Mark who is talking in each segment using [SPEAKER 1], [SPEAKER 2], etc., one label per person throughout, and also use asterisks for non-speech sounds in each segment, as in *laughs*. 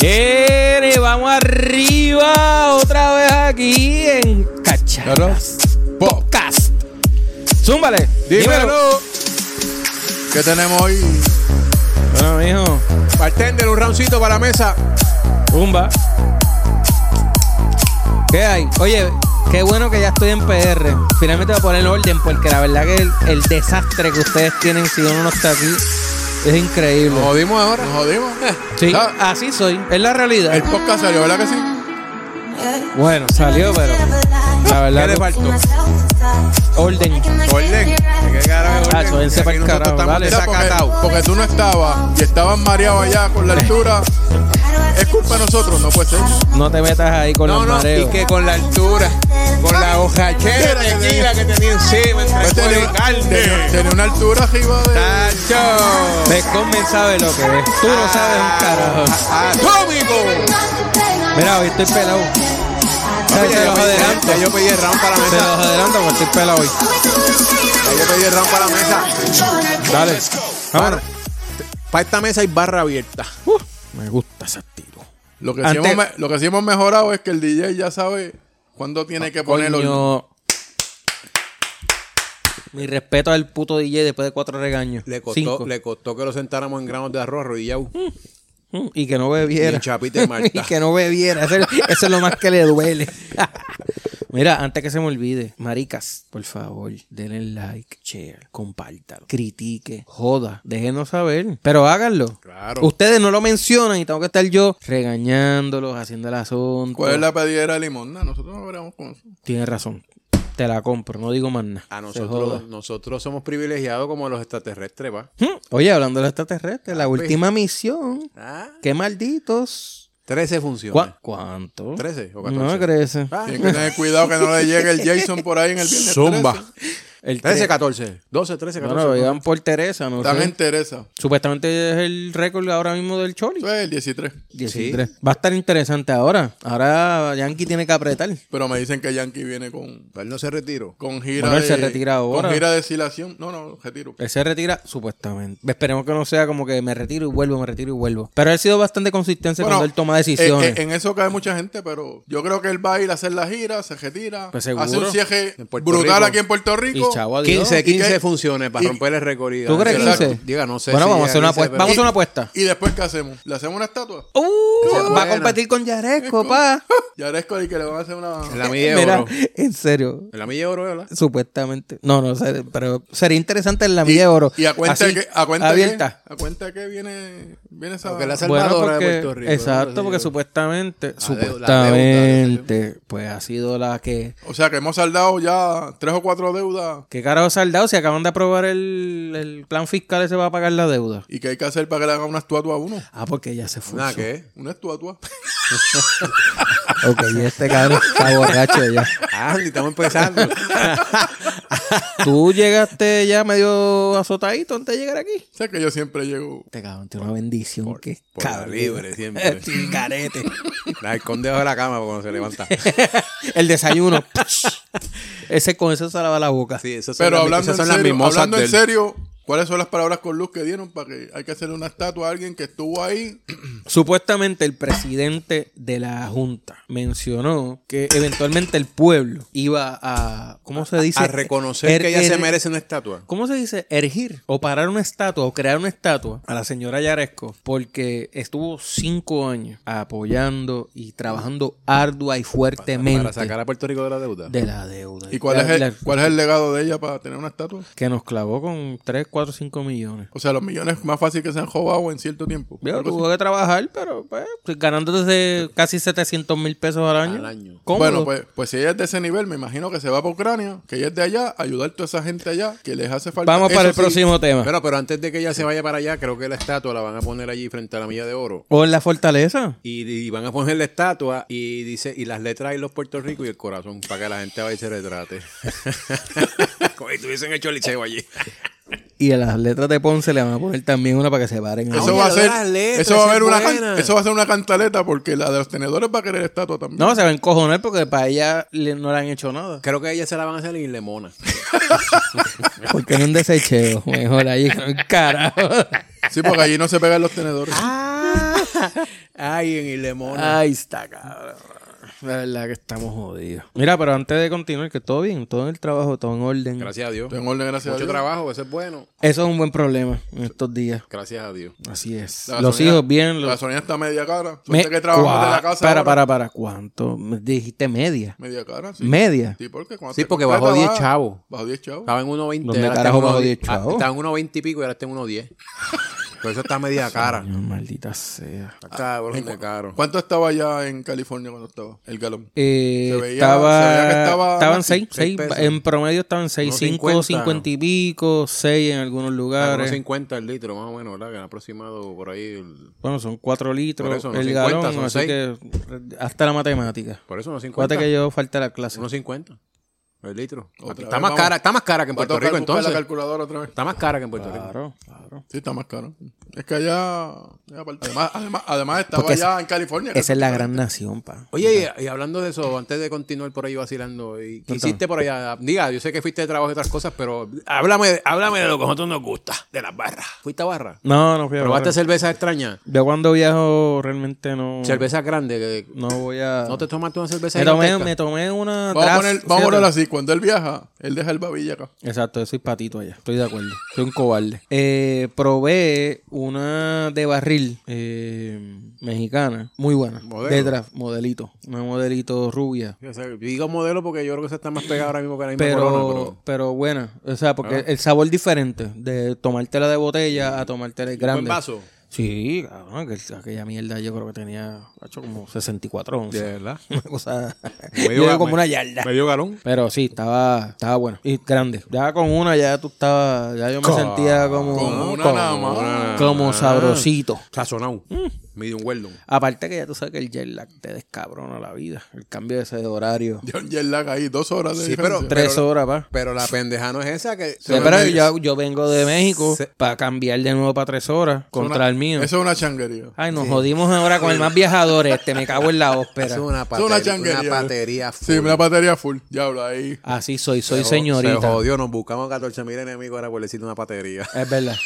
[SPEAKER 1] Viene, vamos arriba otra vez aquí en Cacharas
[SPEAKER 2] Pop.
[SPEAKER 1] Podcast. Zúmbale.
[SPEAKER 2] Dímelo. ¿Qué tenemos hoy?
[SPEAKER 1] Bueno, mijo.
[SPEAKER 2] Bartender, un roundcito para la mesa.
[SPEAKER 1] Zumba. ¿Qué hay? Oye, qué bueno que ya estoy en PR. Finalmente voy a poner orden porque la verdad que el, el desastre que ustedes tienen si uno no está aquí es increíble.
[SPEAKER 2] Nos jodimos ahora. Nos jodimos.
[SPEAKER 1] Sí,
[SPEAKER 2] Ah,
[SPEAKER 1] así soy. Es la realidad.
[SPEAKER 2] el podcast salió, ¿verdad que sí?
[SPEAKER 1] Bueno, salió, pero la
[SPEAKER 2] ¿Qué le
[SPEAKER 1] verdad
[SPEAKER 2] faltó?
[SPEAKER 1] que orden.
[SPEAKER 2] Orden. ¿Qué carajo es
[SPEAKER 1] Ah, eso,
[SPEAKER 2] orden?
[SPEAKER 1] ese
[SPEAKER 2] Aquí
[SPEAKER 1] pa'l
[SPEAKER 2] nosotros
[SPEAKER 1] carajo,
[SPEAKER 2] estamos
[SPEAKER 1] dale.
[SPEAKER 2] desacatados. Porque tú no estabas y estabas mareado allá con la altura. Es culpa de nosotros, no puede ser.
[SPEAKER 1] No te metas ahí con los mareos.
[SPEAKER 3] con la altura, con la hojachera
[SPEAKER 2] de tequila
[SPEAKER 3] que tenía encima, entre
[SPEAKER 2] Pues tenía- tenía- Tenía una altura arriba de.
[SPEAKER 3] ¡Tacho!
[SPEAKER 1] Become sabe lo que es. Tú
[SPEAKER 3] Ah.
[SPEAKER 1] no sabes un carajo.
[SPEAKER 2] ¡Atómico! Ah.
[SPEAKER 1] Mira, hoy estoy pelado. ¿Sabes? Se los adelanto.
[SPEAKER 2] Ya Yo pedí el round para la
[SPEAKER 1] Se los
[SPEAKER 2] mesa.
[SPEAKER 1] adelanto porque estoy pelado hoy.
[SPEAKER 2] Ya Yo pedí el round para la mesa.
[SPEAKER 1] Dale.
[SPEAKER 3] Ah.
[SPEAKER 2] Para, para esta mesa hay barra abierta.
[SPEAKER 1] Uh, me gusta ese tiro.
[SPEAKER 2] Lo que,
[SPEAKER 1] Antes-
[SPEAKER 2] sí hemos, me- lo que sí hemos mejorado es que el DJ ya sabe cuándo tiene que ponerlo.
[SPEAKER 1] Coño. Mi respeto al puto DJ después de cuatro regaños.
[SPEAKER 3] Le
[SPEAKER 1] Cinco.
[SPEAKER 3] costó, le costó que lo sentáramos en granos de arroz arrodillado.
[SPEAKER 1] Mm, Y que no bebiera. *laughs*
[SPEAKER 3] Y chapita y Marta.
[SPEAKER 1] Y que no bebiera. Eso, es- eso es lo más que le duele. Mira, antes que se me olvide, maricas, por favor, denle like, share, compártalo, critique, joda, déjenos saber, pero háganlo.
[SPEAKER 2] Claro.
[SPEAKER 1] Ustedes no lo mencionan y tengo que estar yo regañándolos, haciendo el asunto.
[SPEAKER 2] ¿Cuál es la pedidera de limón? No, nosotros no veremos con eso.
[SPEAKER 1] Tienes razón. Te la compro, no digo más nada.
[SPEAKER 3] A
[SPEAKER 1] Se
[SPEAKER 3] Ah, nosotros,
[SPEAKER 1] joda.
[SPEAKER 3] nosotros somos privilegiados como los extraterrestres, ¿va?
[SPEAKER 1] Hmm. Oye, hablando de los extraterrestres, la última misión.
[SPEAKER 3] ¿Ah?
[SPEAKER 1] Qué malditos.
[SPEAKER 3] 13 funciones.
[SPEAKER 1] ¿Cuá- ¿Cuánto?
[SPEAKER 3] ¿Trece o
[SPEAKER 1] No,
[SPEAKER 3] catorce?
[SPEAKER 1] crece.
[SPEAKER 3] Ah,
[SPEAKER 2] Tienen que tener cuidado que no le llegue el Jason por ahí en el viernes.
[SPEAKER 3] Zumba.
[SPEAKER 2] 13.
[SPEAKER 1] El
[SPEAKER 3] 13,
[SPEAKER 1] tre-
[SPEAKER 3] 14. 12, 13, 14.
[SPEAKER 1] Este, Bueno, iban por Teresa, no
[SPEAKER 2] Están
[SPEAKER 1] sé.
[SPEAKER 2] en Teresa.
[SPEAKER 1] Supuestamente es el récord ahora mismo del Choli.
[SPEAKER 2] Eso es el 13.
[SPEAKER 1] 13. Va a estar interesante ahora. Ahora Yankee tiene que apretar.
[SPEAKER 2] Pero me dicen que Yankee viene con,
[SPEAKER 3] Pero él no se retiró.
[SPEAKER 2] con gira
[SPEAKER 1] Bueno, él
[SPEAKER 2] de...
[SPEAKER 1] se retira ahora.
[SPEAKER 2] Con gira de destilación. No, no, retiro.
[SPEAKER 1] Él se retira supuestamente. Esperemos que no sea como que me retiro y vuelvo, me retiro y vuelvo. Pero él ha sido bastante consistente
[SPEAKER 2] Bueno,
[SPEAKER 1] cuando él toma
[SPEAKER 2] eh,
[SPEAKER 1] decisiones.
[SPEAKER 2] eh, en eso cae mucha gente, pero yo creo que él va a ir a hacer la gira, se retira,
[SPEAKER 1] Pues seguro.
[SPEAKER 2] hace un cierre
[SPEAKER 3] En Puerto
[SPEAKER 2] brutal
[SPEAKER 3] Rico.
[SPEAKER 2] aquí en Puerto Rico.
[SPEAKER 1] y chavo, adiós.
[SPEAKER 3] 15, 15
[SPEAKER 2] qué?
[SPEAKER 3] funciones para
[SPEAKER 2] ¿Y-
[SPEAKER 3] romper el récord. y
[SPEAKER 1] ¿Tú crees
[SPEAKER 3] ganarse la-
[SPEAKER 1] 15?
[SPEAKER 3] Diga, no sé.
[SPEAKER 1] Bueno,
[SPEAKER 3] si
[SPEAKER 1] vamos a hacer
[SPEAKER 3] llega
[SPEAKER 1] una
[SPEAKER 3] 15,
[SPEAKER 1] apuesta.
[SPEAKER 3] pero-
[SPEAKER 1] Vamos a hacer una apuesta.
[SPEAKER 2] ¿Y después qué hacemos? ¿Le hacemos una estatua?
[SPEAKER 1] Uh,
[SPEAKER 3] Bueno.
[SPEAKER 1] va a competir con Yaresco, pa.
[SPEAKER 2] Y ahora es con el que le van a hacer una...
[SPEAKER 3] Ah. En la milla de
[SPEAKER 1] Mira,
[SPEAKER 3] oro.
[SPEAKER 1] en serio.
[SPEAKER 3] En la milla de oro, ¿verdad?
[SPEAKER 1] Supuestamente. No, no sé, pero sería interesante en la milla de oro.
[SPEAKER 2] Y a cuenta
[SPEAKER 1] Así,
[SPEAKER 2] que... A cuenta
[SPEAKER 1] abierta.
[SPEAKER 2] Que, a cuenta que viene... Viene esa...
[SPEAKER 3] Aunque la sal-
[SPEAKER 1] Bueno,
[SPEAKER 3] Salvadora de
[SPEAKER 1] porque,
[SPEAKER 3] Puerto Rico, ¿no?
[SPEAKER 1] exacto,
[SPEAKER 3] Sí,
[SPEAKER 1] porque
[SPEAKER 3] yo-
[SPEAKER 1] supuestamente,
[SPEAKER 3] deuda,
[SPEAKER 1] supuestamente, pues ha sido la que...
[SPEAKER 2] O sea que hemos saldado ya tres o cuatro deudas.
[SPEAKER 1] ¿Qué carajo saldado? Si acaban de aprobar el, el plan fiscal ese va a pagar la deuda.
[SPEAKER 2] ¿Y qué hay que hacer para que le hagan una estatua a uno?
[SPEAKER 1] Ah, porque ya se fue.
[SPEAKER 3] Nada, ¿qué?
[SPEAKER 2] Una estatua.
[SPEAKER 1] *laughs* Ok, y este cabrón
[SPEAKER 3] *laughs*
[SPEAKER 1] está borracho ya.
[SPEAKER 3] Ah, ni estamos empezando.
[SPEAKER 1] *laughs* Tú llegaste ya medio azotadito antes de llegar aquí.
[SPEAKER 2] O sea que yo siempre llego...
[SPEAKER 1] Este cabrón tiene una bendición que es
[SPEAKER 3] por la
[SPEAKER 1] cabrón.
[SPEAKER 3] libre siempre.
[SPEAKER 1] *laughs* Este carete.
[SPEAKER 3] La esconde debajo de la cama cuando se levanta.
[SPEAKER 1] el desayuno. ese con eso se lava la boca.
[SPEAKER 3] Sí, esas son
[SPEAKER 2] Pero
[SPEAKER 3] las-
[SPEAKER 2] hablando,
[SPEAKER 3] esas son
[SPEAKER 2] en
[SPEAKER 3] las
[SPEAKER 2] serio,
[SPEAKER 3] mimosas
[SPEAKER 2] hablando en
[SPEAKER 3] del-
[SPEAKER 2] serio, ¿cuáles son las palabras con luz que dieron para que hay que hacerle una estatua a alguien que estuvo ahí?
[SPEAKER 1] Supuestamente el presidente de la Junta mencionó que eventualmente el pueblo iba a, ¿cómo se dice?
[SPEAKER 3] A reconocer
[SPEAKER 1] Er-
[SPEAKER 3] que ella se
[SPEAKER 1] er-
[SPEAKER 3] merece una estatua.
[SPEAKER 1] ¿Cómo se dice? Ergir o parar una estatua o crear una estatua a la señora Yaresco porque estuvo cinco años apoyando y trabajando ardua y fuertemente
[SPEAKER 3] Para sacar a Puerto Rico de la deuda.
[SPEAKER 1] de la deuda.
[SPEAKER 2] ¿Y cuál,
[SPEAKER 1] La-
[SPEAKER 2] es el,
[SPEAKER 1] la-
[SPEAKER 2] cuál es el legado de ella para tener una estatua?
[SPEAKER 1] Que nos clavó con 3, 4, 5 millones.
[SPEAKER 2] O sea, los millones más fácil que se han robado en cierto tiempo.
[SPEAKER 1] Veo,
[SPEAKER 2] Algo
[SPEAKER 1] tuvo que trabajar, pero pues, ganando desde casi 700 mil pesos al año.
[SPEAKER 3] Al año.
[SPEAKER 2] así.
[SPEAKER 1] Cómodo.
[SPEAKER 2] Bueno, pues, pues si ella es de ese nivel, me imagino que se va para Ucrania, que ella es de allá, ayudar a toda esa gente allá, que les hace falta.
[SPEAKER 1] Vamos para el
[SPEAKER 2] Eso sí,
[SPEAKER 1] próximo tema.
[SPEAKER 3] Bueno, pero antes de que ella se vaya para allá, creo que la estatua la van a poner allí frente a la milla de oro.
[SPEAKER 1] O en la fortaleza.
[SPEAKER 3] Y, y van a poner la estatua y dice y las letras y los Puerto Rico y el corazón para que la gente vaya y se retrate. *laughs* Como si tuviesen hecho el liceo allí.
[SPEAKER 1] Y a las letras de Ponce le van a poner también una para que se paren.
[SPEAKER 2] Eso
[SPEAKER 3] Oye,
[SPEAKER 2] va, a
[SPEAKER 3] lo de las
[SPEAKER 2] ser,
[SPEAKER 3] letras,
[SPEAKER 2] eso, va a
[SPEAKER 3] esa
[SPEAKER 2] haber
[SPEAKER 3] es
[SPEAKER 2] una,
[SPEAKER 3] buena.
[SPEAKER 2] can- eso va a ser una cantaleta porque la de los tenedores va a querer estatua también.
[SPEAKER 1] No, se va a encojonar porque para ella le- no le han hecho nada.
[SPEAKER 3] Creo que ella se la van a hacer en Lemona.
[SPEAKER 1] Porque no un desecheo. Mejor ahí con el carajo.
[SPEAKER 2] Sí, porque allí no se pegan los tenedores.
[SPEAKER 1] Ah,
[SPEAKER 3] Ay, en Ilemona.
[SPEAKER 1] Ay, está cabrón. La verdad que estamos jodidos. Mira, pero antes de continuar, que todo bien, todo en el trabajo, todo en orden.
[SPEAKER 3] Gracias a Dios.
[SPEAKER 2] Estoy en orden, gracias a
[SPEAKER 3] Mucho
[SPEAKER 2] Dios.
[SPEAKER 3] trabajo, eso es bueno.
[SPEAKER 1] Eso es un buen problema en estos días.
[SPEAKER 3] Gracias a Dios.
[SPEAKER 1] Así es.
[SPEAKER 2] La
[SPEAKER 1] los
[SPEAKER 2] gasolina-
[SPEAKER 1] hijos bien.
[SPEAKER 2] La
[SPEAKER 1] Los...
[SPEAKER 2] gasolina está media cara.
[SPEAKER 1] Me-
[SPEAKER 2] Suerte que trabajamos
[SPEAKER 1] Cua-
[SPEAKER 2] de la casa.
[SPEAKER 1] Para,
[SPEAKER 2] ahora.
[SPEAKER 1] para, para. ¿Cuánto? Me dijiste media.
[SPEAKER 2] Media cara, sí.
[SPEAKER 1] Media.
[SPEAKER 2] Sí, porque cuando
[SPEAKER 3] Sí,
[SPEAKER 2] te-
[SPEAKER 3] porque
[SPEAKER 2] te
[SPEAKER 3] bajó 10
[SPEAKER 2] trabajas,
[SPEAKER 3] chavos.
[SPEAKER 2] Bajó 10 chavos.
[SPEAKER 3] Estaba en 1.20.
[SPEAKER 1] ¿Dónde
[SPEAKER 3] ahora está
[SPEAKER 1] carajo
[SPEAKER 3] en
[SPEAKER 1] bajó 10
[SPEAKER 3] 1.10. Ah,
[SPEAKER 1] chavos?
[SPEAKER 3] Estaba en 1.20 y pico y ahora está en 1.10. Por eso está media cara.
[SPEAKER 1] Dios, maldita sea.
[SPEAKER 3] Está cabrón de caro.
[SPEAKER 2] ¿Cuánto estaba allá en California cuando estaba el galón?
[SPEAKER 1] Eh,
[SPEAKER 2] Se veía-
[SPEAKER 1] estaba,
[SPEAKER 2] se veía que estaba-
[SPEAKER 1] estaban
[SPEAKER 2] seis
[SPEAKER 1] 6, 6,
[SPEAKER 3] pesos.
[SPEAKER 1] en promedio estaban 6,
[SPEAKER 3] Unos
[SPEAKER 1] 5,
[SPEAKER 3] 50.
[SPEAKER 1] 50 y pico, 6 en algunos
[SPEAKER 3] Está en
[SPEAKER 1] lugares.
[SPEAKER 3] 1.50 el litro, más o menos, ¿verdad? Que han aproximado por ahí. el-
[SPEAKER 1] Bueno, son 4 litros
[SPEAKER 3] Por eso,
[SPEAKER 1] el
[SPEAKER 3] 50
[SPEAKER 1] galón,
[SPEAKER 3] son
[SPEAKER 1] así
[SPEAKER 3] seis.
[SPEAKER 1] que hasta la matemática.
[SPEAKER 3] Por eso
[SPEAKER 1] Acuérdate
[SPEAKER 3] 1.50.
[SPEAKER 1] que yo falta la clase.
[SPEAKER 3] 1.50 el litro.
[SPEAKER 2] Otra
[SPEAKER 3] Aquí
[SPEAKER 2] vez,
[SPEAKER 3] Está más,
[SPEAKER 2] vamos.
[SPEAKER 3] cara, está más cara que en
[SPEAKER 2] Va a
[SPEAKER 3] Puerto
[SPEAKER 2] tocar
[SPEAKER 3] Rico
[SPEAKER 2] buscar
[SPEAKER 3] entonces.
[SPEAKER 2] la calculadora otra vez.
[SPEAKER 3] Está más cara que en Puerto Rico.
[SPEAKER 1] Claro, claro.
[SPEAKER 2] Sí, está más caro. Es que allá. allá aparte- Además, además, además estaba
[SPEAKER 1] Porque es-
[SPEAKER 2] allá en California.
[SPEAKER 1] Esa es la gran nación, pa.
[SPEAKER 3] Oye, y, y hablando de eso, antes de continuar por ahí vacilando, ¿y ¿qué hiciste por allá? Diga, yo sé que fuiste de trabajo y otras cosas, pero háblame, háblame de lo que a nosotros nos gusta, de las barras. ¿Fuiste a barra?
[SPEAKER 1] No, no fui a
[SPEAKER 3] ¿Probaste
[SPEAKER 1] barra.
[SPEAKER 3] cerveza extraña?
[SPEAKER 1] Yo cuando viajo realmente no.
[SPEAKER 3] ¿Cerveza grande? que-
[SPEAKER 1] No voy a.
[SPEAKER 3] ¿No te tomaste una cerveza
[SPEAKER 1] Mm. me, tomé,
[SPEAKER 3] gigantesca?
[SPEAKER 1] me tomé una.
[SPEAKER 2] Vamos a
[SPEAKER 1] draft,
[SPEAKER 2] poner,
[SPEAKER 1] fíjate.
[SPEAKER 2] vamos a ponerlo así. Cuando él viaja, él deja el babilla acá.
[SPEAKER 1] Exacto, yo soy patito allá. Estoy de acuerdo. Soy un cobarde. Eh, probé una de barril eh, mexicana. Muy buena.
[SPEAKER 3] Modelo.
[SPEAKER 1] De draft, modelito. Una modelito rubia.
[SPEAKER 3] O sea, digo modelo porque yo creo que se está más pegada ahora mismo que la misma
[SPEAKER 1] Pero,
[SPEAKER 3] corona,
[SPEAKER 1] pero, buena. O sea, porque
[SPEAKER 3] Ah.
[SPEAKER 1] el sabor diferente de tomártela de botella a tomártela de grande.
[SPEAKER 3] Buen vaso.
[SPEAKER 1] Sí, cabrón. aquel- aquella mierda yo creo que tenía hecho como 64 onzas.
[SPEAKER 3] verdad.
[SPEAKER 1] *laughs* Una cosa. *laughs* yo digo como una yarda.
[SPEAKER 3] Medio galón.
[SPEAKER 1] Pero sí, estaba, estaba bueno. Y grande. Ya con una, ya tú estabas. Ya yo me sentía como.
[SPEAKER 2] Con una
[SPEAKER 1] como-
[SPEAKER 2] nada más.
[SPEAKER 1] Como sabrosito.
[SPEAKER 3] Sazonado. Medio un hueldo.
[SPEAKER 1] Aparte que ya tú sabes que el jet lag te descabrona la vida. El cambio ese de horario.
[SPEAKER 2] Yo en jet lag ahí, dos horas de
[SPEAKER 3] Sí,
[SPEAKER 2] diferencia.
[SPEAKER 3] pero-
[SPEAKER 1] Tres horas, pa.
[SPEAKER 3] Pero la pendeja no es esa que...
[SPEAKER 1] Sí, pero yo, yo vengo de México
[SPEAKER 3] Se-
[SPEAKER 1] para cambiar de nuevo para tres horas
[SPEAKER 2] Eso es
[SPEAKER 1] contra
[SPEAKER 2] una-
[SPEAKER 1] el mío.
[SPEAKER 2] Eso es una changuería.
[SPEAKER 1] Ay, nos jodimos ahora con el más viajador este. Me cago en la ópera.
[SPEAKER 3] Es una
[SPEAKER 2] Eso es una
[SPEAKER 3] patería.
[SPEAKER 2] changuería.
[SPEAKER 3] Una patería.
[SPEAKER 2] Sí, una batería full. Ya habla ahí.
[SPEAKER 1] Así soy, soy
[SPEAKER 3] Se
[SPEAKER 1] señorita.
[SPEAKER 3] jodió, nos buscamos 14 mil enemigos ahora por decirle
[SPEAKER 1] *laughs*
[SPEAKER 3] una patería.
[SPEAKER 1] Es
[SPEAKER 3] *laughs*
[SPEAKER 1] verdad.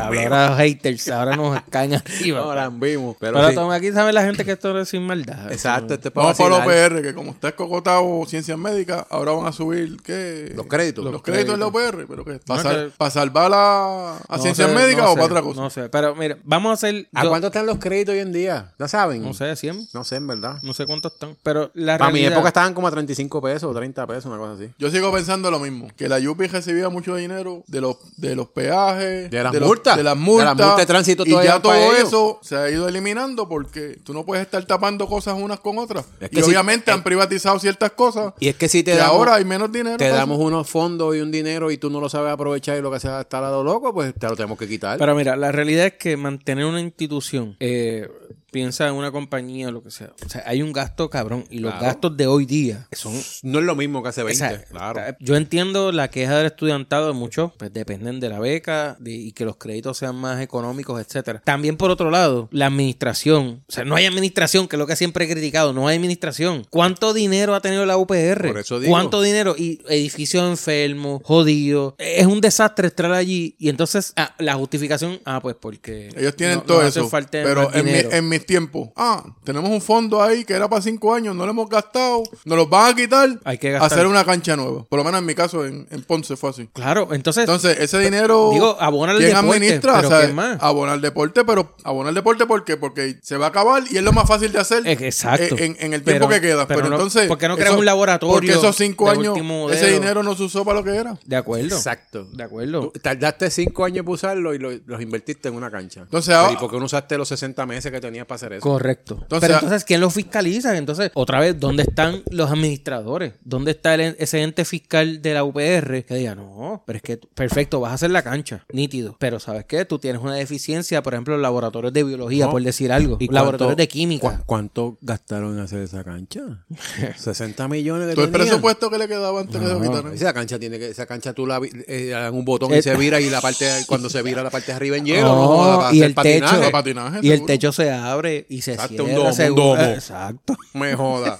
[SPEAKER 1] Ahora haters, ahora nos caen arriba.
[SPEAKER 3] Ahora vimos. Pero,
[SPEAKER 1] Pero
[SPEAKER 3] sí.
[SPEAKER 1] toma, aquí sabe la gente que esto no es sin maldad.
[SPEAKER 3] Exacto, este es para
[SPEAKER 2] Vamos para
[SPEAKER 3] vacilar.
[SPEAKER 2] OPR, que como está escocotado ciencias médicas, ahora van a subir ¿qué?
[SPEAKER 3] Los créditos.
[SPEAKER 2] Los,
[SPEAKER 3] Los
[SPEAKER 2] créditos en la OPR, pero ¿qué? ¿Para,
[SPEAKER 1] No,
[SPEAKER 2] sal-
[SPEAKER 1] que-
[SPEAKER 2] para salvar a, a
[SPEAKER 1] No
[SPEAKER 2] ciencias
[SPEAKER 1] sé,
[SPEAKER 2] médicas
[SPEAKER 1] no
[SPEAKER 2] o
[SPEAKER 1] sé,
[SPEAKER 2] para otra cosa?
[SPEAKER 1] No sé, pero mira, vamos a hacer.
[SPEAKER 3] ¿A
[SPEAKER 1] yo-
[SPEAKER 3] cuánto están los créditos hoy en día? ¿No saben?
[SPEAKER 1] No sé, 100.
[SPEAKER 3] No sé, en verdad.
[SPEAKER 1] No sé cuántos están. Pero la
[SPEAKER 3] Para mi
[SPEAKER 1] realidad-
[SPEAKER 3] época estaban como a 35 pesos, 30 pesos, una cosa así.
[SPEAKER 2] Yo sigo pensando lo mismo, que la Yupi recibía mucho dinero de los, de los peajes,
[SPEAKER 3] De las
[SPEAKER 2] los-
[SPEAKER 3] multas.
[SPEAKER 2] de las
[SPEAKER 3] De
[SPEAKER 2] multas,
[SPEAKER 3] las multas de tránsito,
[SPEAKER 2] y
[SPEAKER 3] todo
[SPEAKER 2] ya
[SPEAKER 3] era
[SPEAKER 2] todo
[SPEAKER 3] para ellos.
[SPEAKER 2] eso se ha ido eliminando porque tú no puedes estar tapando cosas unas con otras.
[SPEAKER 3] Es que
[SPEAKER 2] y
[SPEAKER 3] sí,
[SPEAKER 2] obviamente han privatizado ciertas cosas
[SPEAKER 3] Y es que si te
[SPEAKER 2] y
[SPEAKER 3] damos-
[SPEAKER 2] ahora hay menos dinero.
[SPEAKER 3] te
[SPEAKER 2] para eso.
[SPEAKER 3] damos unos fondos y un dinero y tú no lo sabes aprovechar y lo que haces es estar a lo loco, pues te lo tenemos que quitar.
[SPEAKER 1] Pero mira, la realidad es que mantener una institución, eh, piensa en una compañía o lo que sea. O sea, hay un gasto cabrón. Y los
[SPEAKER 3] Claro.
[SPEAKER 1] gastos de hoy día son.
[SPEAKER 3] no es lo mismo que hace 20,
[SPEAKER 1] o sea, eh,
[SPEAKER 3] claro.
[SPEAKER 1] Yo entiendo la queja del estudiantado de muchos, pues dependen de la beca de- y que los créditos sean más económicos, etcétera. También por otro lado, la administración, o sea, no hay administración, que es lo que siempre he criticado, no hay administración. ¿Cuánto dinero ha tenido la UPR?
[SPEAKER 3] Por eso digo.
[SPEAKER 1] ¿Cuánto dinero? Y edificios enfermos, jodidos. Es un desastre estar allí y entonces ah, la justificación, ah, pues porque
[SPEAKER 2] Ellos tienen
[SPEAKER 1] no-
[SPEAKER 2] todo
[SPEAKER 1] nos hace
[SPEAKER 2] eso.
[SPEAKER 1] falta
[SPEAKER 2] pero
[SPEAKER 1] más
[SPEAKER 2] en, mi-
[SPEAKER 1] dinero.
[SPEAKER 2] en mis tiempos, ah, tenemos un fondo ahí que era para cinco años, no lo hemos gastado, nos los van a quitar,
[SPEAKER 1] Hay que gastar.
[SPEAKER 2] hacer una cancha nueva. Por lo menos en mi caso, en, en Ponce fue así.
[SPEAKER 1] Claro, entonces,
[SPEAKER 2] Entonces, ese dinero.
[SPEAKER 1] Digo, abona al
[SPEAKER 2] ¿quién
[SPEAKER 1] deporte,
[SPEAKER 2] administra?
[SPEAKER 1] pero
[SPEAKER 2] O sea,
[SPEAKER 1] ¿quién más?
[SPEAKER 2] Abona al deporte, pero abona al deporte ¿por qué? porque se va a acabar y es lo más fácil de hacer.
[SPEAKER 1] Es- E, exacto.
[SPEAKER 2] En, en el
[SPEAKER 1] Pero-
[SPEAKER 2] tiempo que queda.
[SPEAKER 1] pero
[SPEAKER 2] Pero,
[SPEAKER 1] no-
[SPEAKER 2] entonces.
[SPEAKER 1] ¿por qué no
[SPEAKER 2] eso-
[SPEAKER 1] crean un laboratorio
[SPEAKER 2] Porque esos cinco
[SPEAKER 1] de
[SPEAKER 2] años,
[SPEAKER 1] último
[SPEAKER 2] ese
[SPEAKER 1] modelo?
[SPEAKER 2] dinero no se usó para lo que era.
[SPEAKER 1] de acuerdo.
[SPEAKER 3] Exacto.
[SPEAKER 1] De acuerdo.
[SPEAKER 3] Tú tardaste 5 años en usarlo y lo- los invertiste en una cancha.
[SPEAKER 2] Entonces, ahora-
[SPEAKER 3] ¿Y por qué no usaste los 60 meses que tenías para hacer eso?
[SPEAKER 1] Correcto.
[SPEAKER 2] Entonces-
[SPEAKER 1] Pero entonces, ¿quién los fiscaliza? Entonces, otra vez, ¿dónde están los administradores? ¿Dónde está el- ese ente fiscal de la UPR que diga, no, pero es que, tú- perfecto, vas a hacer la cancha, nítido. Pero ¿sabes qué? Tú tienes una deficiencia, por ejemplo, en laboratorios de biología,
[SPEAKER 3] No.
[SPEAKER 1] por decir algo,
[SPEAKER 3] ¿Y
[SPEAKER 1] laboratorios
[SPEAKER 3] cuánto-
[SPEAKER 1] de química.
[SPEAKER 3] ¿cu- ¿Cuánto gastaron en hacer esa
[SPEAKER 1] *laughs*
[SPEAKER 3] cancha? 60 millones de
[SPEAKER 2] Todo el presupuesto que le quedaba antes que lo quitaran.
[SPEAKER 3] Esa cancha tiene que, esa cancha tú la vi- eh, hagan un botón
[SPEAKER 1] Eh,
[SPEAKER 3] y se vira y la parte cuando se vira la parte de arriba
[SPEAKER 1] *laughs*
[SPEAKER 3] en hielo,
[SPEAKER 1] No,
[SPEAKER 3] no, para
[SPEAKER 1] y
[SPEAKER 3] hacer
[SPEAKER 1] el
[SPEAKER 3] patinaje.
[SPEAKER 1] techo,
[SPEAKER 2] patinaje,
[SPEAKER 1] y el
[SPEAKER 2] seguro.
[SPEAKER 1] techo se abre y se
[SPEAKER 3] Exacto, un
[SPEAKER 1] cierra.
[SPEAKER 3] domo, un
[SPEAKER 1] según-
[SPEAKER 3] domo.
[SPEAKER 1] Exacto.
[SPEAKER 3] Me joda.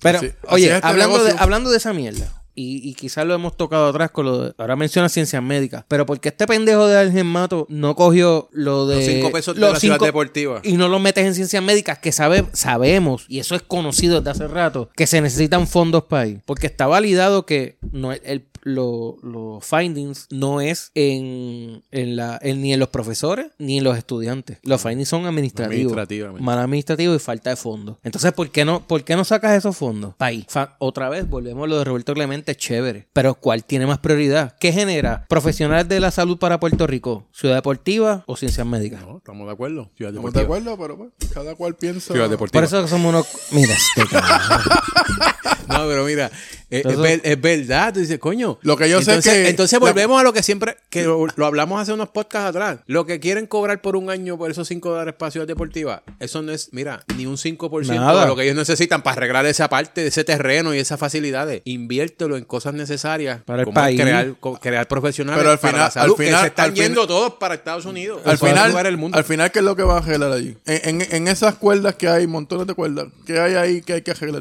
[SPEAKER 1] Pero, *laughs*
[SPEAKER 2] Así- así
[SPEAKER 1] oye,
[SPEAKER 2] es este
[SPEAKER 1] hablando, de,
[SPEAKER 2] negocio.
[SPEAKER 1] hablando de esa mierda. y, y quizás lo hemos tocado atrás con lo de, ahora menciona ciencias médicas, pero porque este pendejo de Ángel Mato no cogió lo de
[SPEAKER 3] Los cinco pesos de
[SPEAKER 1] los
[SPEAKER 3] la ciudad
[SPEAKER 1] cinco-
[SPEAKER 3] deportiva.
[SPEAKER 1] y no lo metes en ciencias médicas que sabe, sabemos y eso es conocido desde hace rato que se necesitan fondos para ir, porque está validado que no es- el lo- los findings no es en, en la en- ni en los profesores ni en los estudiantes. Los findings son administrativos.
[SPEAKER 3] Administrativamente.
[SPEAKER 1] Mal administrativo y falta de fondos. Entonces, ¿por qué no, por qué no sacas esos fondos? País. Fa- otra vez, volvemos a lo de Roberto Clemente, chévere. Pero ¿cuál tiene más prioridad? ¿Qué genera? ¿Profesionales de la salud para Puerto Rico? ¿Ciudad deportiva o ciencias médicas?
[SPEAKER 3] No, estamos de Pues acuerdo. Ciudad
[SPEAKER 2] Estamos de
[SPEAKER 3] deportiva.
[SPEAKER 2] acuerdo, pero bueno, cada cual piensa.
[SPEAKER 3] Ciudad
[SPEAKER 1] Por
[SPEAKER 3] deportiva.
[SPEAKER 1] eso que somos unos. Mira, este cabrón.
[SPEAKER 3] *laughs* No, pero mira, eh, es, es
[SPEAKER 1] Eso-
[SPEAKER 3] ver- es verdad. Tú dices, coño.
[SPEAKER 2] Lo que yo sé
[SPEAKER 3] entonces,
[SPEAKER 2] que-
[SPEAKER 3] Entonces
[SPEAKER 2] la-
[SPEAKER 3] volvemos a lo que siempre. que lo, lo hablamos hace unos podcasts atrás. Lo que quieren cobrar por un año por esos 5 dólares para Ciudad Deportiva. Eso no es, mira, ni un 5%
[SPEAKER 1] Nada.
[SPEAKER 3] de lo que ellos necesitan para arreglar esa parte, ese terreno y esas facilidades. Inviértelo en cosas necesarias.
[SPEAKER 1] Para el
[SPEAKER 3] como
[SPEAKER 1] país.
[SPEAKER 3] Crear, co- crear profesionales
[SPEAKER 2] Pero al
[SPEAKER 3] para
[SPEAKER 2] final-
[SPEAKER 3] la salud,
[SPEAKER 2] al final-
[SPEAKER 3] que se están
[SPEAKER 2] al final-
[SPEAKER 3] yendo todos para Estados Unidos.
[SPEAKER 2] Al
[SPEAKER 3] para
[SPEAKER 2] final,
[SPEAKER 3] lugar del mundo.
[SPEAKER 2] al final, ¿qué es lo que va a arreglar allí? En, en- en esas cuerdas que hay, montones de cuerdas, ¿qué hay ahí que hay que arreglar?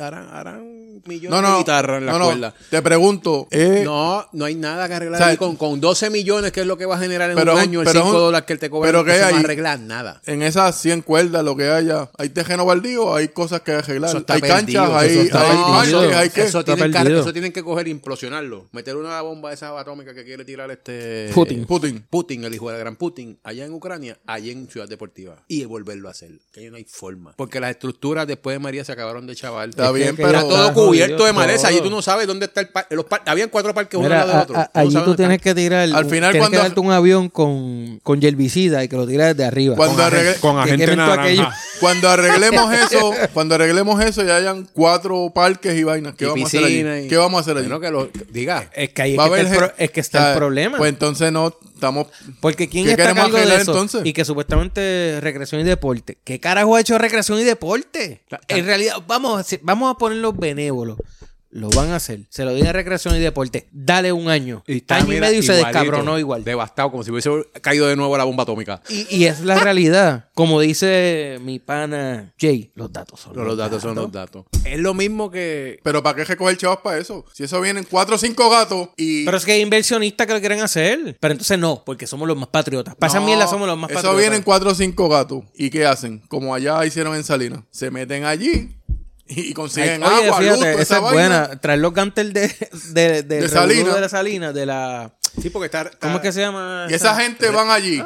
[SPEAKER 3] harán, harán millones
[SPEAKER 2] No, no.
[SPEAKER 3] de guitarras en la
[SPEAKER 2] no, no,
[SPEAKER 3] cuerda.
[SPEAKER 2] Te pregunto, eh,
[SPEAKER 3] No, no hay nada que arreglar
[SPEAKER 2] O sea,
[SPEAKER 3] ahí con, con 12 millones, que es lo que va a generar en
[SPEAKER 2] pero
[SPEAKER 3] un
[SPEAKER 2] es un-
[SPEAKER 3] año el
[SPEAKER 2] pero
[SPEAKER 3] 5
[SPEAKER 2] es un-
[SPEAKER 3] dólares que él te cobra.
[SPEAKER 2] pero
[SPEAKER 3] no
[SPEAKER 2] ¿qué
[SPEAKER 3] se
[SPEAKER 2] hay
[SPEAKER 3] va a
[SPEAKER 2] ahí?
[SPEAKER 3] arreglar nada.
[SPEAKER 2] en esas 100 cuerdas, lo que haya, ¿hay terreno baldío? ¿Hay cosas que arreglar?
[SPEAKER 3] Eso está
[SPEAKER 2] ¿Hay
[SPEAKER 3] perdido,
[SPEAKER 2] canchas?
[SPEAKER 3] eso
[SPEAKER 2] ¿Hay,
[SPEAKER 1] está
[SPEAKER 2] hay
[SPEAKER 1] perdido.
[SPEAKER 2] parques? ¿Hay qué?
[SPEAKER 3] eso,
[SPEAKER 1] Está
[SPEAKER 3] tienen que,
[SPEAKER 1] perdido.
[SPEAKER 3] eso tienen que coger e implosionarlo. Meter una bomba esa atómica que quiere tirar este...
[SPEAKER 1] Putin.
[SPEAKER 2] Putin.
[SPEAKER 3] Putin, el hijo de la gran Putin, allá en Ucrania, allá en Ciudad Deportiva. Y volverlo a hacer. Que ahí no hay forma. Porque las estructuras después de María se acabaron de chaval.
[SPEAKER 2] Está *laughs* bien,
[SPEAKER 1] que
[SPEAKER 2] pero-
[SPEAKER 3] Era
[SPEAKER 1] ya
[SPEAKER 3] todo
[SPEAKER 1] está
[SPEAKER 3] cubierto
[SPEAKER 1] jodido
[SPEAKER 3] de maleza.
[SPEAKER 1] todo.
[SPEAKER 3] Allí tú no sabes dónde está el parque. Habían cuatro parques uno
[SPEAKER 1] Mira,
[SPEAKER 3] al lado del
[SPEAKER 1] a-
[SPEAKER 3] otro.
[SPEAKER 1] a-
[SPEAKER 3] Tú no
[SPEAKER 1] allí
[SPEAKER 3] sabes
[SPEAKER 1] tú
[SPEAKER 3] dónde están.
[SPEAKER 1] tienes que tirar.
[SPEAKER 2] Al final,
[SPEAKER 1] tienes
[SPEAKER 2] cuando-
[SPEAKER 1] que darte un avión con, con herbicida y que lo tiras desde arriba.
[SPEAKER 2] Cuando, arregle-
[SPEAKER 4] Con
[SPEAKER 1] Que
[SPEAKER 4] agente
[SPEAKER 1] quemen todo
[SPEAKER 4] naranja.
[SPEAKER 1] aquello.
[SPEAKER 3] *laughs*
[SPEAKER 2] cuando arreglemos eso, cuando arreglemos eso, ya hayan cuatro parques y vainas. ¿Qué
[SPEAKER 3] Y
[SPEAKER 2] vamos a hacer
[SPEAKER 3] piscina
[SPEAKER 2] allí?
[SPEAKER 3] y-
[SPEAKER 2] ¿Qué vamos a hacer allí?
[SPEAKER 3] Bueno, que lo... que- Diga.
[SPEAKER 1] Es que ahí
[SPEAKER 2] Va
[SPEAKER 1] es
[SPEAKER 2] a
[SPEAKER 1] que, está el,
[SPEAKER 2] haber
[SPEAKER 1] pro-
[SPEAKER 2] gen-
[SPEAKER 1] es que está
[SPEAKER 2] ¿sabes?
[SPEAKER 1] el problema.
[SPEAKER 2] Pues entonces no estamos.
[SPEAKER 1] Porque quién
[SPEAKER 2] ¿Qué
[SPEAKER 1] está a
[SPEAKER 2] queremos
[SPEAKER 1] cargo de
[SPEAKER 2] arreglar
[SPEAKER 1] eso
[SPEAKER 2] entonces?
[SPEAKER 1] y que supuestamente recreación y deporte. ¿Qué carajo ha hecho recreación y deporte? En realidad, vamos, a hacer- vamos a ponerlos benévolos. Lo van a hacer. Se lo diga recreación y deporte. Dale un año.
[SPEAKER 3] está,
[SPEAKER 1] año y
[SPEAKER 3] mira,
[SPEAKER 1] medio y se
[SPEAKER 3] igualito,
[SPEAKER 1] descabronó igual.
[SPEAKER 3] Devastado, como si hubiese caído de nuevo la bomba atómica.
[SPEAKER 1] Y, y es la realidad. Como dice mi pana Jay, los datos son.
[SPEAKER 3] Pero los datos son los datos. Es lo mismo que.
[SPEAKER 2] Pero ¿para qué recoger chavos para eso? Si eso vienen cuatro o cinco gatos y.
[SPEAKER 1] Pero es que hay inversionistas que lo quieren hacer. Pero entonces no, porque somos los más patriotas. Pasan
[SPEAKER 2] No,
[SPEAKER 1] mierda, somos los más patriotas.
[SPEAKER 2] Eso vienen cuatro o cinco gatos. ¿Y qué hacen? Como allá hicieron en Salinas. Se meten allí y consiguen
[SPEAKER 1] Ay, oye,
[SPEAKER 2] agua, luz,
[SPEAKER 1] fíjate,
[SPEAKER 2] toda
[SPEAKER 1] esa es
[SPEAKER 2] vaina.
[SPEAKER 1] buena. Traer los gantel de, de, de,
[SPEAKER 2] De
[SPEAKER 1] Salina.
[SPEAKER 2] Salina.
[SPEAKER 1] de la Salina, de la.
[SPEAKER 3] Sí, porque está. está-
[SPEAKER 1] ¿Cómo es que se llama?
[SPEAKER 2] Y esa gente van allí.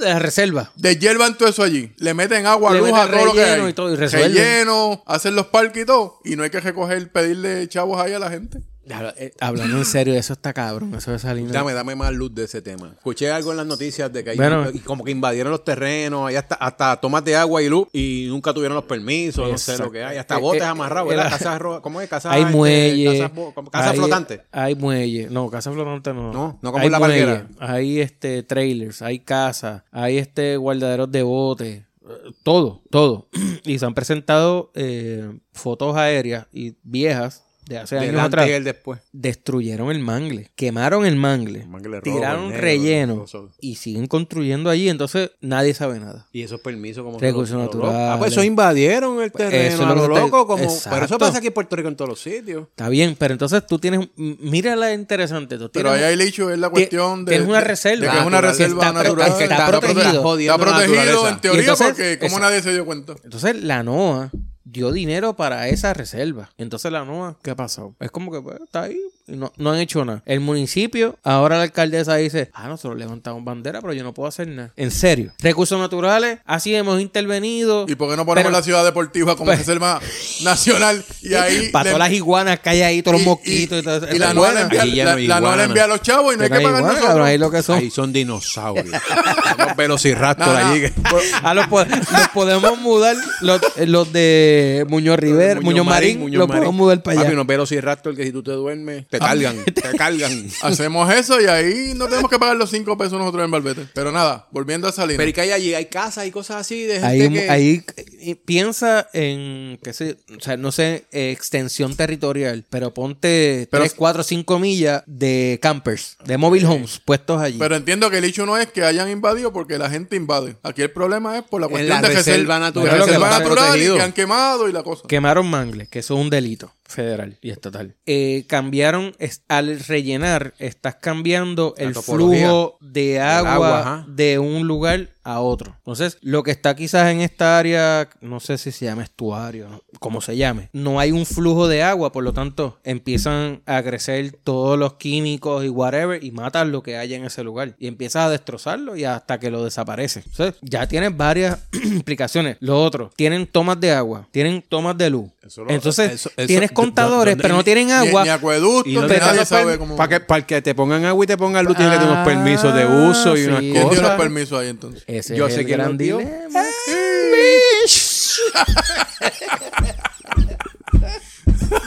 [SPEAKER 1] De la reserva.
[SPEAKER 2] Deshiervan todo eso allí. Le meten agua,
[SPEAKER 1] Le
[SPEAKER 2] luz
[SPEAKER 1] meten
[SPEAKER 2] a todo lo que
[SPEAKER 1] relleno
[SPEAKER 2] hay.
[SPEAKER 1] y todo, y resuelven.
[SPEAKER 2] Relleno, hacen los parques y todo. Y no hay que recoger, pedirle chavos ahí a la gente.
[SPEAKER 3] Déjalo, eh,
[SPEAKER 1] Hablando en serio, eso está cabrón. Eso de Salina.
[SPEAKER 3] Dame, dame más luz de ese tema. Escuché algo en las noticias de que hay-
[SPEAKER 1] Bueno.
[SPEAKER 3] y como que invadieron los terrenos, ahí hasta, hasta tomas de agua y luz y nunca tuvieron los permisos, no sé
[SPEAKER 1] Exacto.
[SPEAKER 3] lo que hay, hasta
[SPEAKER 1] Eh,
[SPEAKER 3] botes
[SPEAKER 1] eh,
[SPEAKER 3] amarrados,
[SPEAKER 1] era-
[SPEAKER 3] era casas ro- ¿cómo es? Casas,
[SPEAKER 1] hay
[SPEAKER 3] este,
[SPEAKER 1] muelles.
[SPEAKER 3] casas bo- como- casas
[SPEAKER 1] hay-
[SPEAKER 3] flotantes.
[SPEAKER 1] Hay muelles. No, casa flotante no.
[SPEAKER 3] No, no como
[SPEAKER 1] Hay
[SPEAKER 3] en La Palguera.
[SPEAKER 1] muelles, Hay este, trailers, hay casas, hay este, guardaderos de bote. eh, Todo, todo. *clears throat* Y se han presentado eh, fotos aéreas y viejas de hace años
[SPEAKER 3] Delante
[SPEAKER 1] atrás.
[SPEAKER 3] y él después.
[SPEAKER 1] destruyeron el mangle, quemaron el mangle,
[SPEAKER 3] El mangle rojo,
[SPEAKER 1] tiraron
[SPEAKER 3] el negro, el
[SPEAKER 1] relleno
[SPEAKER 3] rojo.
[SPEAKER 1] y siguen construyendo allí, entonces nadie sabe nada.
[SPEAKER 3] Y esos permisos como
[SPEAKER 1] Recursos
[SPEAKER 3] son los- los
[SPEAKER 1] naturales. Pues,
[SPEAKER 3] locos. Ah, pues eso invadieron el terreno
[SPEAKER 1] Eso es lo
[SPEAKER 3] a
[SPEAKER 1] que
[SPEAKER 3] lo
[SPEAKER 1] te-
[SPEAKER 3] loco como pero
[SPEAKER 1] Exacto.
[SPEAKER 3] eso pasa aquí en Puerto Rico en todos los sitios.
[SPEAKER 1] Está bien, pero entonces tú tienes, m- mira la interesante, tú
[SPEAKER 2] Pero
[SPEAKER 1] tienes,
[SPEAKER 2] ahí hay dicho, es la cuestión de.
[SPEAKER 1] tienes una
[SPEAKER 2] de-
[SPEAKER 1] reserva.
[SPEAKER 2] De que es una
[SPEAKER 1] Natural,
[SPEAKER 2] reserva
[SPEAKER 1] está pro-
[SPEAKER 2] natural.
[SPEAKER 1] está
[SPEAKER 2] Está
[SPEAKER 1] protegido.
[SPEAKER 2] protegido.
[SPEAKER 3] Jodiendo
[SPEAKER 2] Está
[SPEAKER 3] la
[SPEAKER 2] protegido
[SPEAKER 3] naturaleza.
[SPEAKER 2] en teoría
[SPEAKER 1] Y entonces-
[SPEAKER 2] porque, como
[SPEAKER 1] exacto.
[SPEAKER 2] nadie se dio cuenta?
[SPEAKER 1] entonces la NOA dio dinero para esa reserva. Entonces la NOA, ¿qué ha pasado? Es como que pues, está ahí y no, no han hecho nada. El municipio, ahora la alcaldesa dice, ah, nosotros levantamos bandera, pero yo no puedo hacer nada. En serio. Recursos naturales, así hemos intervenido.
[SPEAKER 2] ¿Y por qué no ponemos
[SPEAKER 1] Pero-
[SPEAKER 2] la ciudad deportiva como
[SPEAKER 1] Pues-
[SPEAKER 2] reserva
[SPEAKER 1] *laughs*
[SPEAKER 2] nacional? Y ahí.
[SPEAKER 1] Para
[SPEAKER 2] le-
[SPEAKER 1] todas las iguanas que hay ahí, todos los mosquitos y, todo eso.
[SPEAKER 2] y la
[SPEAKER 1] Eso
[SPEAKER 2] nueva
[SPEAKER 1] es buena.
[SPEAKER 2] le envía,
[SPEAKER 3] Ahí ya
[SPEAKER 2] la-
[SPEAKER 3] no hay
[SPEAKER 2] la nueva
[SPEAKER 3] iguana,
[SPEAKER 2] le envía a los chavos y no hay que
[SPEAKER 1] Ahí
[SPEAKER 2] pagar
[SPEAKER 1] iguanas,
[SPEAKER 2] nosotros.
[SPEAKER 1] cabrón, ahí lo que son.
[SPEAKER 3] Ahí son dinosaurios. Los velociraptor
[SPEAKER 2] No, no.
[SPEAKER 3] allí. que-
[SPEAKER 2] Pues,
[SPEAKER 1] Ah, los, po- los podemos mudar, los, eh, los de Muñoz Rivera, Muñoz, Marín, los podemos mudar para allá. Ah,
[SPEAKER 3] Papi, unos velociraptor que si tú te duermes,
[SPEAKER 1] *laughs*
[SPEAKER 3] te cargan, te cargan.
[SPEAKER 2] Hacemos eso y ahí no tenemos que pagar los cinco pesos nosotros en Barbete. Pero nada, volviendo a salir.
[SPEAKER 3] Pero ¿y qué hay allí? Hay casas y cosas así de gente
[SPEAKER 1] Ahí,
[SPEAKER 3] que...
[SPEAKER 1] ahí, eh, piensa en, qué sé, o sea, no sé, eh, extensión territorial, pero ponte
[SPEAKER 2] Pero-
[SPEAKER 1] 3, 4, 5 millas de campers, de mobile homes puestos allí.
[SPEAKER 2] Pero entiendo que el hecho no es que hayan invadido porque la gente invade. Aquí el problema es por la
[SPEAKER 3] En la
[SPEAKER 2] cuestión de
[SPEAKER 3] reserva
[SPEAKER 2] reserva,
[SPEAKER 3] natural.
[SPEAKER 2] de
[SPEAKER 1] Pero lo que
[SPEAKER 2] reserva
[SPEAKER 1] pasa es
[SPEAKER 2] natural y
[SPEAKER 3] protegido.
[SPEAKER 2] que han quemado y la cosa.
[SPEAKER 1] Quemaron mangles, que eso es un delito. federal y estatal. Eh, cambiaron, es- al rellenar, estás cambiando
[SPEAKER 3] La
[SPEAKER 1] el
[SPEAKER 3] topología.
[SPEAKER 1] flujo de agua,
[SPEAKER 3] agua, ajá.
[SPEAKER 1] de un lugar a otro. Entonces, lo que está quizás en esta área, no sé si se llama estuario, ¿no? como se llame, no hay un flujo de agua, por lo tanto, empiezan a crecer todos los químicos y whatever y matan lo que haya en ese lugar. Y empiezas a destrozarlo y hasta que lo desaparece. Entonces, ya tienes varias *clears throat* implicaciones. Lo otro, tienen tomas de agua, tienen tomas de luz.
[SPEAKER 2] Eso lo-
[SPEAKER 1] Entonces,
[SPEAKER 2] eso- eso-
[SPEAKER 1] tienes
[SPEAKER 2] do-
[SPEAKER 1] contadores,
[SPEAKER 2] do- do-
[SPEAKER 1] pero no tienen agua.
[SPEAKER 2] Ni, ni acueducto,
[SPEAKER 3] Y no
[SPEAKER 2] ni
[SPEAKER 3] te
[SPEAKER 2] nadie
[SPEAKER 3] dan
[SPEAKER 1] pues,
[SPEAKER 2] sabe cómo.
[SPEAKER 3] Para que, pa' que te pongan agua y te pongan luz, tienes que tener
[SPEAKER 1] Ah,
[SPEAKER 3] unos permisos de uso y unas
[SPEAKER 1] sí.
[SPEAKER 2] ¿Quién dio los
[SPEAKER 3] cosas.
[SPEAKER 2] permisos ahí entonces?
[SPEAKER 1] Ese
[SPEAKER 3] Yo
[SPEAKER 1] es
[SPEAKER 3] sé
[SPEAKER 1] el
[SPEAKER 3] quién
[SPEAKER 1] gran
[SPEAKER 3] los dio.
[SPEAKER 1] dilema. ¡Ah, *laughs*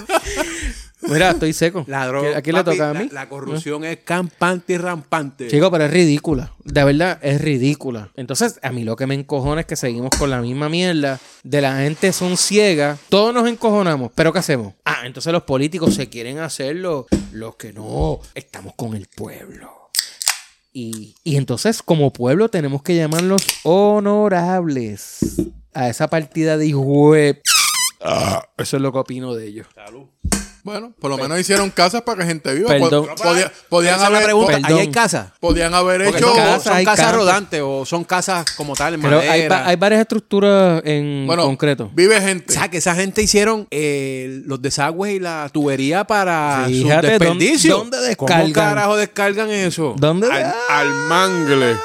[SPEAKER 1] Mira, estoy seco.
[SPEAKER 3] La droga.
[SPEAKER 1] ¿A quién le
[SPEAKER 3] papi,
[SPEAKER 1] toca a
[SPEAKER 3] la-
[SPEAKER 1] mí?
[SPEAKER 3] La, corrupción es campante y rampante.
[SPEAKER 1] Chico, pero es ridícula. De verdad, es ridícula. Entonces, a mí lo que me encojona es que seguimos con la misma mierda. De la gente son ciegas. Todos nos encojonamos. ¿Pero qué hacemos? Ah, entonces los políticos se quieren hacerlo. Los que no. Estamos con el pueblo. Y, y entonces, como pueblo, tenemos que llamarlos honorables a esa partida de web. eso es lo que opino de ellos.
[SPEAKER 2] Bueno, por lo menos hicieron casas para que gente viva.
[SPEAKER 1] Perdón.
[SPEAKER 2] Po- podía- podían,
[SPEAKER 3] Esa es la
[SPEAKER 2] haber,
[SPEAKER 3] pregunta.
[SPEAKER 2] po-
[SPEAKER 1] Perdón.
[SPEAKER 3] ¿Ahí hay casa?
[SPEAKER 2] podían haber
[SPEAKER 3] Porque
[SPEAKER 2] hecho.
[SPEAKER 3] son,
[SPEAKER 1] casa,
[SPEAKER 3] son
[SPEAKER 1] hay
[SPEAKER 3] casas
[SPEAKER 1] casa.
[SPEAKER 3] rodantes o son casas como tal, en
[SPEAKER 1] Pero hay,
[SPEAKER 3] madera.
[SPEAKER 1] va- hay varias estructuras en
[SPEAKER 2] bueno,
[SPEAKER 1] concreto.
[SPEAKER 2] vive
[SPEAKER 3] O
[SPEAKER 2] gente.
[SPEAKER 3] sea, que esa gente hicieron eh, los desagües y la tubería para
[SPEAKER 1] Fíjate,
[SPEAKER 3] sus desperdicios.
[SPEAKER 1] ¿dónde- dónde descargan?
[SPEAKER 3] ¿Cómo carajo descargan eso?
[SPEAKER 1] ¿Dónde?
[SPEAKER 3] Al, al mangle.
[SPEAKER 1] Ah,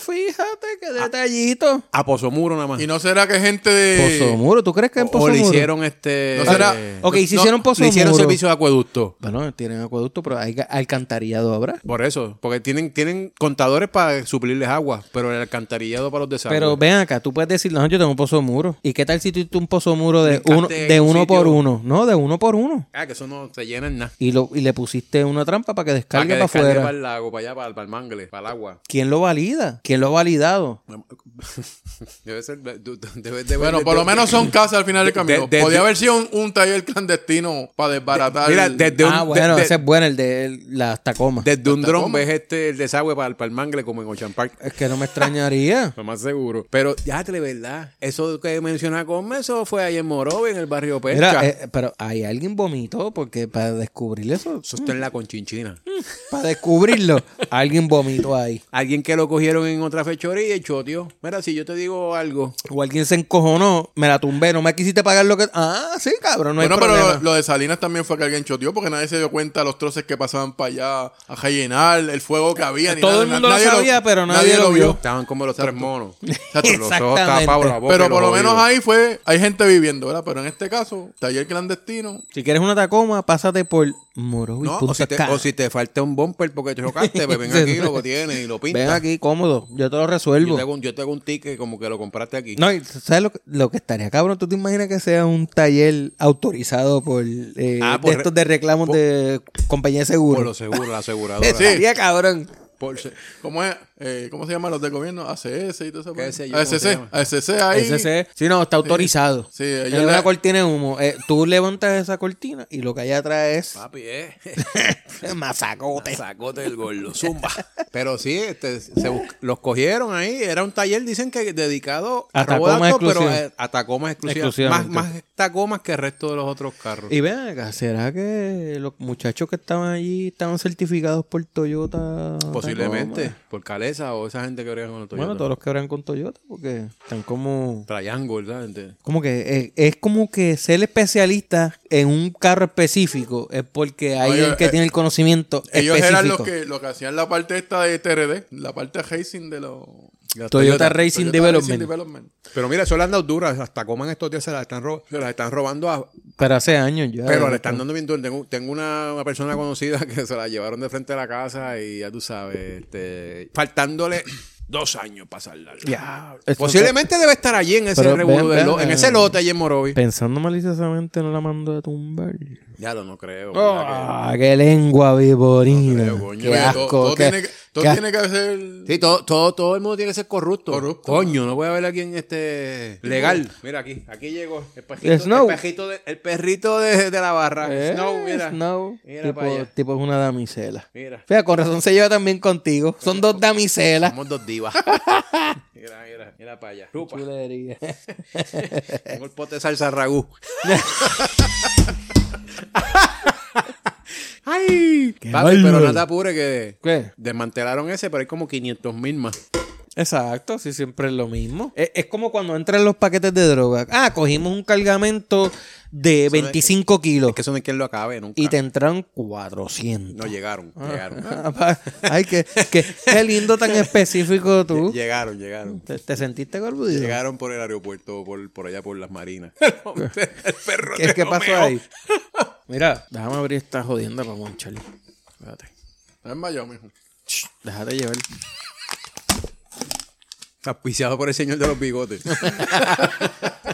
[SPEAKER 1] Fíjate qué detallito.
[SPEAKER 3] A Pozomuro nada más.
[SPEAKER 2] ¿Y no será que gente de.
[SPEAKER 1] Pozomuro, ¿tú crees que en
[SPEAKER 3] Eh, o, o
[SPEAKER 1] Pozomuro?
[SPEAKER 3] le hicieron este...
[SPEAKER 2] No será-
[SPEAKER 3] eh,
[SPEAKER 1] Ok, si
[SPEAKER 2] no,
[SPEAKER 1] hicieron Pozomuro.
[SPEAKER 3] le hicieron servicio de acueducto.
[SPEAKER 1] Bueno, tienen acueducto, pero hay alcantarillado ahora.
[SPEAKER 3] Por eso. Porque tienen, tienen contadores para suplirles agua, pero el alcantarillado para los desagües.
[SPEAKER 1] Pero ven acá, tú puedes decir, no, yo tengo un pozomuro. ¿Y qué tal si tú tú un pozomuro de
[SPEAKER 3] Brincaste
[SPEAKER 1] uno,
[SPEAKER 3] en
[SPEAKER 1] de
[SPEAKER 3] un
[SPEAKER 1] uno
[SPEAKER 3] sitio.
[SPEAKER 1] por uno? No, de uno por uno.
[SPEAKER 3] Ah, que eso no se llena en nada.
[SPEAKER 1] Y, lo, y le pusiste una trampa para que
[SPEAKER 3] Para
[SPEAKER 1] descargue
[SPEAKER 3] que
[SPEAKER 1] para
[SPEAKER 3] descargue
[SPEAKER 1] afuera.
[SPEAKER 3] para el lago, para allá, para, para el mangle, para el agua.
[SPEAKER 1] ¿Quién lo valida? ¿Quién lo ha validado?
[SPEAKER 3] Debe ser... du- du- debe- debe-
[SPEAKER 2] Bueno, por
[SPEAKER 3] de-
[SPEAKER 2] lo menos son casas al final del
[SPEAKER 3] de-
[SPEAKER 2] camino.
[SPEAKER 3] de- de-
[SPEAKER 2] Podía haber sido un, un taller clandestino para desbaratar.
[SPEAKER 3] Mira,
[SPEAKER 2] el-
[SPEAKER 3] desde un,
[SPEAKER 1] ah,
[SPEAKER 3] de-
[SPEAKER 1] bueno,
[SPEAKER 3] de-
[SPEAKER 1] ese es bueno, el de el- las tacomas.
[SPEAKER 3] Desde un dron
[SPEAKER 2] cómo?
[SPEAKER 3] ves este, el desagüe para el, para el mangle como en Ocean Park.
[SPEAKER 1] Es que no me
[SPEAKER 3] *laughs*
[SPEAKER 1] extrañaría.
[SPEAKER 3] Lo más seguro. Pero ya te verdad. Eso que mencionaba con eso fue ahí en Morobe, en el barrio Percha.
[SPEAKER 1] Mira, eh, pero hay alguien vomitó porque para descubrir eso,
[SPEAKER 3] eso está en la conchinchina.
[SPEAKER 1] para descubrirlo, alguien vomitó ahí.
[SPEAKER 3] Alguien que lo cogieron en otra fechoría y choteó. Mira, si yo te digo algo.
[SPEAKER 1] O alguien se encojonó, me la tumbé, no me quisiste pagar lo que. Ah, sí, cabrón, no hay
[SPEAKER 2] bueno, pero
[SPEAKER 1] problema.
[SPEAKER 2] lo, lo de Salinas también fue que alguien choteó porque nadie se dio cuenta de los troces que pasaban para allá a rellenar, el fuego que había. ni
[SPEAKER 1] Eh, Todo
[SPEAKER 2] nada,
[SPEAKER 1] el
[SPEAKER 2] na-
[SPEAKER 1] mundo lo
[SPEAKER 2] nadie
[SPEAKER 1] sabía, pero nadie lo vio.
[SPEAKER 3] Estaban como los tres
[SPEAKER 2] *laughs*
[SPEAKER 3] monos.
[SPEAKER 1] Exactamente.
[SPEAKER 3] Los ojos tapados, la boca y
[SPEAKER 2] Pero
[SPEAKER 3] los
[SPEAKER 2] por lo menos
[SPEAKER 3] oídos.
[SPEAKER 2] ahí fue, hay gente viviendo, ¿verdad? Pero en este caso, taller clandestino.
[SPEAKER 1] Si quieres una tacoma, pásate por
[SPEAKER 3] No, o si, te,
[SPEAKER 1] morovi.ca.
[SPEAKER 3] o si te falta un bumper porque te chocaste,
[SPEAKER 2] *laughs*
[SPEAKER 3] pues ven aquí lo que tienes y lo
[SPEAKER 1] Ven
[SPEAKER 3] pintas.
[SPEAKER 1] aquí cómodo, yo te lo
[SPEAKER 3] Yo
[SPEAKER 1] resuelvo.
[SPEAKER 3] te, hago un, yo te hago un ticket como que lo compraste aquí.
[SPEAKER 1] No, y ¿sabes lo, que- lo que estaría cabrón? ¿Tú te imaginas que sea un taller autorizado por, eh,
[SPEAKER 3] Ah, por
[SPEAKER 1] de
[SPEAKER 3] re-
[SPEAKER 1] estos de reclamos
[SPEAKER 3] por-
[SPEAKER 1] de compañía de
[SPEAKER 3] Por
[SPEAKER 1] *laughs* seguro?
[SPEAKER 3] lo seguro, la aseguradora. eh.
[SPEAKER 2] *laughs*
[SPEAKER 1] Estaría cabrón.
[SPEAKER 2] Por, se- ¿cómo, es? Eh, ¿Cómo se llaman los del gobierno? ACS y todo eso.
[SPEAKER 3] ¿Qué sé yo cómo se
[SPEAKER 2] ASC.
[SPEAKER 3] llama?
[SPEAKER 2] ASC ahí.
[SPEAKER 1] Ese sí, sí, no, está autorizado.
[SPEAKER 2] Sí,
[SPEAKER 1] es
[SPEAKER 2] ellos
[SPEAKER 1] una
[SPEAKER 2] le-
[SPEAKER 1] cortina de humo. Eh, tú levantas esa cortina y lo que hay atrás
[SPEAKER 3] Papi,
[SPEAKER 2] *laughs*
[SPEAKER 3] eh.
[SPEAKER 1] es masacote.
[SPEAKER 3] Sacote del gordo, zumba. Pero sí, este, se bus- los cogieron ahí. Era un taller, dicen que dedicado
[SPEAKER 1] A
[SPEAKER 3] robo
[SPEAKER 1] Tacoma
[SPEAKER 3] de autos, pero
[SPEAKER 1] exclusivo.
[SPEAKER 3] eh, a Tacomas exclusivas. Más,
[SPEAKER 1] Exclusivamente.
[SPEAKER 3] más Tacomas que el resto de los otros carros.
[SPEAKER 1] Y vean acá, ¿será que los muchachos que estaban allí estaban certificados por Toyota?
[SPEAKER 3] Posiblemente
[SPEAKER 1] Tacoma?
[SPEAKER 3] por Caleza o esa gente que brega con el Toyota.
[SPEAKER 1] Bueno, todos los que hablan con Toyota, porque están como.
[SPEAKER 3] Triangle, ¿verdad? gente?
[SPEAKER 1] Como que eh, es como que ser especialista en un carro específico es porque hay
[SPEAKER 2] Oye,
[SPEAKER 1] el que
[SPEAKER 2] eh,
[SPEAKER 1] tiene el conocimiento
[SPEAKER 2] Ellos
[SPEAKER 1] específico.
[SPEAKER 2] eran los que, los que hacían la parte esta de TRD, la parte racing de los.
[SPEAKER 1] Toyota, Racing
[SPEAKER 2] Toyota
[SPEAKER 1] Development.
[SPEAKER 2] Development.
[SPEAKER 3] Pero mira, eso le han dado duras. Hasta Tacomas estos días se las están, ro- se las están robando a,
[SPEAKER 1] Pero hace años ya.
[SPEAKER 3] Pero le están dando bien duro. Tengo, tengo una, una persona conocida *laughs* que se la llevaron de frente a la casa y ya tú sabes, este, faltándole dos años para saldarla.
[SPEAKER 1] Diablo. Esto-
[SPEAKER 3] Posiblemente debe estar allí en ese
[SPEAKER 1] Pero ven,
[SPEAKER 3] revuelo del
[SPEAKER 1] ven,
[SPEAKER 3] lo- en
[SPEAKER 1] ven.
[SPEAKER 3] ese lote allí en Morovi.
[SPEAKER 1] Pensando maliciosamente, no la mando a tumbar.
[SPEAKER 3] Ya lo no creo.
[SPEAKER 2] Oh.
[SPEAKER 3] ¿verdad
[SPEAKER 1] Ah, qué lengua viborina.
[SPEAKER 3] No creo, coño.
[SPEAKER 1] qué
[SPEAKER 2] Oye, todo-
[SPEAKER 1] asco.
[SPEAKER 2] Todo,
[SPEAKER 1] qué-
[SPEAKER 2] tiene, que- todo
[SPEAKER 1] qué-
[SPEAKER 2] tiene que ser.
[SPEAKER 3] que- Sí, todo, todo, todo el mundo tiene que ser corrupto.
[SPEAKER 2] Corrupto.
[SPEAKER 3] Coño, no voy a ver aquí en este legal. Mira aquí, aquí llegó el perrito, el
[SPEAKER 1] Snow.
[SPEAKER 3] perrito de, el perrito de, de la barra.
[SPEAKER 1] Eh,
[SPEAKER 3] Snow, mira.
[SPEAKER 1] Snow.
[SPEAKER 3] Mira
[SPEAKER 1] tipo,
[SPEAKER 3] para allá.
[SPEAKER 1] tipo es una damisela.
[SPEAKER 3] Mira.
[SPEAKER 1] Fíjate, con razón se lleva también contigo. Son dos damiselas.
[SPEAKER 3] Somos
[SPEAKER 1] *laughs*
[SPEAKER 3] dos divas. mira, mira, mira para allá. *laughs* Chupa.
[SPEAKER 1] Chulería.
[SPEAKER 3] Tengo el pote de salsa ragú.
[SPEAKER 1] ¡Ay! Qué
[SPEAKER 3] Papi, pero
[SPEAKER 1] bárbaro.
[SPEAKER 3] no te apures que
[SPEAKER 1] ¿Qué?
[SPEAKER 3] desmantelaron ese, pero hay como 500 mil más.
[SPEAKER 1] Exacto, sí, siempre es lo mismo. Es, es como cuando entran los paquetes de droga. Ah, cogimos un cargamento de 25 kilos
[SPEAKER 3] Es que eso no es quien lo acabe nunca.
[SPEAKER 1] y te entraron 400.
[SPEAKER 3] No llegaron, llegaron.
[SPEAKER 1] Ah, pa- *laughs* Ay, qué, qué, qué lindo tan específico
[SPEAKER 3] *laughs*
[SPEAKER 1] tú.
[SPEAKER 3] Llegaron, llegaron.
[SPEAKER 1] ¿Te, te sentiste golbudido?
[SPEAKER 3] Llegaron por el aeropuerto, por, por allá por
[SPEAKER 1] *laughs*
[SPEAKER 3] las marinas. el perro
[SPEAKER 1] ¿Qué,
[SPEAKER 3] de
[SPEAKER 1] qué pasó
[SPEAKER 3] Romeo.
[SPEAKER 1] ahí? Mira, déjame abrir esta jodienda para moncharle. Espérate.
[SPEAKER 3] Es mayor, mijo.
[SPEAKER 1] Shh, Déjate llevar.
[SPEAKER 3] Auspiciado por el señor de los
[SPEAKER 1] *laughs*
[SPEAKER 3] bigotes.
[SPEAKER 1] Bueno,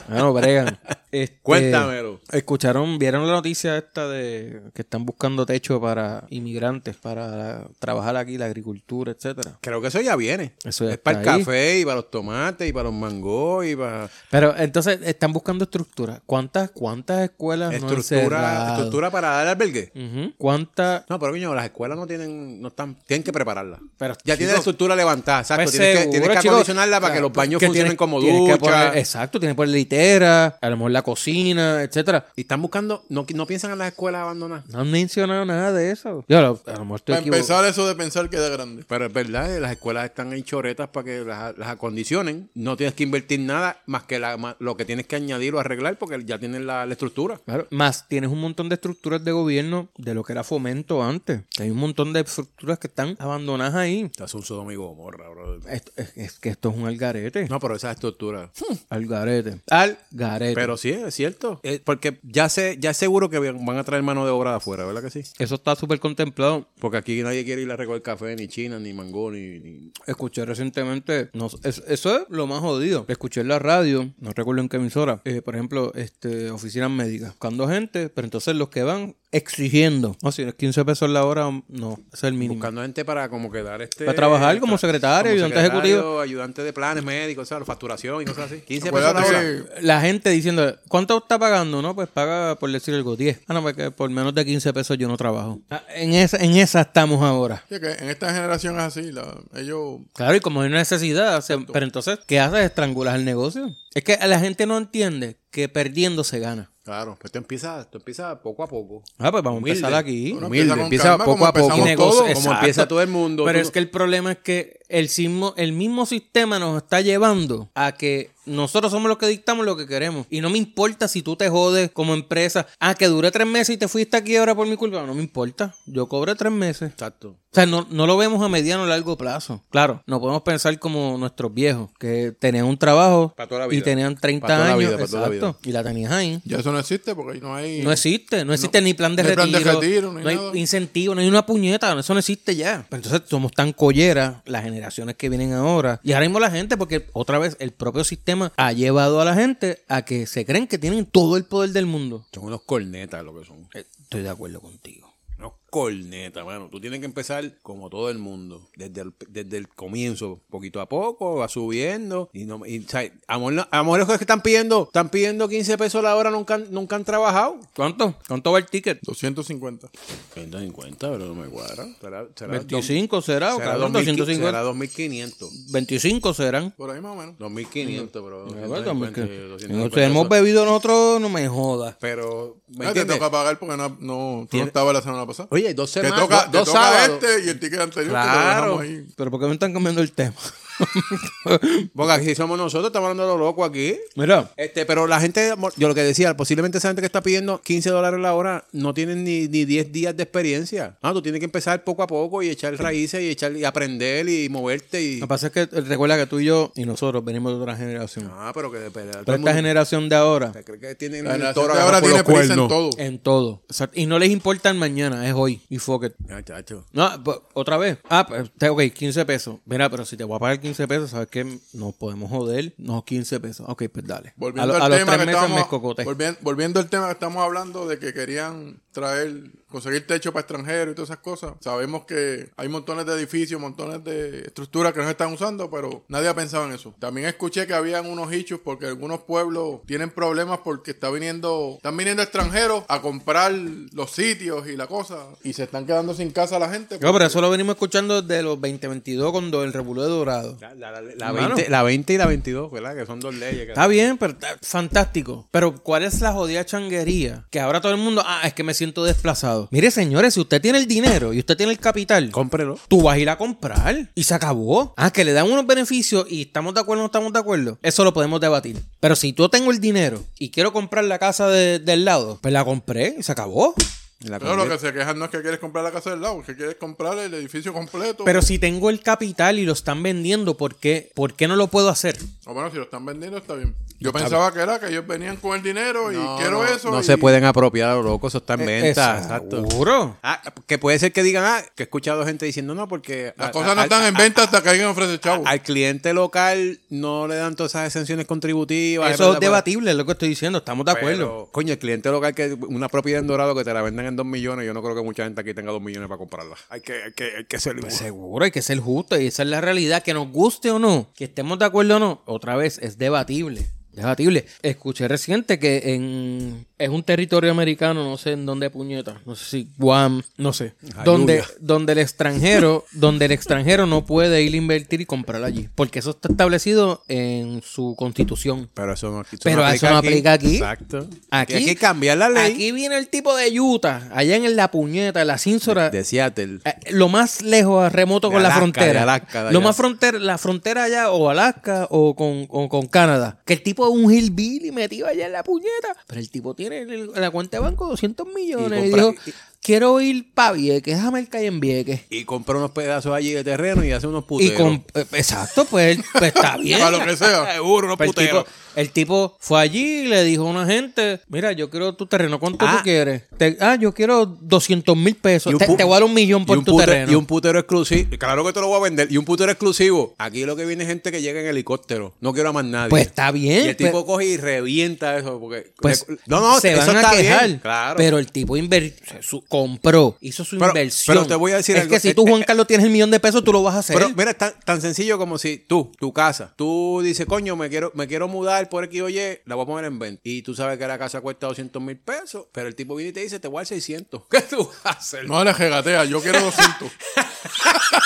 [SPEAKER 1] Ah, bregan. *laughs* Este,
[SPEAKER 3] Cuéntamelo.
[SPEAKER 1] Escucharon, vieron la noticia esta de que están buscando techo para inmigrantes, para trabajar aquí, la agricultura, etcétera.
[SPEAKER 3] Creo que eso ya viene.
[SPEAKER 1] Eso ya
[SPEAKER 3] es para el
[SPEAKER 1] está ahí. Ah,
[SPEAKER 3] café y para los tomates y para los mangos y para
[SPEAKER 1] Pero entonces están buscando estructura. ¿Cuántas, cuántas escuelas no han
[SPEAKER 3] estructura,
[SPEAKER 1] cerrado?
[SPEAKER 3] estructura para dar albergue.
[SPEAKER 1] Ujú. ¿Cuántas?
[SPEAKER 3] No, pero coño, las escuelas no tienen, no están, tienen que prepararlas.
[SPEAKER 1] Pero,
[SPEAKER 3] ya
[SPEAKER 1] chico,
[SPEAKER 3] tienen la estructura levantada, exacto.
[SPEAKER 1] Pues
[SPEAKER 3] tienes, que,
[SPEAKER 1] seguro,
[SPEAKER 3] tienes que
[SPEAKER 1] chico.
[SPEAKER 3] acondicionarla para que
[SPEAKER 1] Claro,
[SPEAKER 3] los baños
[SPEAKER 1] que
[SPEAKER 3] funcionen
[SPEAKER 1] tienes-
[SPEAKER 3] como
[SPEAKER 1] tienes que
[SPEAKER 3] ducha.
[SPEAKER 1] poner- exacto, tiene que poner litera, a lo mejor la cocina, etcétera.
[SPEAKER 3] Y están buscando, no, no piensan en las escuelas abandonadas.
[SPEAKER 1] No han mencionado nada de eso. Yo a lo, a lo mejor estoy
[SPEAKER 2] Para
[SPEAKER 1] equivocado.
[SPEAKER 2] empezar, eso de pensar queda grande.
[SPEAKER 3] Pero es verdad, eh, las escuelas están en choretas para que las, las acondicionen. No tienes que invertir nada más que la- más lo que tienes que añadir o arreglar porque ya tienen la, la estructura.
[SPEAKER 1] Claro. Más, tienes un montón de estructuras de gobierno de lo que era fomento antes. Que Hay un montón de estructuras que están abandonadas ahí.
[SPEAKER 3] Estás un Sodoma y Gomorra, bro.
[SPEAKER 1] Esto- es, es que esto es un algarete.
[SPEAKER 3] No, pero esa estructura.
[SPEAKER 1] Hmm. Algarete. Algarete.
[SPEAKER 3] Pero sí, es cierto. Eh, porque ya sé, ya es seguro que van a traer mano de obra de afuera, ¿verdad que sí?
[SPEAKER 1] Eso está súper contemplado.
[SPEAKER 3] Porque aquí nadie quiere ir a recoger café, ni China, ni mango, ni, ni-
[SPEAKER 1] Escuché recientemente, no, sé, es- eso es lo más jodido. Escuché en la radio, no recuerdo en qué emisora, eh, por ejemplo, este, oficinas médicas, buscando gente, pero entonces los que van exigiendo, no, si es 15 pesos la hora, no, ese es el mínimo.
[SPEAKER 3] buscando gente para como quedar este.
[SPEAKER 1] Para trabajar como secretario, ayudante ejecutivo.
[SPEAKER 3] Ayudante de planes médicos, ¿sabes? facturación y cosas así. 15 pesos la
[SPEAKER 2] Acuérdate
[SPEAKER 3] hora.
[SPEAKER 2] que
[SPEAKER 1] Pues La gente diciendo, ¿cuánto está pagando? No, pues paga, por decir algo, 10. Ah, no, porque por menos de 15 pesos yo no trabajo. Ah, en, esa, en esa estamos ahora.
[SPEAKER 2] sí, que en esta generación es así. la- ellos
[SPEAKER 1] Claro, y como hay una necesidad, o sea, pero entonces, ¿qué haces? Estrangulas el negocio. Es que la gente no entiende que perdiendo se gana.
[SPEAKER 3] Claro, pues tú empiezas, tú empiezas poco a poco.
[SPEAKER 1] Ah, pues vamos
[SPEAKER 3] Humilde.
[SPEAKER 1] a empezar aquí.
[SPEAKER 2] Uno
[SPEAKER 3] Humilde,
[SPEAKER 2] empieza con
[SPEAKER 3] empieza
[SPEAKER 2] calma,
[SPEAKER 3] poco
[SPEAKER 2] como
[SPEAKER 3] a poco.
[SPEAKER 2] empezamos
[SPEAKER 3] Y
[SPEAKER 2] todos.
[SPEAKER 3] negocio, como empieza todo el mundo.
[SPEAKER 1] Pero
[SPEAKER 3] Tú
[SPEAKER 1] es
[SPEAKER 3] no-
[SPEAKER 1] que el problema es que el, sismo, el mismo sistema nos está llevando a que nosotros somos los que dictamos lo que queremos. Y no me importa si tú te jodes como empresa. Ah, que duré tres meses y te fuiste a quiebra por mi culpa. No me importa. Yo cobré tres meses.
[SPEAKER 3] Exacto.
[SPEAKER 1] O sea, no, no lo vemos a mediano o largo plazo. Claro, no podemos pensar como nuestros viejos, que tenían un trabajo
[SPEAKER 3] Pa' toda la vida.
[SPEAKER 1] y tenían 30
[SPEAKER 3] Pa' toda la
[SPEAKER 1] años.
[SPEAKER 3] vida, pa' toda la vida.
[SPEAKER 1] exacto, Y la tenían ahí.
[SPEAKER 2] ya eso no existe porque no hay.
[SPEAKER 1] No existe, no existe ni plan de
[SPEAKER 2] ni
[SPEAKER 1] retiro.
[SPEAKER 2] plan de retiro, ni
[SPEAKER 1] no hay
[SPEAKER 2] nada.
[SPEAKER 1] incentivo, no hay una puñeta, eso no existe ya. Pero entonces somos tan colleras, las generaciones que vienen ahora. Y ahora mismo la gente, porque otra vez el propio sistema ha llevado a la gente a que se creen que tienen todo el poder del mundo.
[SPEAKER 3] Son unos cornetas lo que son.
[SPEAKER 1] Eh, Estoy de acuerdo contigo.
[SPEAKER 3] Unos cornetas, mano. Tú tienes que empezar como todo el mundo. Desde el, desde el comienzo, poquito a poco, va subiendo. Y no, y, o sea, a lo mejor- a lo mejor es que están pidiendo, están pidiendo 15 pesos la hora, nunca, han- nunca han trabajado.
[SPEAKER 1] ¿Cuánto? ¿Cuánto va el ticket?
[SPEAKER 2] 250.
[SPEAKER 3] 150, pero no me cuadra. Será, será
[SPEAKER 1] 25 será, o
[SPEAKER 3] será,
[SPEAKER 1] 250.
[SPEAKER 3] 2.500, será 2500.
[SPEAKER 1] 25 serán.
[SPEAKER 2] Por ahí más o menos.
[SPEAKER 3] 2500, pero.
[SPEAKER 1] Nos hemos bebido nosotros, no me jodas.
[SPEAKER 3] Pero, ¿me
[SPEAKER 2] Ah, te
[SPEAKER 3] entiendes?
[SPEAKER 2] toca pagar porque no, no, tú no estabas la semana pasada.
[SPEAKER 3] Oye, dos
[SPEAKER 2] te
[SPEAKER 3] semanas,
[SPEAKER 2] toca,
[SPEAKER 3] dos,
[SPEAKER 2] te
[SPEAKER 3] dos
[SPEAKER 2] toca
[SPEAKER 3] sábados.
[SPEAKER 2] este y el ticket anterior que lo
[SPEAKER 3] Claro.
[SPEAKER 2] dejamos ahí.
[SPEAKER 1] Pero ¿por qué me están cambiando el tema? *laughs*
[SPEAKER 2] este.
[SPEAKER 3] Porque aquí somos nosotros, estamos hablando de lo loco aquí.
[SPEAKER 1] Mira,
[SPEAKER 3] Este, pero la gente, yo lo que decía, posiblemente esa gente que está pidiendo 15 dólares la hora no tienen ni, ni 10 días de experiencia. Ah, tú tienes que empezar poco a poco y echar raíces y echar y aprender y moverte y.
[SPEAKER 1] Lo que pasa es que eh, recuerda que tú y yo y nosotros venimos de otra generación.
[SPEAKER 3] Ah, pero que de
[SPEAKER 1] Pero esta generación de ahora,
[SPEAKER 3] creo que tienen
[SPEAKER 2] La
[SPEAKER 3] el
[SPEAKER 2] nación
[SPEAKER 3] toro
[SPEAKER 2] de
[SPEAKER 3] agarrado
[SPEAKER 2] ahora
[SPEAKER 3] por los
[SPEAKER 2] tiene prisa
[SPEAKER 3] cuernos.
[SPEAKER 2] en todo.
[SPEAKER 1] en todo. O sea, y no les importa el mañana, es hoy. Y fuck it.
[SPEAKER 3] Ah, chacho.
[SPEAKER 1] No, pues, otra vez. Ah, pues, te- ok, 15 pesos. Mira, pero si te voy a pagar 15 pesos, ¿sabes qué? Nos podemos joder. No, 15 pesos. Ok, pues dale.
[SPEAKER 2] Volviendo
[SPEAKER 1] a lo-
[SPEAKER 2] al
[SPEAKER 1] a los
[SPEAKER 2] tema
[SPEAKER 1] tres
[SPEAKER 2] que
[SPEAKER 1] meses me
[SPEAKER 2] estábamos,
[SPEAKER 1] escocoté.
[SPEAKER 2] volviendo, volviendo al tema que estamos hablando de que querían traer, conseguir techo para extranjeros y todas esas cosas. Sabemos que hay montones de edificios, montones de estructuras que no se están usando, pero nadie ha pensado en eso. También escuché que habían unos hechos porque algunos pueblos tienen problemas porque está viniendo, están viniendo extranjeros a comprar los sitios y la cosa y se están quedando sin casa la gente.
[SPEAKER 1] No, pero
[SPEAKER 2] porque-
[SPEAKER 1] eso lo venimos escuchando desde los 2022 cuando el revuelo de Dorado.
[SPEAKER 3] La, la- la- la
[SPEAKER 1] Mano.
[SPEAKER 3] 20, la 20 y la 22, ¿verdad? Que son dos leyes. que-
[SPEAKER 1] Está bien, pero está fantástico. Pero ¿cuál es la jodida changuería? Que ahora todo el mundo, ah, es que me siento desplazado. Mire, señores, si usted tiene el dinero y usted tiene el capital,
[SPEAKER 3] Cómprelo.
[SPEAKER 1] tú vas a ir a comprar y se acabó. Ah, que le dan unos beneficios y estamos de acuerdo o no estamos de acuerdo. Eso lo podemos debatir. Pero si yo tengo el dinero y quiero comprar la casa de- del lado, pues la compré y se acabó.
[SPEAKER 3] La
[SPEAKER 2] Pero lo que se quejan no es que quieres comprar la casa del lado, es que quieres comprar el edificio completo.
[SPEAKER 1] Pero si tengo el capital y lo están vendiendo, ¿por qué, ¿por qué no lo puedo hacer?
[SPEAKER 2] O Ah, bueno, si lo están vendiendo está bien. Yo pensaba que era que ellos venían con el dinero y quiero
[SPEAKER 3] no,
[SPEAKER 2] eso.
[SPEAKER 3] No
[SPEAKER 2] y-
[SPEAKER 3] se pueden apropiar, loco, eso
[SPEAKER 1] Eh,
[SPEAKER 3] está en venta. Exacto.
[SPEAKER 1] Seguro.
[SPEAKER 3] Ah, que puede ser que digan, ah, que he escuchado gente diciendo no, porque.
[SPEAKER 2] Las
[SPEAKER 3] a-
[SPEAKER 2] cosas no
[SPEAKER 3] a-
[SPEAKER 2] están en
[SPEAKER 3] a-
[SPEAKER 2] venta hasta que alguien ofrece chavo.
[SPEAKER 3] Al cliente local no le dan todas esas exenciones contributivas.
[SPEAKER 1] Eso
[SPEAKER 3] ¿verdad?
[SPEAKER 1] es debatible, es lo que estoy diciendo. Estamos de
[SPEAKER 3] Pero,
[SPEAKER 1] acuerdo.
[SPEAKER 3] coño, el cliente local que una propiedad en Dorado que te la vendan en 2 millones, yo no creo que mucha gente aquí tenga 2 millones para comprarla. Hay que, hay que, hay que ser
[SPEAKER 1] Pues seguro, hay que ser justo y esa es la realidad, que nos guste o no, que estemos de acuerdo o no, otra vez es debatible. Debatible. Escuché reciente que en es un territorio americano, no sé en dónde puñeta, no sé si Guam, no sé,
[SPEAKER 3] Aleluya.
[SPEAKER 1] donde donde el extranjero, donde el extranjero no puede ir a invertir y comprar allí, porque eso está establecido en su constitución.
[SPEAKER 3] Pero eso no, eso
[SPEAKER 1] Pero eso no aplica aquí.
[SPEAKER 3] Exacto.
[SPEAKER 1] Aquí
[SPEAKER 3] hay que cambiar la ley
[SPEAKER 1] Aquí viene el tipo de Utah, allá en la puñeta, en la cínsora.
[SPEAKER 3] de Seattle.
[SPEAKER 1] Eh, lo más lejos, remoto
[SPEAKER 3] De
[SPEAKER 1] con la
[SPEAKER 3] Alaska,
[SPEAKER 1] frontera.
[SPEAKER 3] de Alaska, de
[SPEAKER 1] lo
[SPEAKER 3] allá.
[SPEAKER 1] más frontera, la frontera allá o Alaska o con, o con Canadá. Que el tipo es un hillbilly metido allá en la puñeta. Pero el tipo tiene en el- en la cuenta de banco 200 millones. Y,
[SPEAKER 3] compra-
[SPEAKER 1] dijo,
[SPEAKER 3] y-
[SPEAKER 1] quiero ir para Vieques, déjame el calle en Vieques.
[SPEAKER 3] Y compra unos pedazos allí de terreno y hace unos
[SPEAKER 1] Y
[SPEAKER 3] puteros.
[SPEAKER 1] con, eh, exacto, pues, él- pues
[SPEAKER 3] *laughs*
[SPEAKER 1] está bien.
[SPEAKER 2] Para lo que sea.
[SPEAKER 3] Seguro, unos
[SPEAKER 1] Pero el,
[SPEAKER 3] puteros.
[SPEAKER 1] tipo, el tipo fue allí y le dijo a una gente, mira, yo quiero tu terreno, ¿cuánto
[SPEAKER 3] Ah.
[SPEAKER 1] tú quieres? Te- ah, yo quiero 200 mil
[SPEAKER 3] Y
[SPEAKER 1] pesos,
[SPEAKER 3] un
[SPEAKER 1] te,
[SPEAKER 3] pu-
[SPEAKER 1] te voy a dar un millón por
[SPEAKER 3] y un
[SPEAKER 1] tu
[SPEAKER 3] pute-
[SPEAKER 1] terreno.
[SPEAKER 3] Y un putero exclusivo. Claro que te lo voy a vender. Y un putero exclusivo. Aquí lo que viene es gente que llega en helicóptero. No quiero a más nadie.
[SPEAKER 1] Pues está bien,
[SPEAKER 3] Y el
[SPEAKER 1] pues-
[SPEAKER 3] tipo coge y revienta eso. Porque
[SPEAKER 1] Pues
[SPEAKER 3] no, no,
[SPEAKER 1] se
[SPEAKER 3] eso
[SPEAKER 1] van a
[SPEAKER 3] está bien.
[SPEAKER 1] quejar.
[SPEAKER 3] Claro.
[SPEAKER 1] Pero el tipo inver- se- su- compró, hizo su
[SPEAKER 3] Pero-
[SPEAKER 1] inversión.
[SPEAKER 3] pero te voy a decir
[SPEAKER 1] es
[SPEAKER 3] algo. eh,
[SPEAKER 1] que si tú, Juan Carlos, tienes el millón de pesos, tú lo vas a hacer.
[SPEAKER 3] Pero mira, es tan, tan sencillo como si tú, tu casa, tú dices, coño, me quiero, me quiero mudar por aquí, oye, la voy a poner en venta. Y tú sabes que la casa cuesta 200 mil pesos, pero el tipo viene y te dice, te voy a dar 600. *laughs* ¿Qué tú vas a hacer?
[SPEAKER 2] No le regatea,
[SPEAKER 3] *laughs*
[SPEAKER 2] yo quiero 200.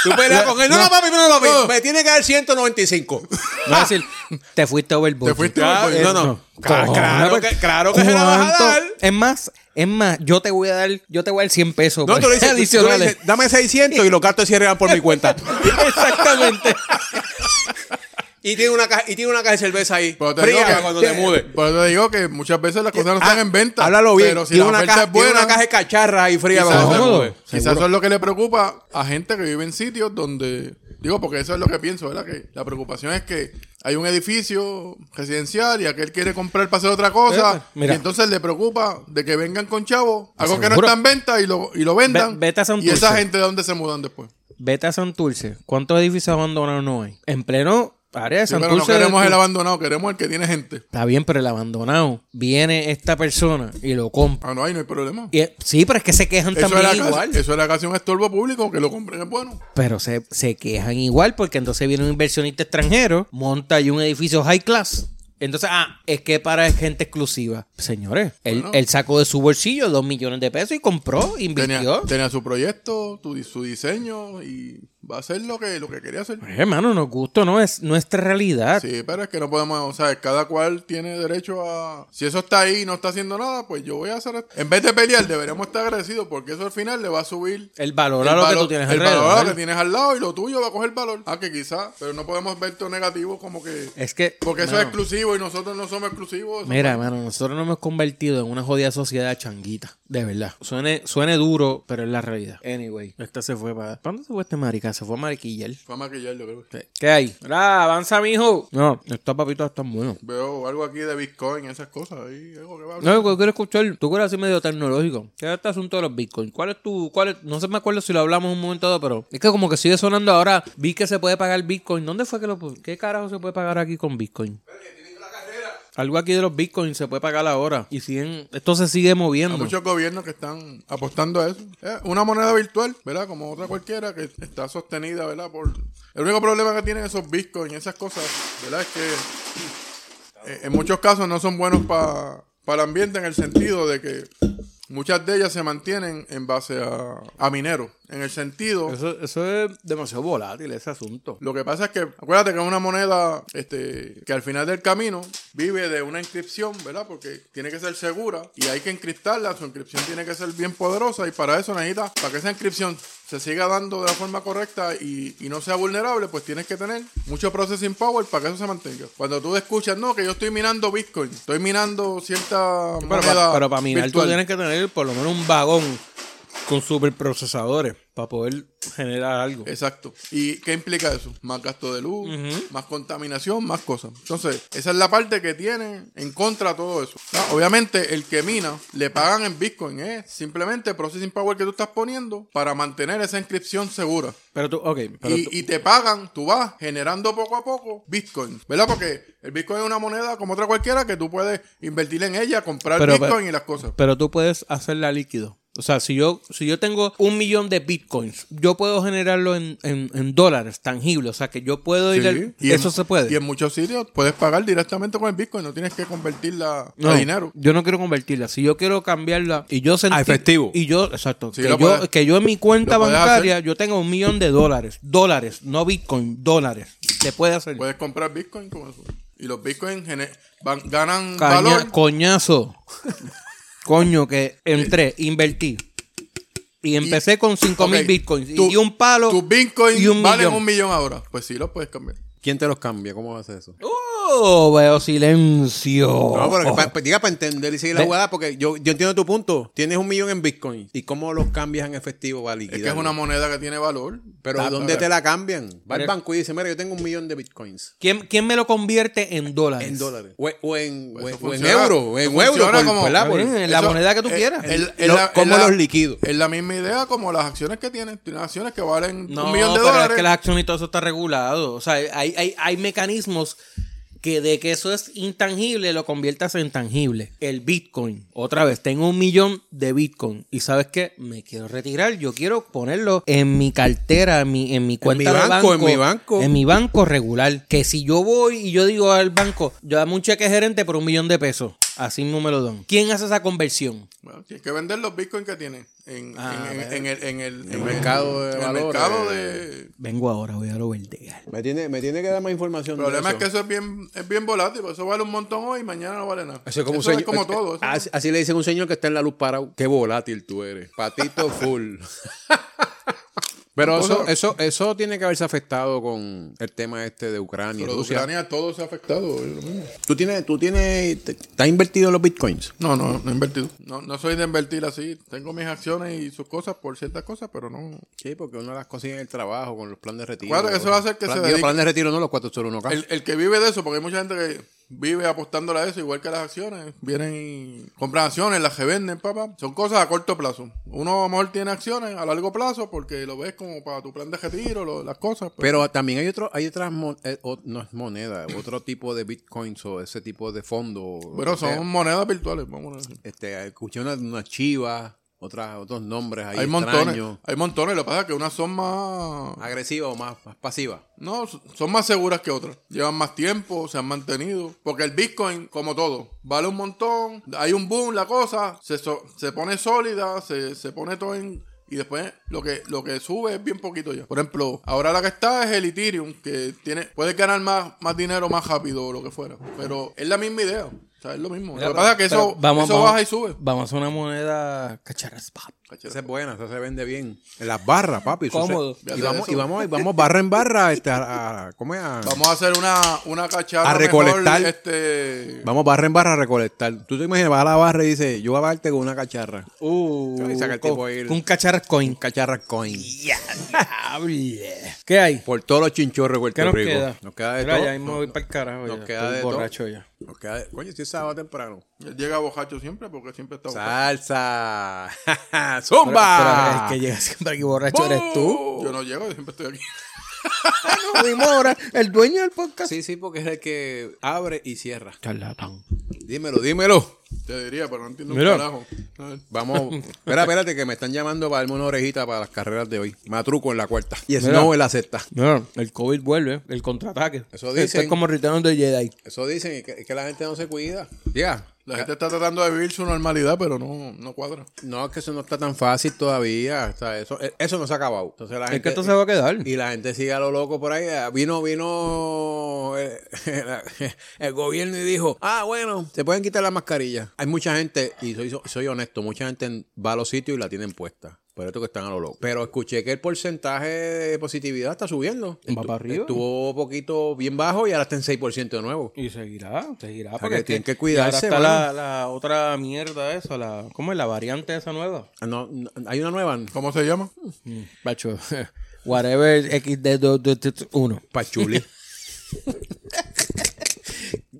[SPEAKER 3] Tú peleas con él. No,
[SPEAKER 1] No.
[SPEAKER 3] no, papi, no, no, papi.
[SPEAKER 2] No.
[SPEAKER 3] Me tiene que dar 195.
[SPEAKER 1] No es decir, te fuiste overboard.
[SPEAKER 2] Te fuiste
[SPEAKER 3] Claro,
[SPEAKER 2] overboard.
[SPEAKER 3] ah, no, pues, no. Cla-
[SPEAKER 1] Cojones,
[SPEAKER 3] claro que- claro que se la vas a
[SPEAKER 1] ¿cuánto?
[SPEAKER 3] dar.
[SPEAKER 1] Es más, es más, yo te voy a dar, yo te voy a dar 100 pesos.
[SPEAKER 3] No,
[SPEAKER 1] por- *laughs*
[SPEAKER 3] tú le dices, tú- tú le
[SPEAKER 1] adicionales.
[SPEAKER 3] dices, dame 600 y los gastos se cierran por mi *laughs* cuenta.
[SPEAKER 1] *laughs* Exactamente.
[SPEAKER 3] Y tiene una caja, y tiene una caja de cerveza ahí.
[SPEAKER 2] Pero te,
[SPEAKER 3] Fría
[SPEAKER 2] digo
[SPEAKER 3] para
[SPEAKER 2] que,
[SPEAKER 3] cuando te mude. ah,
[SPEAKER 2] pero te digo que muchas veces las cosas no están en venta.
[SPEAKER 3] Háblalo bien.
[SPEAKER 2] Pero si
[SPEAKER 3] tiene,
[SPEAKER 2] la
[SPEAKER 3] una
[SPEAKER 2] oferta
[SPEAKER 3] caja,
[SPEAKER 2] es
[SPEAKER 3] tiene
[SPEAKER 2] buena,
[SPEAKER 3] una caja de cacharra ahí fría
[SPEAKER 2] Quizás
[SPEAKER 3] para
[SPEAKER 1] Seguro.
[SPEAKER 3] cuando te mude.
[SPEAKER 2] Quizás eso es lo que le preocupa a gente que vive en sitios donde. Digo, porque eso es lo que pienso, ¿verdad? Que la preocupación es que hay un edificio residencial y aquel quiere comprar para hacer otra
[SPEAKER 1] Eh,
[SPEAKER 2] cosa.
[SPEAKER 1] mira.
[SPEAKER 2] Y entonces le preocupa de que vengan con chavos, algo que no
[SPEAKER 1] seguro.
[SPEAKER 2] está en venta y lo, y lo vendan.
[SPEAKER 1] Ve- vete a San
[SPEAKER 2] y esa
[SPEAKER 1] Dulce.
[SPEAKER 2] gente de dónde se mudan después.
[SPEAKER 1] Vete a Santurce. ¿Cuántos edificios abandonados no hay? En pleno área de
[SPEAKER 2] Sí, pero no
[SPEAKER 1] Santurce.
[SPEAKER 2] queremos
[SPEAKER 1] tú-
[SPEAKER 2] el abandonado, queremos el que tiene gente.
[SPEAKER 1] Está bien, pero el abandonado. Viene esta persona y lo compra.
[SPEAKER 2] Ah, no, ahí no hay problema.
[SPEAKER 1] Y- sí, pero es que se quejan
[SPEAKER 2] Eso
[SPEAKER 1] también
[SPEAKER 2] era,
[SPEAKER 1] igual.
[SPEAKER 2] casi, eso era casi un estorbo público, que lo compren es bueno.
[SPEAKER 1] Pero se, se quejan igual porque entonces viene un inversionista extranjero, monta ahí un edificio high class. Entonces, ah, es que para gente exclusiva. Señores, él,
[SPEAKER 2] Bueno.
[SPEAKER 1] él sacó de su bolsillo dos millones de pesos y compró,
[SPEAKER 2] Tenía,
[SPEAKER 1] invirtió.
[SPEAKER 2] tenía su proyecto, tu- su diseño y va a hacer lo que, lo que quería hacer.
[SPEAKER 1] Pues, hermano, nos gusta, ¿no? Es nuestra realidad.
[SPEAKER 2] Sí, pero es que no podemos, o sea, cada cual tiene derecho a... Si eso está ahí y no está haciendo nada, pues yo voy a hacer... esto. En vez de pelear, deberíamos estar agradecidos porque eso al final le va a subir...
[SPEAKER 1] El valor a lo que
[SPEAKER 2] valo-
[SPEAKER 1] tú tienes
[SPEAKER 2] el
[SPEAKER 1] alrededor.
[SPEAKER 2] valor a lo que tienes al lado y lo tuyo va a coger valor. Ah, que quizás, pero no podemos ver todo negativo como que...
[SPEAKER 1] Es que.
[SPEAKER 2] Porque eso es
[SPEAKER 1] mano,
[SPEAKER 2] exclusivo y nosotros no somos exclusivos. eso
[SPEAKER 1] Eh, Mira, mano, nosotros nos hemos convertido en una jodida sociedad changuita. De verdad. Suene, suene duro, pero es la realidad. Anyway, esta se fue para. ¿Cuándo se fue este marica? Se fue a Mariquillar.
[SPEAKER 2] Fue a maquillarlo, creo.
[SPEAKER 1] ¿Qué hay? ¡Ah, avanza, mijo! No, estos papitos están buenos.
[SPEAKER 2] Veo algo aquí de Bitcoin, esas cosas. Ahí, algo que va a
[SPEAKER 1] No, yo quiero escuchar, tú quieres así medio tecnológico. ¿Qué es este asunto de los bitcoins? ¿Cuál es tu, cuál es- no sé, me acuerdo si lo hablamos en un momento dado, pero es que como que sigue sonando ahora, vi que se puede pagar bitcoin. ¿Dónde fue que lo, pu- qué carajo se puede pagar aquí con bitcoin? Algo aquí de los bitcoins se puede pagar ahora. Y siguen, esto se sigue moviendo.
[SPEAKER 2] Hay muchos gobiernos que están apostando a eso. Es una moneda virtual, ¿verdad? Como otra cualquiera que está sostenida, ¿verdad? Por... El único problema que tienen esos bitcoins y esas cosas, ¿verdad? Es que eh, en muchos casos no son buenos para para el ambiente en el sentido de que muchas de ellas se mantienen en base a, a mineros. En el sentido...
[SPEAKER 1] Eso, eso es demasiado volátil, ese asunto.
[SPEAKER 2] Lo que pasa es que, acuérdate que es una moneda este, que al final del camino vive de una inscripción, ¿verdad? Porque tiene que ser segura y hay que encriptarla. Su inscripción tiene que ser bien poderosa y para eso necesita, para que esa inscripción se siga dando de la forma correcta y, y no sea vulnerable, pues tienes que tener mucho processing power para que eso se mantenga. Cuando tú escuchas, no, que yo estoy minando Bitcoin, estoy minando cierta
[SPEAKER 1] Pero,
[SPEAKER 2] moneda
[SPEAKER 1] pa- pero para minar
[SPEAKER 2] virtual.
[SPEAKER 1] tú tienes que tener por lo menos un vagón con superprocesadores para poder generar algo.
[SPEAKER 2] Exacto. ¿Y qué implica eso? Más gasto de luz, más contaminación, más cosas. Entonces, esa es la parte que tiene en contra todo eso. Ah, obviamente, el que mina le pagan en Bitcoin, es Simplemente el processing power que tú estás poniendo para mantener esa inscripción segura.
[SPEAKER 1] Pero tú, ok, pero
[SPEAKER 2] y,
[SPEAKER 1] tú-
[SPEAKER 2] y te pagan, tú vas generando poco a poco Bitcoin, ¿verdad? Porque el Bitcoin es una moneda como otra cualquiera que tú puedes invertir en ella, comprar
[SPEAKER 1] Pero-
[SPEAKER 2] Bitcoin
[SPEAKER 1] pero-
[SPEAKER 2] y las cosas.
[SPEAKER 1] pero tú puedes hacerla líquido. O sea, si yo, si yo tengo un millón de bitcoins, yo puedo generarlo en, en- en dólares tangibles. O sea, que yo puedo ir... al-
[SPEAKER 2] Sí. Y en-
[SPEAKER 1] eso se puede.
[SPEAKER 2] Y en muchos sitios puedes pagar directamente con el Bitcoin, no tienes que convertirla
[SPEAKER 1] No,
[SPEAKER 2] a dinero. Ah,
[SPEAKER 1] Yo no quiero convertirla. Si yo quiero cambiarla y yo sentí-
[SPEAKER 3] A efectivo.
[SPEAKER 1] Y yo, exacto.
[SPEAKER 2] Sí,
[SPEAKER 1] que,
[SPEAKER 2] lo
[SPEAKER 1] yo,
[SPEAKER 2] puedes-
[SPEAKER 1] que yo en mi cuenta
[SPEAKER 2] lo puedes
[SPEAKER 1] bancaria, yo tenga un millón de dólares. Dólares, no Bitcoin, dólares. Se puede hacer.
[SPEAKER 2] Puedes comprar Bitcoin con eso. Y los Bitcoin gene- van- ganan
[SPEAKER 1] Caña-
[SPEAKER 2] valor.
[SPEAKER 1] Coñazo. Coño, que entré, invertí. Y empecé con 5 mil
[SPEAKER 2] Ok,
[SPEAKER 1] bitcoins.
[SPEAKER 2] tu-
[SPEAKER 1] y un palo.
[SPEAKER 2] Tus Bitcoin
[SPEAKER 1] y un
[SPEAKER 2] valen
[SPEAKER 1] millón.
[SPEAKER 2] un millón ahora. Pues sí, los puedes cambiar.
[SPEAKER 3] ¿Quién te los cambia? ¿Cómo haces eso?
[SPEAKER 1] Oh, veo silencio.
[SPEAKER 3] No, pero que pa- pa- diga para entender y seguir la
[SPEAKER 1] Ve-
[SPEAKER 3] jugada, porque yo, yo entiendo tu punto. Tienes un millón en Bitcoin. ¿Y cómo los cambias en efectivo para
[SPEAKER 2] Es
[SPEAKER 3] liquidar?
[SPEAKER 2] que es una Ah, moneda que tiene valor.
[SPEAKER 3] Pero
[SPEAKER 2] Está-
[SPEAKER 3] ¿dónde te la cambian? Va al
[SPEAKER 1] Mira.
[SPEAKER 3] banco y dice, mira, yo tengo un millón de Bitcoins.
[SPEAKER 1] ¿Quién, quién me lo convierte en dólares?
[SPEAKER 3] En dólares. O, o en,
[SPEAKER 2] Pues
[SPEAKER 3] o en-
[SPEAKER 2] eso
[SPEAKER 3] o en
[SPEAKER 2] funciona-
[SPEAKER 3] euro. En
[SPEAKER 2] eso
[SPEAKER 3] euro. pues.
[SPEAKER 2] funciona
[SPEAKER 3] por-
[SPEAKER 2] como-
[SPEAKER 3] ¿verdad?
[SPEAKER 1] Está
[SPEAKER 3] Por-
[SPEAKER 1] bien, en la
[SPEAKER 2] Eso-
[SPEAKER 1] moneda que tú
[SPEAKER 2] eh,
[SPEAKER 1] quieras.
[SPEAKER 2] el-
[SPEAKER 3] El-
[SPEAKER 2] el-
[SPEAKER 3] lo-
[SPEAKER 2] la-
[SPEAKER 3] ¿cómo
[SPEAKER 2] el- la-
[SPEAKER 3] los liquido?
[SPEAKER 2] Es la misma idea como las acciones que tienes. Tienes acciones que valen
[SPEAKER 1] No,
[SPEAKER 2] un millón de
[SPEAKER 1] pero
[SPEAKER 2] dólares.
[SPEAKER 1] es que las acciones y todo eso está regulado. O sea, hay, hay, hay mecanismos que de que eso es intangible lo conviertas en tangible. El Bitcoin. Otra vez, tengo un millón de Bitcoin. Y sabes qué? Me quiero retirar. Yo quiero ponerlo en mi cartera, en mi, en mi cuenta
[SPEAKER 3] mi
[SPEAKER 1] de
[SPEAKER 3] banco, en mi banco.
[SPEAKER 1] En mi banco regular. Que si yo voy y yo digo al banco, yo dame un cheque gerente por un millón de pesos. Así no me lo dan. ¿Quién hace esa conversión?
[SPEAKER 2] Bueno, tienes que vender los Bitcoin que tienes en,
[SPEAKER 1] Ah,
[SPEAKER 2] en-
[SPEAKER 1] a
[SPEAKER 2] en-
[SPEAKER 1] ver.
[SPEAKER 2] en el, en el- en el-
[SPEAKER 3] mercado de
[SPEAKER 2] en el
[SPEAKER 3] valores.
[SPEAKER 2] mercado de-
[SPEAKER 1] Vengo ahora, voy a lo verdear.
[SPEAKER 3] Me tiene, me tiene que dar más información. de
[SPEAKER 2] El problema es
[SPEAKER 3] eso.
[SPEAKER 2] que eso es bien, es bien volátil. Eso vale un montón hoy y mañana no vale nada.
[SPEAKER 3] Eso es como, un
[SPEAKER 2] Eso es
[SPEAKER 3] señor-
[SPEAKER 2] como
[SPEAKER 3] eh,
[SPEAKER 2] todo. eso
[SPEAKER 3] Así, así le dicen a un señor que está en la luz parado. Qué volátil tú eres. Patito
[SPEAKER 2] *laughs*
[SPEAKER 3] full. Pero eso,
[SPEAKER 2] Cosa-
[SPEAKER 3] eso, eso tiene que haberse afectado con el tema este de Ucrania y
[SPEAKER 2] Pero de
[SPEAKER 3] Rusia.
[SPEAKER 2] Ucrania todo se ha afectado. es lo mismo.
[SPEAKER 3] Tú tienes, tú tienes, te- te has invertido en los bitcoins.
[SPEAKER 2] No, no, no he invertido. No, no soy de invertir así. Tengo mis acciones y sus cosas por ciertas cosas, pero no.
[SPEAKER 3] Sí, porque uno las consigue en el trabajo con los planes de retiro.
[SPEAKER 2] Acuérdate que eso va a hacer que
[SPEAKER 3] Plan-
[SPEAKER 2] se
[SPEAKER 3] digo,
[SPEAKER 2] dedique-
[SPEAKER 3] plan de retiro no los 401k.
[SPEAKER 2] El, el que vive de eso, porque hay mucha gente que vive apostándole a eso, igual que a las acciones. Vienen y compran acciones, las que venden, papá. Son cosas a corto plazo. Uno a lo mejor tiene acciones a largo plazo porque lo ves como para tu plan de retiro, lo- las cosas. pero-
[SPEAKER 3] Pero también hay otro, hay otras mon- eh, o- no es moneda, otro tipo de bitcoins o ese tipo de fondos.
[SPEAKER 2] bueno, son monedas virtuales, vamos a decir.
[SPEAKER 3] Este, escuché unas una chivas, otras, otros nombres ahí
[SPEAKER 2] Hay montones,
[SPEAKER 3] extraños.
[SPEAKER 2] hay montones, lo que pasa es que unas son más
[SPEAKER 3] Agresivas o más, más pasivas.
[SPEAKER 2] No, son más seguras que otras. Llevan más tiempo, se han mantenido. Porque el Bitcoin, como todo, vale un montón. Hay un boom, la cosa. Se, so- se pone sólida, se, se pone todo en... Y después lo que, lo que sube es bien poquito ya. Por ejemplo, ahora la que está es el Ethereum, que tiene, puedes ganar más, más dinero más rápido o lo que fuera. Pero es la misma idea. O sea, es lo mismo. lo que pasa es que
[SPEAKER 1] Pero
[SPEAKER 2] eso, eso baja y sube.
[SPEAKER 1] Vamos a hacer una moneda cacharras. pap.
[SPEAKER 3] Esa es buena, esa se vende bien. En las barras, papi. eso
[SPEAKER 1] Cómodo.
[SPEAKER 3] se- y, vamos, y, vamos, y vamos barra en barra este, a, a- ¿cómo es? A-
[SPEAKER 2] Vamos a hacer una, una cacharra
[SPEAKER 3] A
[SPEAKER 2] mejor,
[SPEAKER 3] recolectar.
[SPEAKER 2] este,
[SPEAKER 3] Vamos barra en barra a recolectar. Tú te imaginas, vas a la barra y dices, yo voy a darte con una cacharra.
[SPEAKER 1] Uh,
[SPEAKER 3] Y saca el
[SPEAKER 1] con,
[SPEAKER 3] tipo ahí el-
[SPEAKER 1] con un cacharras coin.
[SPEAKER 3] Cacharra coin.
[SPEAKER 1] ¿Qué hay?
[SPEAKER 3] Por todos los chinchorros de Puerto
[SPEAKER 1] ¿Qué nos
[SPEAKER 3] Rico.
[SPEAKER 1] queda?
[SPEAKER 3] Nos queda de
[SPEAKER 1] Mira,
[SPEAKER 3] todo.
[SPEAKER 1] ya mismo voy para el carajo.
[SPEAKER 3] nos
[SPEAKER 1] ya.
[SPEAKER 3] queda
[SPEAKER 1] Estoy
[SPEAKER 3] de todo.
[SPEAKER 1] borracho ya.
[SPEAKER 3] Nos queda de- Coño, si es sábado temprano.
[SPEAKER 2] Él llega bojacho siempre porque siempre está borracho.
[SPEAKER 3] Salsa. *laughs* Buena, zumba.
[SPEAKER 1] Pero el que llega siempre aquí borracho eres tú.
[SPEAKER 2] Yo no llego, yo siempre estoy aquí. *laughs*
[SPEAKER 3] Ah,
[SPEAKER 1] Fuimos ahora el dueño del podcast.
[SPEAKER 3] Sí, sí, porque es el que abre y cierra.
[SPEAKER 1] Charlatán.
[SPEAKER 3] Dímelo, dímelo.
[SPEAKER 2] Te diría, pero no entiendo
[SPEAKER 1] Mira.
[SPEAKER 2] un carajo. A ver.
[SPEAKER 3] Vamos. Espera, espérate, que me están llamando para darme una orejita para las carreras de hoy. Matruco en la cuarta. Y
[SPEAKER 1] Mira.
[SPEAKER 3] Snow en la sexta.
[SPEAKER 1] Mira, el COVID vuelve, el contraataque.
[SPEAKER 3] Eso dicen.
[SPEAKER 1] Esto es como Return de Jedi.
[SPEAKER 3] Eso dicen, es que, es que la gente no se cuida. Ya.
[SPEAKER 2] La gente está tratando de vivir su normalidad, pero no, no cuadra.
[SPEAKER 3] No, es que eso no está tan fácil todavía. O sea, eso, eh, eso no se ha acabado. Entonces, la
[SPEAKER 1] Es
[SPEAKER 3] gente,
[SPEAKER 1] que esto se va a quedar.
[SPEAKER 3] Y la gente sigue a lo loco por ahí. Ah, Vino, vino *laughs* eh, el, gobierno y dijo, ah, bueno, se pueden quitar la mascarilla. Hay mucha gente, y soy, soy honesto, mucha gente va a los sitios y la tienen puesta. Por esto que están a lo loco. Pero escuché que el porcentaje de positividad está subiendo.
[SPEAKER 1] Va para arriba.
[SPEAKER 3] Estuvo poquito bien bajo y ahora está en 6% de nuevo.
[SPEAKER 1] Y seguirá, seguirá.
[SPEAKER 3] sea,
[SPEAKER 1] porque
[SPEAKER 3] que
[SPEAKER 1] es
[SPEAKER 3] tienen que
[SPEAKER 1] y
[SPEAKER 3] cuidarse,
[SPEAKER 1] Ahora está la, la otra mierda esa, la, ¿cómo es la variante esa nueva?
[SPEAKER 3] Ah, No, no, hay una nueva.
[SPEAKER 2] ¿Cómo se llama?
[SPEAKER 1] Pacho, *laughs* whatever XD1.
[SPEAKER 3] Pachuli. *laughs*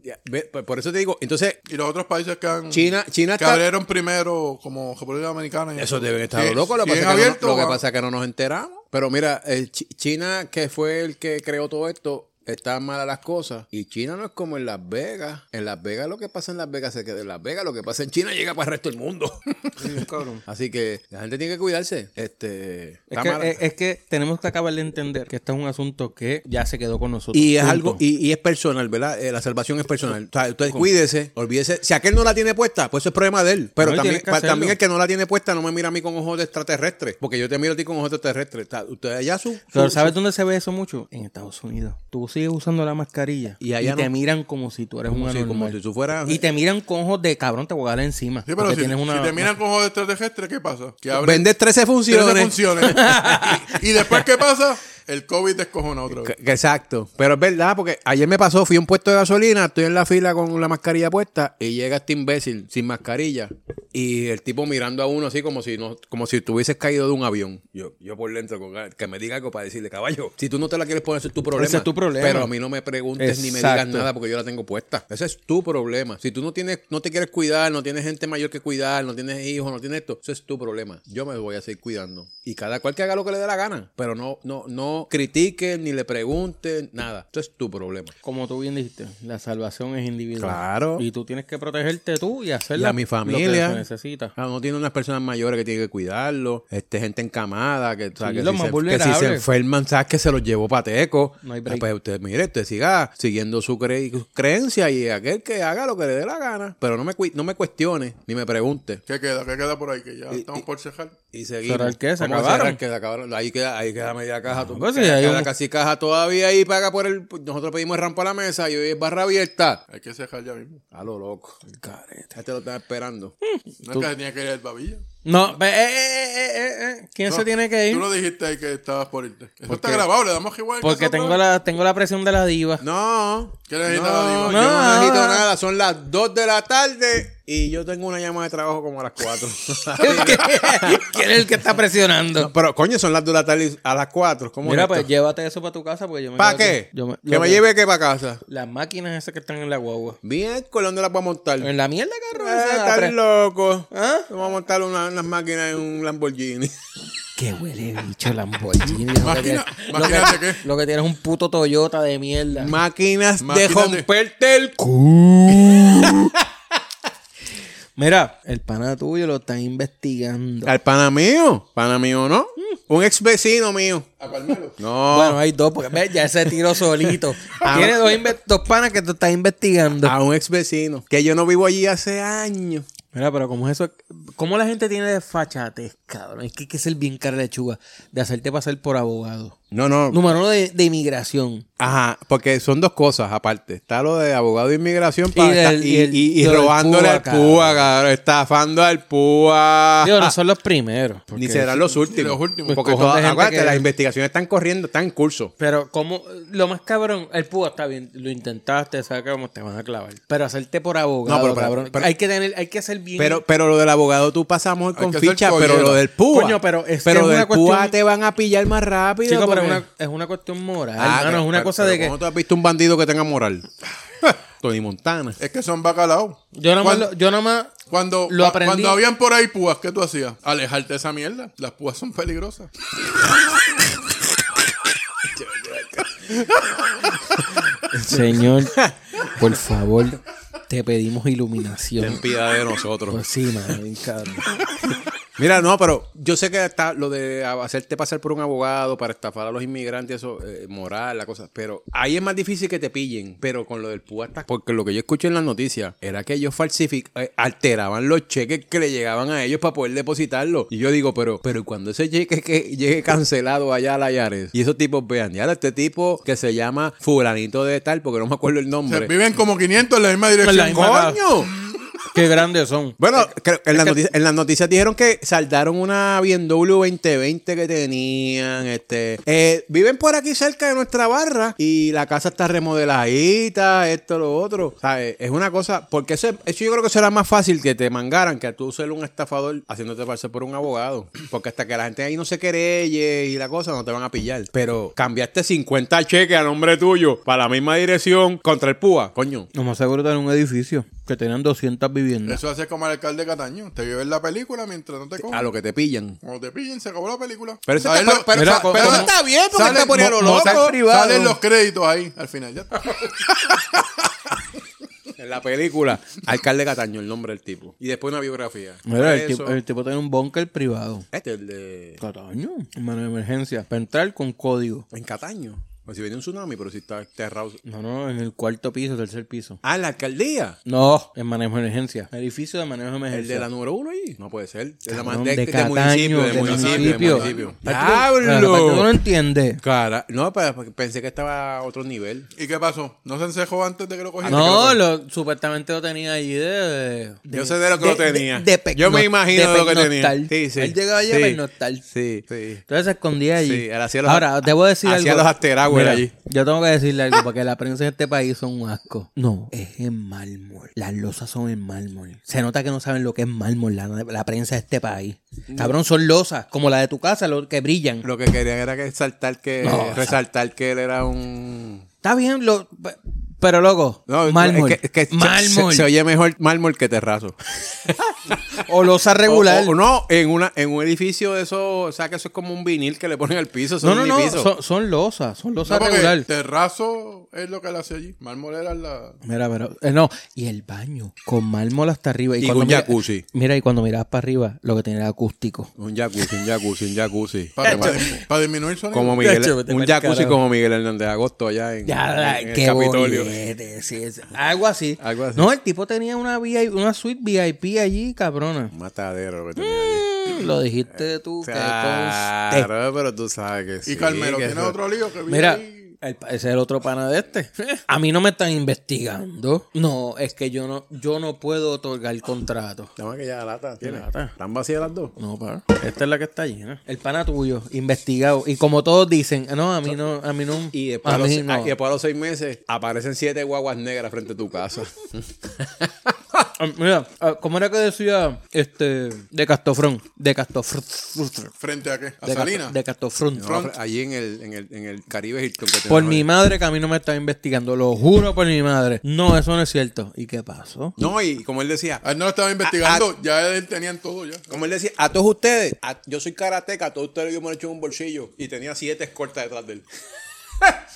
[SPEAKER 3] Ya, ve, por por eso te digo, entonces,
[SPEAKER 2] Y los otros países que han.
[SPEAKER 3] China- China
[SPEAKER 2] que
[SPEAKER 3] está-
[SPEAKER 2] abrieron primero, como República Dominicana. y
[SPEAKER 3] eso
[SPEAKER 2] eso.
[SPEAKER 3] deben estar
[SPEAKER 2] Sí,
[SPEAKER 3] locos. Lo, que
[SPEAKER 2] siguen
[SPEAKER 3] pasa es que no-
[SPEAKER 2] abiertos,
[SPEAKER 3] lo que
[SPEAKER 2] ah.
[SPEAKER 3] pasa es que no nos enteramos. Pero mira, el Chi- China, que fue el que creó todo esto, está mal a las cosas. Y China no es como en Las Vegas. En Las Vegas lo que pasa en Las Vegas se queda en Las Vegas. Lo que pasa en China llega para el resto del mundo. *laughs* Así que la gente tiene que cuidarse. Este,
[SPEAKER 1] Es
[SPEAKER 3] está mal.
[SPEAKER 1] que, es, es que tenemos que acabar de entender que este es un asunto que ya se quedó con nosotros.
[SPEAKER 3] Y es
[SPEAKER 1] Punto.
[SPEAKER 3] algo, y, y es personal, ¿verdad? Eh, la salvación es personal. O sea, entonces cuídese, olvídese. Si aquel no la tiene puesta, pues eso es problema de él. Pero
[SPEAKER 1] No, y
[SPEAKER 3] también,
[SPEAKER 1] tienes que
[SPEAKER 3] pa-
[SPEAKER 1] hacerlo.
[SPEAKER 3] también el que no la tiene puesta no me mira a mí con ojos de extraterrestre. Porque yo te miro a ti con ojos de extraterrestre. O sea, usted allá su. su-
[SPEAKER 1] Pero ¿sabes dónde se ve eso mucho? En Estados Unidos. Tú sigues usando la mascarilla
[SPEAKER 3] Y
[SPEAKER 1] y,
[SPEAKER 3] allá
[SPEAKER 1] te
[SPEAKER 3] no.
[SPEAKER 1] miran como si tú eres un
[SPEAKER 3] como si-
[SPEAKER 1] anormal.
[SPEAKER 3] como si tú fueras. eh.
[SPEAKER 1] Y te miran con ojos de cabrón, te voy a dar encima.
[SPEAKER 2] Sí, pero
[SPEAKER 1] porque
[SPEAKER 2] si,
[SPEAKER 1] tienes una,
[SPEAKER 2] si te miran con ojos de extraterrestre, ¿qué pasa?
[SPEAKER 3] eh,
[SPEAKER 2] Que abren
[SPEAKER 3] Vendes 13 funciones.
[SPEAKER 2] 13 funciones.
[SPEAKER 3] *laughs*
[SPEAKER 2] y, y después, ¿qué pasa? El COVID descojona otra vez.
[SPEAKER 3] Que- que Exacto. Pero es verdad, porque ayer me pasó, fui a un puesto de gasolina, estoy en la fila con la mascarilla puesta y llega este imbécil sin mascarilla y el tipo mirando a uno así como si no como si te hubieses caído de un avión. Yo yo por dentro con ganas, que me diga algo para decirle, caballo, si tú no te la quieres poner, ese es tu problema.
[SPEAKER 1] Ese es tu problema.
[SPEAKER 3] Pero a mí no me preguntes ni me digas
[SPEAKER 1] Exacto.
[SPEAKER 3] nada porque yo la tengo puesta. Ese es tu problema. Si tú no tienes no te quieres cuidar, no tienes gente mayor que cuidar, no tienes hijos, no tienes esto, ese es tu problema. Yo me voy a seguir cuidando y cada cual que haga lo que le dé la gana, pero no no no critiquen ni le pregunten nada. Eso es tu problema.
[SPEAKER 1] Como tú bien dijiste, la salvación es individual.
[SPEAKER 3] Claro.
[SPEAKER 1] Y tú tienes que protegerte tú y
[SPEAKER 3] Y
[SPEAKER 1] hacerla
[SPEAKER 3] a mi
[SPEAKER 1] Lo que
[SPEAKER 3] familia.
[SPEAKER 1] se necesita.
[SPEAKER 3] Ah, uno tiene unas personas mayores que tiene que cuidarlo. Este, gente encamada que, o sea,
[SPEAKER 1] Sí,
[SPEAKER 3] que,
[SPEAKER 1] los más
[SPEAKER 3] si se, que si
[SPEAKER 1] vulnerables.
[SPEAKER 3] se enferman, ¿sabes? Que se los llevó pateco.
[SPEAKER 1] No hay break.
[SPEAKER 3] Ah, Pues usted, mire, usted siga siguiendo su, cre- su creencia y aquel que haga lo que le dé la gana. Pero no me, cui- no me cuestione ni me pregunte.
[SPEAKER 2] ¿Qué queda? ¿Qué queda por ahí? Que ya estamos por cejar.
[SPEAKER 3] Y seguimos.
[SPEAKER 1] ¿Cerrar qué? ¿Se
[SPEAKER 3] Vamos a
[SPEAKER 1] acabaron?
[SPEAKER 3] cerrar que se acabaron. Ahí queda, ahí queda media caja. tú-
[SPEAKER 1] pues sí,
[SPEAKER 3] queda-
[SPEAKER 1] hay
[SPEAKER 3] queda
[SPEAKER 1] un-
[SPEAKER 3] casi caja todavía ahí paga por el... Nosotros pedimos rampa a la mesa y hoy es barra abierta.
[SPEAKER 2] Hay que cejar ya mismo.
[SPEAKER 3] A lo loco. Ya te lo están esperando.
[SPEAKER 2] No es que se tenía que ir al babilla.
[SPEAKER 1] No, ve- eh, eh, eh, eh, eh. ¿quién
[SPEAKER 2] No,
[SPEAKER 1] se tiene que ir?
[SPEAKER 2] Tú lo dijiste ahí que estabas por irte. Eso está
[SPEAKER 1] qué?
[SPEAKER 2] grabado, le damos igual.
[SPEAKER 1] Porque tengo la, tengo la presión de la
[SPEAKER 3] *laughs*
[SPEAKER 1] diva.
[SPEAKER 3] No.
[SPEAKER 2] ¿Qué necesita
[SPEAKER 3] no,
[SPEAKER 2] la diva?
[SPEAKER 3] yo
[SPEAKER 1] No.
[SPEAKER 3] no necesito nada. Son las 2 de la tarde y yo tengo una llamada de trabajo como a las
[SPEAKER 1] *laughs*
[SPEAKER 3] 4.
[SPEAKER 1] ¿Quién es el que está presionando?
[SPEAKER 3] Pero, coño, son las 2 de la tarde y a las 4. ¿Cómo
[SPEAKER 1] Mira,
[SPEAKER 3] es
[SPEAKER 1] pues
[SPEAKER 3] esto?
[SPEAKER 1] llévate eso para tu casa porque yo me
[SPEAKER 3] ¿Para
[SPEAKER 1] quedo aquí.
[SPEAKER 3] qué?
[SPEAKER 1] Yo me-
[SPEAKER 3] que
[SPEAKER 1] lo
[SPEAKER 3] me lleve que para casa.
[SPEAKER 1] Las máquinas esas que están en la guagua.
[SPEAKER 3] Bien, ¿con dónde las voy a montar? Eh,
[SPEAKER 1] En la mierda, carro. esa,
[SPEAKER 3] Ah,
[SPEAKER 1] apre-
[SPEAKER 3] Están locos.
[SPEAKER 1] ¿Ah?
[SPEAKER 3] Vamos a montar una- unas máquinas en
[SPEAKER 1] *laughs*
[SPEAKER 3] un Lamborghini.
[SPEAKER 1] Qué huele bicho Lamborghini. lo, que
[SPEAKER 2] Máquina-
[SPEAKER 1] tiene- lo,
[SPEAKER 2] máquina de
[SPEAKER 1] que,
[SPEAKER 2] qué?
[SPEAKER 1] lo que tiene es un puto Toyota de mierda.
[SPEAKER 3] máquinas de
[SPEAKER 2] Máquinas de-
[SPEAKER 3] romperte el cu.
[SPEAKER 1] *laughs* Mira, el pana tuyo lo están investigando.
[SPEAKER 3] Al pana mío. Pana mío, ¿no? Un ex vecino mío.
[SPEAKER 2] A Carmelo.
[SPEAKER 3] No.
[SPEAKER 1] Mm.
[SPEAKER 3] Ah,
[SPEAKER 1] Bueno, hay dos, porque ve, ya ese tiro
[SPEAKER 3] *laughs*
[SPEAKER 1] solito. Tiene dos, inve- dos panas que tú estás investigando.
[SPEAKER 3] a un ex vecino. Que yo no vivo allí hace años.
[SPEAKER 1] Mira, pero como eso, ¿cómo la gente tiene de fachatez, cabrón? Es que hay que ser bien cara de lechuga de hacerte pasar por abogado.
[SPEAKER 3] No, no.
[SPEAKER 1] Número uno de, de inmigración.
[SPEAKER 3] Ajá, porque son dos cosas aparte. Está lo de abogado de inmigración
[SPEAKER 1] Y
[SPEAKER 3] para
[SPEAKER 1] del-
[SPEAKER 3] estar- y,
[SPEAKER 1] y el-
[SPEAKER 3] y- y
[SPEAKER 1] lo del
[SPEAKER 3] robándole
[SPEAKER 1] púa,
[SPEAKER 3] al
[SPEAKER 1] cabrón.
[SPEAKER 3] púa, cabrón. Estafando al púa.
[SPEAKER 1] Digo, no son los primeros.
[SPEAKER 3] *laughs* Ni
[SPEAKER 1] porque-
[SPEAKER 3] serán los últimos.
[SPEAKER 2] los últimos.
[SPEAKER 3] Porque
[SPEAKER 1] Pues, cojón de
[SPEAKER 3] todas,
[SPEAKER 1] gente
[SPEAKER 3] acuérdate,
[SPEAKER 1] que-
[SPEAKER 3] las investigaciones están corriendo, están en curso.
[SPEAKER 1] Pero como, lo más cabrón, el púa está bien, lo intentaste, sabes cómo te van a clavar. Pero hacerte por abogado,
[SPEAKER 3] No, pero- pero-
[SPEAKER 1] cabrón.
[SPEAKER 3] pero-
[SPEAKER 1] hay que tener, hay que ser bien.
[SPEAKER 3] Pero, pero lo del abogado tú pasamos
[SPEAKER 2] Hay
[SPEAKER 3] con
[SPEAKER 2] que ser
[SPEAKER 3] ficha,
[SPEAKER 2] collero.
[SPEAKER 3] pero lo del púa.
[SPEAKER 1] Coño, pero es que
[SPEAKER 3] pero
[SPEAKER 1] es
[SPEAKER 3] del
[SPEAKER 1] una
[SPEAKER 3] púa
[SPEAKER 1] cuestión-
[SPEAKER 3] te van a pillar más rápido.
[SPEAKER 1] Chico, pero
[SPEAKER 3] porque-
[SPEAKER 1] es una, es una cuestión moral,
[SPEAKER 3] Ah,
[SPEAKER 1] hermano,
[SPEAKER 3] pero-
[SPEAKER 1] es una
[SPEAKER 3] pero-
[SPEAKER 1] cosa
[SPEAKER 3] pero
[SPEAKER 1] de que
[SPEAKER 3] ¿Cómo tú has visto un *laughs* bandido que tenga moral? Tony Montana.
[SPEAKER 2] Es que son bacalao.
[SPEAKER 1] yo nada más,
[SPEAKER 2] ¿Cuál?
[SPEAKER 1] lo- yo nada más
[SPEAKER 2] Cuando,
[SPEAKER 1] Lo
[SPEAKER 2] cua-
[SPEAKER 1] aprendí.
[SPEAKER 2] cuando habían por ahí púas, ¿qué tú hacías? Alejarte de esa mierda. Las púas son peligrosas.
[SPEAKER 1] *laughs* Señor, por favor, te pedimos iluminación.
[SPEAKER 3] Ten piedad de nosotros.
[SPEAKER 1] Por sí, man, bien cabrón.
[SPEAKER 3] Mira, no, pero yo sé que está lo de hacerte pasar por un abogado para estafar a los inmigrantes, eso, eh, moral, la cosa. Pero ahí es más difícil que te pillen. Pero con lo del PUA está- Porque lo que yo escuché en las noticias era que ellos falsific eh, alteraban los cheques que le llegaban a ellos para poder depositarlo. Y yo digo, pero, pero cuando ese cheque que llegue cancelado allá a la Yares y esos tipos vean, ya este tipo que se llama Fulanito de Tal, porque no me acuerdo el
[SPEAKER 2] O sea,
[SPEAKER 3] nombre.
[SPEAKER 2] viven como 500 en la misma
[SPEAKER 1] la
[SPEAKER 2] dirección.
[SPEAKER 1] misma
[SPEAKER 2] ¡Coño!
[SPEAKER 3] ¡Coño!
[SPEAKER 1] Qué grandes son.
[SPEAKER 3] Bueno, creo que en, las noticias, en las noticias dijeron que saldaron una BMW 2020 que tenían. Este, eh, viven por aquí cerca de nuestra barra y la casa está remodeladita, esto, lo otro. ¿Sabes? Es una cosa, porque eso, eso yo creo que será más fácil que te mangaran que a tú ser un estafador haciéndote pasar por un abogado. Porque hasta que la gente ahí no se querelle y la cosa, no te van a pillar. Pero cambiaste 50 cheques a nombre tuyo para la misma dirección contra el PUA, coño.
[SPEAKER 1] Lo más seguro está en un edificio que tenían 200 viviendas.
[SPEAKER 2] Eso hace como el alcalde Cataño. Te vive en la película mientras no te cogen.
[SPEAKER 3] A lo que te pillan.
[SPEAKER 2] Cuando te pillen, se acabó la película.
[SPEAKER 3] Pero eso
[SPEAKER 2] Salen
[SPEAKER 3] está-
[SPEAKER 2] los-
[SPEAKER 3] pero-
[SPEAKER 1] pero-
[SPEAKER 2] salen-
[SPEAKER 1] pero eso
[SPEAKER 3] está bien, porque
[SPEAKER 2] salen-
[SPEAKER 3] está poniendo
[SPEAKER 2] mo-
[SPEAKER 3] loco.
[SPEAKER 2] salen-
[SPEAKER 1] privado.
[SPEAKER 2] Salen los créditos ahí, al final. Ya está.
[SPEAKER 3] *laughs* En la película, Alcalde Cataño, el nombre del tipo. Y después una biografía.
[SPEAKER 1] Mira, el
[SPEAKER 3] Eso.
[SPEAKER 1] tipo, el tipo tiene un búnker privado.
[SPEAKER 3] Este, el de.
[SPEAKER 1] Cataño. Mano de emergencia. Para entrar con código.
[SPEAKER 3] En Cataño. O si viene un tsunami, pero si está enterrado.
[SPEAKER 1] No, no, en el cuarto piso, tercer piso.
[SPEAKER 3] Ah, la alcaldía.
[SPEAKER 1] No, en manejo de emergencia. Edificio de manejo de emergencia.
[SPEAKER 3] El de la número uno ahí. No puede ser. Es la
[SPEAKER 1] Cabrón,
[SPEAKER 3] más de, de
[SPEAKER 1] Cataño,
[SPEAKER 3] municipio, de
[SPEAKER 1] del
[SPEAKER 3] municipio. De municipio.
[SPEAKER 1] Aparte, aparte, No lo entiende.
[SPEAKER 3] Cara, no, pa- pa- pensé que estaba a otro nivel.
[SPEAKER 2] ¿Y qué pasó? ¿No se encejó antes de que lo cogieran?
[SPEAKER 1] No, lo, supuestamente lo tenía allí de, de-
[SPEAKER 3] Yo sé de lo que lo tenía.
[SPEAKER 1] de- de
[SPEAKER 3] Yo me
[SPEAKER 1] pecno-
[SPEAKER 3] imagino
[SPEAKER 1] de
[SPEAKER 3] lo que tenía.
[SPEAKER 1] pecnoctal.
[SPEAKER 3] Sí, sí.
[SPEAKER 1] Él llegaba allá
[SPEAKER 3] Sí.
[SPEAKER 1] a pernoctar.
[SPEAKER 3] Sí, sí.
[SPEAKER 1] Entonces se escondía allí.
[SPEAKER 3] Sí, él hacía los-
[SPEAKER 1] Ahora, debo decir
[SPEAKER 3] hacía
[SPEAKER 1] algo.
[SPEAKER 3] los after hours
[SPEAKER 1] Mira,
[SPEAKER 3] allí.
[SPEAKER 1] Yo tengo que decirle algo, porque la prensa en este país son un asco. No, es en mármol. Las losas son en mármol. Se nota que no saben lo que es mármol la, la prensa de este país. Cabrón, son losas, como la de tu casa, lo que brillan.
[SPEAKER 3] Lo que querían era que saltar que,
[SPEAKER 1] No,
[SPEAKER 3] resaltar que él era un
[SPEAKER 1] Está bien, lo, pe- pero loco,
[SPEAKER 3] No,
[SPEAKER 1] mármol.
[SPEAKER 3] es que- es que se-
[SPEAKER 1] mármol.
[SPEAKER 3] Se, se oye mejor mármol que terrazo.
[SPEAKER 1] o losa regular.
[SPEAKER 3] O, o no, en, una, en un edificio de eso, o sea, que eso es como un vinil que le ponen al piso. Eso
[SPEAKER 1] no,
[SPEAKER 3] es
[SPEAKER 1] no,
[SPEAKER 3] ni
[SPEAKER 1] no,
[SPEAKER 3] piso.
[SPEAKER 1] son, son losas, son
[SPEAKER 2] No,
[SPEAKER 1] losas
[SPEAKER 2] porque
[SPEAKER 1] regular.
[SPEAKER 2] terrazo es lo que él hace allí. Mármol era la...
[SPEAKER 1] Mira, pero. eh, no, y el baño, con mármol hasta arriba. Y,
[SPEAKER 3] Y
[SPEAKER 1] cuando
[SPEAKER 3] un
[SPEAKER 1] mira-
[SPEAKER 3] jacuzzi.
[SPEAKER 1] Mira, y cuando mirabas para arriba, lo que tenía era acústico.
[SPEAKER 3] Un jacuzzi, un jacuzzi, un
[SPEAKER 2] *laughs*
[SPEAKER 3] jacuzzi.
[SPEAKER 2] Para,
[SPEAKER 3] Como-
[SPEAKER 2] para- para disminuir el sonido.
[SPEAKER 1] Cacho,
[SPEAKER 3] como Miguel,
[SPEAKER 1] vete
[SPEAKER 3] un
[SPEAKER 1] pa'l
[SPEAKER 3] jacuzzi
[SPEAKER 1] carajo.
[SPEAKER 3] como Miguel Hernández Agosto allá en,
[SPEAKER 1] Ya,
[SPEAKER 3] en el
[SPEAKER 1] qué
[SPEAKER 3] Capitolio.
[SPEAKER 1] bonito, sí, es- Algo así.
[SPEAKER 3] Algo así.
[SPEAKER 1] No, el tipo tenía una, VI una suite VIP allí, cabrona.
[SPEAKER 3] Un Matadero lo que tenía allí.
[SPEAKER 1] Mm, Lo dijiste tú, que conste.
[SPEAKER 3] Claro, pero tú sabes que sí.
[SPEAKER 2] Y Carmelo,
[SPEAKER 3] que
[SPEAKER 2] ¿tienes
[SPEAKER 3] eso-
[SPEAKER 2] otro lío que vi
[SPEAKER 1] Mira,
[SPEAKER 2] ahí?
[SPEAKER 1] el pa- ese es el otro pana de este. A mí no me están investigando. No, es que yo no, yo no puedo otorgar contrato.
[SPEAKER 3] Nada más que ya lata. tiene.
[SPEAKER 1] lata.
[SPEAKER 3] ¿Están vacías las dos?
[SPEAKER 1] No, para. Esta es la que está llena. El pana tuyo, investigado. Y como todos dicen, "Ah, no, a mí no, a mí no.
[SPEAKER 3] Y después,
[SPEAKER 1] a
[SPEAKER 3] a los,
[SPEAKER 1] mí
[SPEAKER 3] ah,
[SPEAKER 1] no.
[SPEAKER 3] y después a los seis meses aparecen siete guaguas negras frente a tu casa.
[SPEAKER 1] *laughs* Ah, Mira, ah, ¿cómo era que decía este de Castofrón? De Castofrón.
[SPEAKER 2] ¿Frente a qué? ¿A
[SPEAKER 1] De, Castofrón.
[SPEAKER 2] Salinas?
[SPEAKER 1] de Castofrón.
[SPEAKER 2] Front.
[SPEAKER 3] Allí en el, en el, en el Caribe Hilton. que
[SPEAKER 1] Por
[SPEAKER 3] tenemos
[SPEAKER 1] mi
[SPEAKER 3] ahí.
[SPEAKER 1] madre que a mí no me están investigando, lo juro por mi madre. No, eso no es cierto. ¿Y qué pasó?
[SPEAKER 3] No, y como él decía,
[SPEAKER 2] A él no lo estaba investigando. ya él tenían todo ya.
[SPEAKER 3] como él decía, a todos ustedes, a- yo soy karateca, a todos ustedes yo me lo he hecho en un bolsillo y tenía siete escortas detrás de él. *laughs*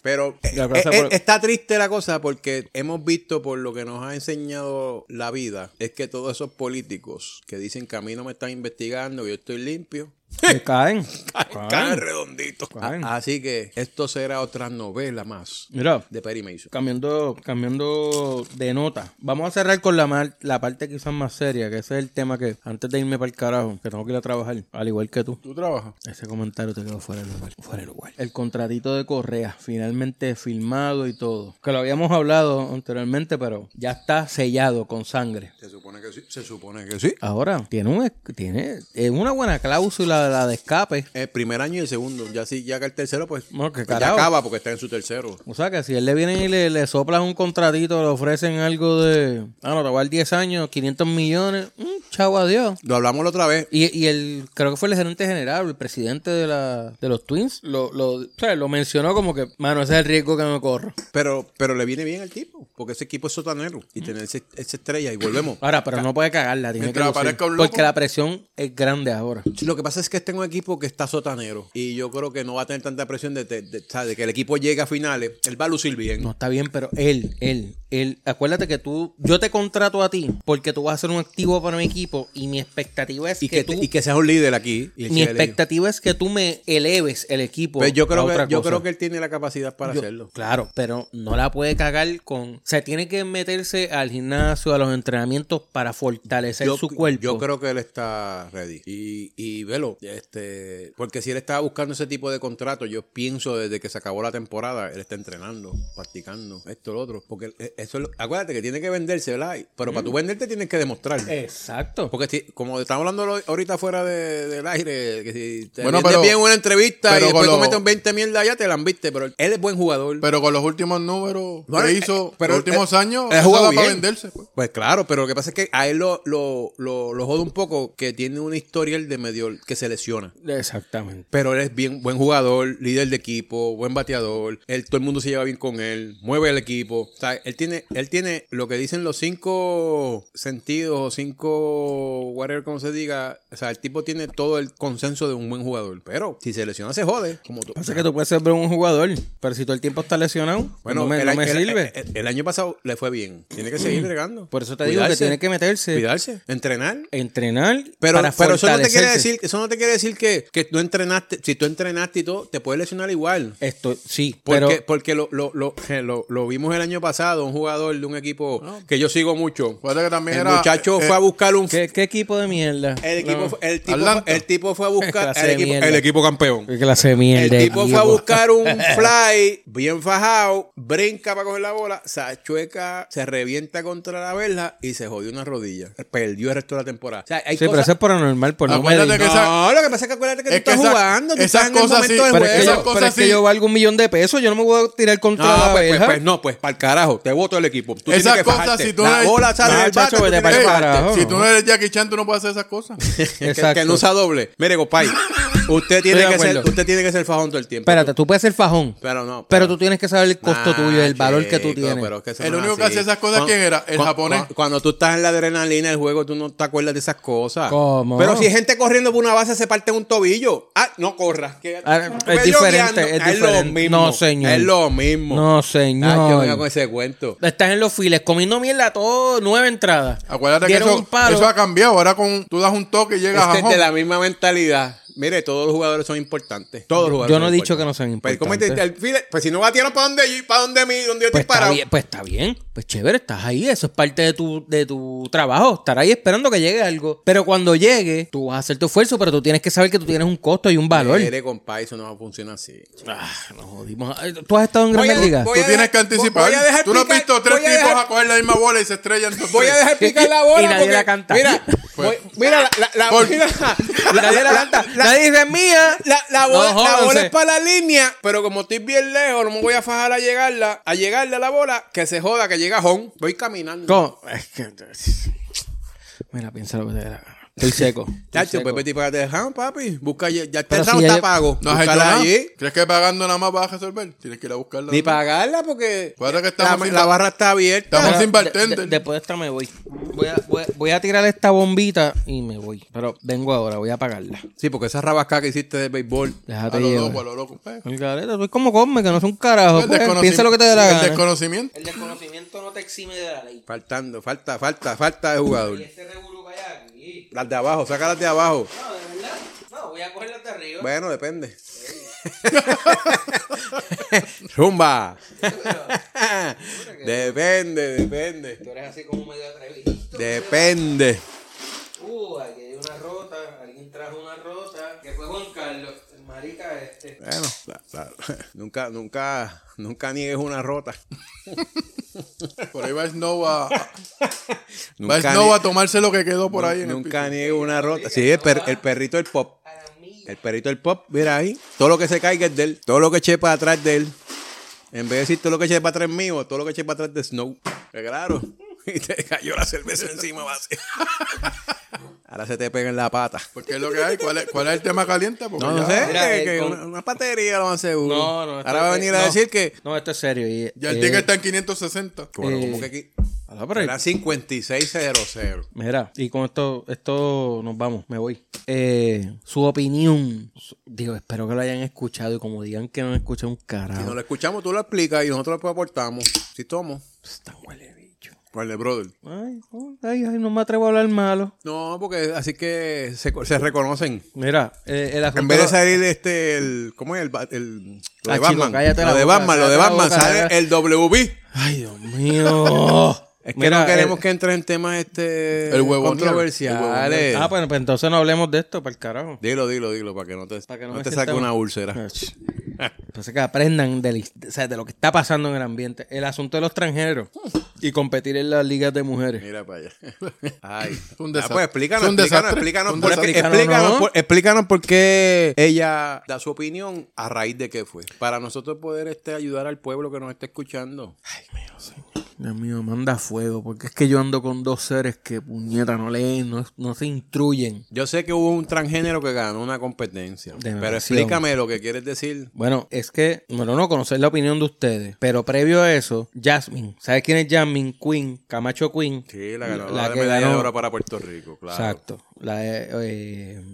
[SPEAKER 3] Pero eh,
[SPEAKER 1] La cosa
[SPEAKER 3] eh,
[SPEAKER 1] por-
[SPEAKER 3] está triste la cosa porque hemos visto por lo que nos ha enseñado la vida, es que todos esos políticos que dicen que a mí no me están investigando, que yo estoy limpio, *laughs*
[SPEAKER 1] Me caen.
[SPEAKER 3] caen, caen redonditos.
[SPEAKER 1] Caen.
[SPEAKER 3] A- Así que esto será otra novela más
[SPEAKER 1] Mira,
[SPEAKER 3] de Perry Mason.
[SPEAKER 1] cambiando, cambiando de nota. Vamos a cerrar con la, mar- la parte quizás más seria, que ese es el tema que antes de irme para el carajo, que tengo que ir a trabajar, al igual que tú.
[SPEAKER 2] ¿Tú trabajas?
[SPEAKER 1] Ese comentario te quedó fuera de lugar. Fuera de lugar. El contratito de Correa, finalmente firmado y todo. Que lo habíamos hablado anteriormente, pero ya está sellado con sangre.
[SPEAKER 3] Se supone que sí, se supone que sí.
[SPEAKER 1] Ahora, tiene un, tiene, es una buena cláusula la, la de escape.
[SPEAKER 3] El Eh, primer año y el segundo. Ya si ya que el tercero, pues,
[SPEAKER 1] No, que
[SPEAKER 3] pues ya
[SPEAKER 1] carajo.
[SPEAKER 3] acaba porque está en su tercero.
[SPEAKER 1] O sea que si él le viene y le, le soplan un contratito, le ofrecen algo de. Ah, no, te voy a dar 10 años, 500 millones. mm, chavo, adiós.
[SPEAKER 3] Lo hablamos la otra vez.
[SPEAKER 1] Y, y el, creo que fue el gerente general, el presidente de, la, de los Twins, lo, lo, o sea, lo mencionó como que, mano, ese es el riesgo que me corro.
[SPEAKER 3] Pero, pero le viene bien al tipo, porque ese equipo es sotanero y tener ese- esa estrella y volvemos.
[SPEAKER 1] Ahora, pero no puede cagarla, tiene que
[SPEAKER 2] Mientras
[SPEAKER 1] lucir,
[SPEAKER 2] aparezca un loco.
[SPEAKER 1] Porque la presión es grande ahora.
[SPEAKER 3] Lo que pasa es que este es un equipo que está sotanero y yo creo que no va a tener tanta presión de, de- de- o sea, de que el equipo llegue a finales. Él va a lucir bien.
[SPEAKER 1] No está bien, pero él, él, él. Acuérdate que tú, yo te contrato a ti porque tú vas a ser un activo para mi equipo y mi expectativa es
[SPEAKER 3] y,
[SPEAKER 1] que,
[SPEAKER 3] que te-
[SPEAKER 1] tú.
[SPEAKER 3] y que seas un líder aquí. Y
[SPEAKER 1] mi
[SPEAKER 3] sea el líder.
[SPEAKER 1] expectativa es que tú me eleves el equipo.
[SPEAKER 3] Pues yo
[SPEAKER 1] a
[SPEAKER 3] creo,
[SPEAKER 1] otra
[SPEAKER 3] que, yo
[SPEAKER 1] cosa.
[SPEAKER 3] creo que él tiene la capacidad para hacerlo.
[SPEAKER 1] Claro, pero no la puede cagar con. O sea, tiene que meterse al gimnasio, a los entrenamientos para fortalecer su cuerpo.
[SPEAKER 3] yo creo que él está ready. Y, y velo, este, porque si él estaba buscando ese tipo de contrato, yo pienso desde que se acabó la temporada, él está entrenando, practicando, esto, lo otro. Porque eh, eso, es lo- acuérdate que tiene que venderse, ¿verdad? Y- Pero para tú venderte tienes que demostrar.
[SPEAKER 2] Eh.
[SPEAKER 1] Exacto.
[SPEAKER 3] Porque si- como estamos hablando lo- ahorita fuera de- del aire, que si te
[SPEAKER 2] Bueno,
[SPEAKER 3] vendes
[SPEAKER 2] pero-
[SPEAKER 3] bien una entrevista y
[SPEAKER 2] pero
[SPEAKER 3] después
[SPEAKER 2] con lo-
[SPEAKER 3] cometen 20 mierda ya te la han visto, pero él es buen jugador.
[SPEAKER 2] Pero con los últimos números
[SPEAKER 3] Bueno,
[SPEAKER 2] que
[SPEAKER 3] eh,
[SPEAKER 2] hizo,
[SPEAKER 3] pero
[SPEAKER 2] los últimos
[SPEAKER 3] él-
[SPEAKER 2] años,
[SPEAKER 3] él ha
[SPEAKER 2] eso
[SPEAKER 3] jugado
[SPEAKER 2] da para
[SPEAKER 3] bien.
[SPEAKER 2] venderse. pues.
[SPEAKER 3] Pues claro, pero lo que pasa es que a él lo, lo, lo, lo jode un poco que tiene una historial de medio que se lesiona.
[SPEAKER 1] Exactamente.
[SPEAKER 3] Pero él es bien buen jugador, líder de equipo, buen bateador. Él, todo el mundo se lleva bien con él, mueve el equipo. O sea, él tiene, él tiene lo que dicen los cinco sentidos o cinco, whatever como se diga. O sea, el tipo tiene todo el consenso de un buen jugador. Pero si se lesiona, se jode. Como tú.
[SPEAKER 1] Pasa que tú puedes ser un jugador, pero si todo el tiempo está lesionado, no me,
[SPEAKER 3] el, eh,
[SPEAKER 1] no
[SPEAKER 3] año-
[SPEAKER 1] me
[SPEAKER 3] el-
[SPEAKER 1] sirve. Mm.
[SPEAKER 3] el- el año pasado le fue bien. Tiene que seguir bregando.
[SPEAKER 1] Por eso te digo que
[SPEAKER 3] Cuidarse.
[SPEAKER 1] tiene que meterse,
[SPEAKER 3] Cuidarse, entrenar.
[SPEAKER 1] entrenar,
[SPEAKER 3] Pero,
[SPEAKER 1] para
[SPEAKER 3] pero eso no te quiere
[SPEAKER 1] fortalecerse.
[SPEAKER 3] decir, eso no te quiere decir que, que tú entrenaste, si tú entrenaste y todo, te puedes lesionar igual.
[SPEAKER 1] Esto, sí,
[SPEAKER 3] Porque,
[SPEAKER 1] pero.
[SPEAKER 3] porque lo, lo, lo, eh, lo- lo vimos el año pasado, un jugador de un equipo
[SPEAKER 1] Ah,
[SPEAKER 3] que yo sigo mucho.
[SPEAKER 2] Acuérdate que también
[SPEAKER 3] el
[SPEAKER 2] era-
[SPEAKER 3] muchacho
[SPEAKER 2] eh,
[SPEAKER 3] fue a buscar un
[SPEAKER 1] ¿Qué, qué equipo de mierda?
[SPEAKER 3] el equipo,
[SPEAKER 1] No.
[SPEAKER 3] fue- el, tipo fue,
[SPEAKER 2] Atlanta.
[SPEAKER 3] el tipo fue a buscar
[SPEAKER 1] Clase
[SPEAKER 3] el
[SPEAKER 1] de
[SPEAKER 3] equipo,
[SPEAKER 1] mierda.
[SPEAKER 3] el equipo campeón.
[SPEAKER 1] Qué clase de mierda.
[SPEAKER 3] El
[SPEAKER 1] de
[SPEAKER 3] tipo fue a
[SPEAKER 1] equipo. *laughs*
[SPEAKER 3] buscar un fly bien fajado, brinca para coger la bola, se achueca, se revienta contra la verja y se jodió una rodilla. Perdió el resto de la temporada. O sea, hay
[SPEAKER 1] Sí, pero
[SPEAKER 3] cosas-
[SPEAKER 1] eso es paranormal, por no
[SPEAKER 2] Acuérdate
[SPEAKER 1] medir.
[SPEAKER 2] que
[SPEAKER 3] no,
[SPEAKER 2] esa-
[SPEAKER 3] lo que pasa es que acuérdate que tú
[SPEAKER 2] es que
[SPEAKER 3] estás
[SPEAKER 2] esa-
[SPEAKER 3] jugando, tú
[SPEAKER 2] esas
[SPEAKER 3] estás en el
[SPEAKER 2] cosas
[SPEAKER 3] momento
[SPEAKER 2] sí,
[SPEAKER 3] del
[SPEAKER 1] Pero
[SPEAKER 2] Pero
[SPEAKER 1] es, que
[SPEAKER 3] juego.
[SPEAKER 2] esas
[SPEAKER 1] yo,
[SPEAKER 2] cosas
[SPEAKER 1] pero es que
[SPEAKER 2] sí.
[SPEAKER 1] yo valgo un millón de pesos, yo no me voy a tirar contra
[SPEAKER 3] No,
[SPEAKER 1] la
[SPEAKER 3] pues,
[SPEAKER 1] verja.
[SPEAKER 3] pues, pues no, pues para el carajo, te voto el equipo. Tú
[SPEAKER 2] Esas
[SPEAKER 3] tienes que
[SPEAKER 2] cosas,
[SPEAKER 3] fajarte.
[SPEAKER 2] si tú
[SPEAKER 3] la
[SPEAKER 2] no-
[SPEAKER 3] bola sale
[SPEAKER 1] No,
[SPEAKER 3] del bate,
[SPEAKER 1] chacho,
[SPEAKER 3] tú
[SPEAKER 1] vete
[SPEAKER 3] tienes
[SPEAKER 1] pa'l
[SPEAKER 3] que
[SPEAKER 1] carajo.
[SPEAKER 3] fajarte.
[SPEAKER 2] eh, Si tú no eres Jackie Chan, tú no puedes hacer
[SPEAKER 3] *laughs*
[SPEAKER 2] esas cosas.
[SPEAKER 3] Que- Que,
[SPEAKER 1] Exacto.
[SPEAKER 3] no usa doble. Mire, compay, usted tiene
[SPEAKER 1] Estoy de
[SPEAKER 3] que ser,
[SPEAKER 1] acuerdo.
[SPEAKER 3] usted tiene que ser fajón todo el tiempo.
[SPEAKER 1] Espérate, tú puedes ser fajón,
[SPEAKER 3] Pero no.
[SPEAKER 1] pero tú tienes que saber el costo
[SPEAKER 3] Ah,
[SPEAKER 1] tuyo, el valor que tú
[SPEAKER 3] chico,
[SPEAKER 1] tienes.
[SPEAKER 3] pero es que eso
[SPEAKER 2] El
[SPEAKER 3] no es
[SPEAKER 2] único que
[SPEAKER 3] así.
[SPEAKER 2] hacía esas cosas,
[SPEAKER 3] Cuan-
[SPEAKER 2] ¿quién era? El
[SPEAKER 3] cuan-
[SPEAKER 2] japonés.
[SPEAKER 3] cuan- Cuando tú estás en la adrenalina del juego, tú no te acuerdas de esas cosas.
[SPEAKER 1] ¿Cómo?
[SPEAKER 3] Pero si hay gente corriendo por una base, se parte un tobillo. Ah, no corras. que-
[SPEAKER 1] Ah,
[SPEAKER 3] Ve
[SPEAKER 1] es diferente,
[SPEAKER 3] yogueando.
[SPEAKER 1] es
[SPEAKER 3] lo
[SPEAKER 1] diferente.
[SPEAKER 3] mismo.
[SPEAKER 1] No, señor.
[SPEAKER 3] Es lo mismo.
[SPEAKER 1] No,
[SPEAKER 3] Ah, yo
[SPEAKER 1] señor.
[SPEAKER 3] vengo con ese cuento.
[SPEAKER 1] Estás en los files comiendo mierda todo, nueve entradas.
[SPEAKER 2] Acuérdate que
[SPEAKER 1] Dieron
[SPEAKER 2] eso,
[SPEAKER 1] un palo.
[SPEAKER 2] eso ha cambiado. Ahora con tú das un toque y llegas
[SPEAKER 3] Este
[SPEAKER 2] a
[SPEAKER 3] es de
[SPEAKER 2] home.
[SPEAKER 3] la misma mentalidad. Mire, todos los jugadores son importantes. Todos los jugadores
[SPEAKER 1] Yo no he
[SPEAKER 3] son
[SPEAKER 1] dicho
[SPEAKER 3] importantes.
[SPEAKER 1] que no sean
[SPEAKER 3] Pues, ¿cómo
[SPEAKER 1] importantes.
[SPEAKER 3] te- el file- pues si no batieron para donde yo, para donde mí, donde yo estoy
[SPEAKER 1] Pues está,
[SPEAKER 3] parado.
[SPEAKER 1] bien, pues está bien, pues chévere, estás ahí, eso es parte de tu, de tu trabajo, estar ahí esperando que llegue algo. Pero cuando llegue, tú vas a hacer tu esfuerzo, pero tú tienes que saber que tú tienes un costo y un valor.
[SPEAKER 3] Mire, compa, eso no va a funcionar así.
[SPEAKER 1] Ah, nos jodimos. Ay, ¿Tú has estado en
[SPEAKER 3] Voy a-
[SPEAKER 1] Grandes Ligas?
[SPEAKER 3] voy
[SPEAKER 2] Tú
[SPEAKER 3] a
[SPEAKER 2] tienes
[SPEAKER 3] dejar-
[SPEAKER 2] que anticipar.
[SPEAKER 3] voy a dejar
[SPEAKER 2] tú no has
[SPEAKER 3] picar-
[SPEAKER 2] visto tres
[SPEAKER 3] voy a
[SPEAKER 2] tipos
[SPEAKER 3] dejar-
[SPEAKER 2] a coger la misma bola y se estrellan. todos
[SPEAKER 3] Voy a
[SPEAKER 2] tres.
[SPEAKER 3] dejar picar la bola.
[SPEAKER 1] *laughs* Y nadie
[SPEAKER 3] porque-
[SPEAKER 1] la canta. *laughs* Pues,
[SPEAKER 3] Mira, voy- mira, la, la, la,
[SPEAKER 2] Por-
[SPEAKER 3] mira, la-
[SPEAKER 1] Nadie la
[SPEAKER 3] la-
[SPEAKER 1] canta.
[SPEAKER 3] la-
[SPEAKER 1] Nadie dice mía.
[SPEAKER 3] *laughs* la- la bola,
[SPEAKER 1] No,
[SPEAKER 3] la bola
[SPEAKER 1] jódanse.
[SPEAKER 3] es para la línea, pero como estoy bien lejos, no me voy a fajar a llegarla, a llegarle a la bola, que se joda, que llega home. Voy caminando.
[SPEAKER 1] ¿Cómo? Es que- Mira, piensa lo que te dé la gana. Estoy seco. estoy
[SPEAKER 3] Chacho,
[SPEAKER 1] seco.
[SPEAKER 3] pues vete para el jam, papi. Busca ya, ya está
[SPEAKER 1] Pero
[SPEAKER 3] el
[SPEAKER 1] si
[SPEAKER 3] jam,
[SPEAKER 1] ya
[SPEAKER 3] está
[SPEAKER 1] yo-
[SPEAKER 3] pago.
[SPEAKER 2] ¿No has hecho
[SPEAKER 3] Búscala
[SPEAKER 2] nada?
[SPEAKER 3] allí.
[SPEAKER 2] ¿Crees que pagando nada más vas a resolver? Tienes que ir a buscarla.
[SPEAKER 3] Ni pagarla porque
[SPEAKER 2] Acuérdate que
[SPEAKER 3] la,
[SPEAKER 2] estamos sin
[SPEAKER 3] la
[SPEAKER 2] ba-
[SPEAKER 3] barra está abierta.
[SPEAKER 2] Estamos-
[SPEAKER 1] Pero
[SPEAKER 2] sin
[SPEAKER 1] de-
[SPEAKER 2] bartender.
[SPEAKER 1] de- después de esta me voy. Voy a, voy, a- voy a tirar esta bombita y me voy. Pero vengo ahora, voy a apagarla.
[SPEAKER 3] Sí, porque esa rabasca que hiciste de béisbol.
[SPEAKER 1] Déjate
[SPEAKER 2] A lo
[SPEAKER 1] llevar.
[SPEAKER 2] loco, a lo loco. Eh,
[SPEAKER 1] El garete, soy como come, que no es un carajo.
[SPEAKER 2] el
[SPEAKER 1] pues,
[SPEAKER 2] desconocimiento-
[SPEAKER 1] piensa lo que te dé la
[SPEAKER 2] El
[SPEAKER 1] gana.
[SPEAKER 2] desconocimiento.
[SPEAKER 1] El desconocimiento no te exime de la ley.
[SPEAKER 3] Faltando, falta, falta, falta de jugador.
[SPEAKER 1] Este revolú que hay aquí.
[SPEAKER 3] Las de abajo, sácalas de abajo.
[SPEAKER 1] No, de verdad. No, voy a cogerla de arriba.
[SPEAKER 3] Bueno, depende. *laughs* Rumba. *laughs* depende, depende.
[SPEAKER 1] Tú eres así como medio atrevido.
[SPEAKER 3] Depende.
[SPEAKER 1] Uh, aquí hay una rota, alguien trajo una rota, que fue Juan Carlos, el marica este.
[SPEAKER 3] Bueno, la- la- nunca, nunca, nunca niegues una rota.
[SPEAKER 2] Por ahí va
[SPEAKER 1] *laughs*
[SPEAKER 2] Snow a, va
[SPEAKER 3] Nunca,
[SPEAKER 2] Snow
[SPEAKER 3] nie-
[SPEAKER 2] a tomarse lo que quedó por ahí. en el
[SPEAKER 3] nunca
[SPEAKER 2] piso.
[SPEAKER 3] niegues una rota. Sí, el, per- el perrito del pop.
[SPEAKER 1] A la mía.
[SPEAKER 3] El perrito del pop, mira ahí. Todo lo que se caiga es de él. Todo lo que eche para atrás de él. En vez de decir todo lo que eche para atrás mío, todo lo que eche para atrás de Snow. Que claro. *laughs* Y te cayó la cerveza
[SPEAKER 1] *laughs*
[SPEAKER 3] encima, base. Ahora se te pega en la pata.
[SPEAKER 2] Porque es lo que hay. ¿Cuál es, cuál es el tema caliente? Porque
[SPEAKER 3] No, no
[SPEAKER 2] ya-
[SPEAKER 3] sé.
[SPEAKER 1] Mira,
[SPEAKER 3] que-
[SPEAKER 1] eh,
[SPEAKER 3] que
[SPEAKER 1] con-
[SPEAKER 3] una, una patería lo más seguro.
[SPEAKER 1] No, no. esto- eh,
[SPEAKER 3] Ahora va a venir a
[SPEAKER 1] no.
[SPEAKER 3] decir que.
[SPEAKER 1] No, esto es serio. Y,
[SPEAKER 2] Ya el
[SPEAKER 1] eh,
[SPEAKER 2] ticket está en 560.
[SPEAKER 3] Bueno,
[SPEAKER 1] Eh,
[SPEAKER 3] como que aquí.
[SPEAKER 1] a la pared.
[SPEAKER 3] Era 5600.
[SPEAKER 1] Mira, y con esto, esto nos vamos, me voy. Eh, su opinión, su- digo, espero que lo hayan escuchado y como digan que no han escuchado un
[SPEAKER 3] Si no
[SPEAKER 1] carajo.
[SPEAKER 3] lo escuchamos, tú lo explicas y nosotros lo aportamos. Si tomo.
[SPEAKER 1] Está Pues huele bicho.
[SPEAKER 3] Con el brother.
[SPEAKER 1] Ay, oh, ay, ay, no me atrevo a hablar malo.
[SPEAKER 3] No, porque así que se, se reconocen.
[SPEAKER 1] Mira, eh, el asunto...
[SPEAKER 3] En vez de salir este, el, ¿cómo es? El, ba- el lo
[SPEAKER 1] Ah,
[SPEAKER 3] de
[SPEAKER 1] chico,
[SPEAKER 3] Batman.
[SPEAKER 1] cállate la
[SPEAKER 3] lo de
[SPEAKER 1] boca,
[SPEAKER 3] Batman, lo
[SPEAKER 1] cállate
[SPEAKER 3] de
[SPEAKER 1] la
[SPEAKER 3] Batman.
[SPEAKER 1] boca,
[SPEAKER 3] sale
[SPEAKER 1] cállate.
[SPEAKER 3] el WB.
[SPEAKER 1] Ay, Dios mío.
[SPEAKER 3] *laughs* Es que
[SPEAKER 1] Mira,
[SPEAKER 3] no queremos
[SPEAKER 1] eh,
[SPEAKER 3] que entre en temas este,
[SPEAKER 2] El huevonear.
[SPEAKER 3] controversiales.
[SPEAKER 1] Ah, bueno, pues entonces no hablemos de esto, para el carajo.
[SPEAKER 3] Dilo, dilo, dilo, para que no te,
[SPEAKER 1] Para que no
[SPEAKER 3] no
[SPEAKER 1] me
[SPEAKER 3] te
[SPEAKER 1] sienta
[SPEAKER 3] saque
[SPEAKER 1] mal. Eh.
[SPEAKER 3] una úlcera.
[SPEAKER 1] Entonces que aprendan de, la- o sea, de lo que está pasando en el ambiente. El asunto de los extranjeros y competir en las ligas de mujeres.
[SPEAKER 3] Mira para allá. Ay.
[SPEAKER 2] un
[SPEAKER 3] Ah,
[SPEAKER 2] desastre.
[SPEAKER 3] pues explícanos,
[SPEAKER 2] Es
[SPEAKER 3] explícanos,
[SPEAKER 2] un desastre.
[SPEAKER 3] explícanos,
[SPEAKER 2] Es un
[SPEAKER 3] por, qué-
[SPEAKER 1] desastre.
[SPEAKER 3] explícanos
[SPEAKER 1] ¿no?
[SPEAKER 3] por- explícanos por qué ella da su opinión a raíz de qué fue. Para nosotros poder este, ayudar al pueblo que nos está escuchando.
[SPEAKER 1] Ay, mío, señor. Dios mío, manda fuego. Porque es que yo ando con dos seres que puñeta no leen, no, no se instruyen.
[SPEAKER 3] Yo sé que hubo un transgénero que ganó una competencia.
[SPEAKER 1] De
[SPEAKER 3] pero
[SPEAKER 1] natación.
[SPEAKER 3] explícame lo que quieres decir.
[SPEAKER 1] Bueno, es que, bueno, no conocer la opinión de ustedes. Pero previo a eso, Jasmine. ¿Sabes quién es Jasmine? Queen, Camacho Queen.
[SPEAKER 3] Sí, la ganadora
[SPEAKER 1] La
[SPEAKER 3] de
[SPEAKER 1] que
[SPEAKER 3] medalla de
[SPEAKER 1] ganó.
[SPEAKER 3] oro para Puerto Rico, claro.
[SPEAKER 1] Exacto. La de eh,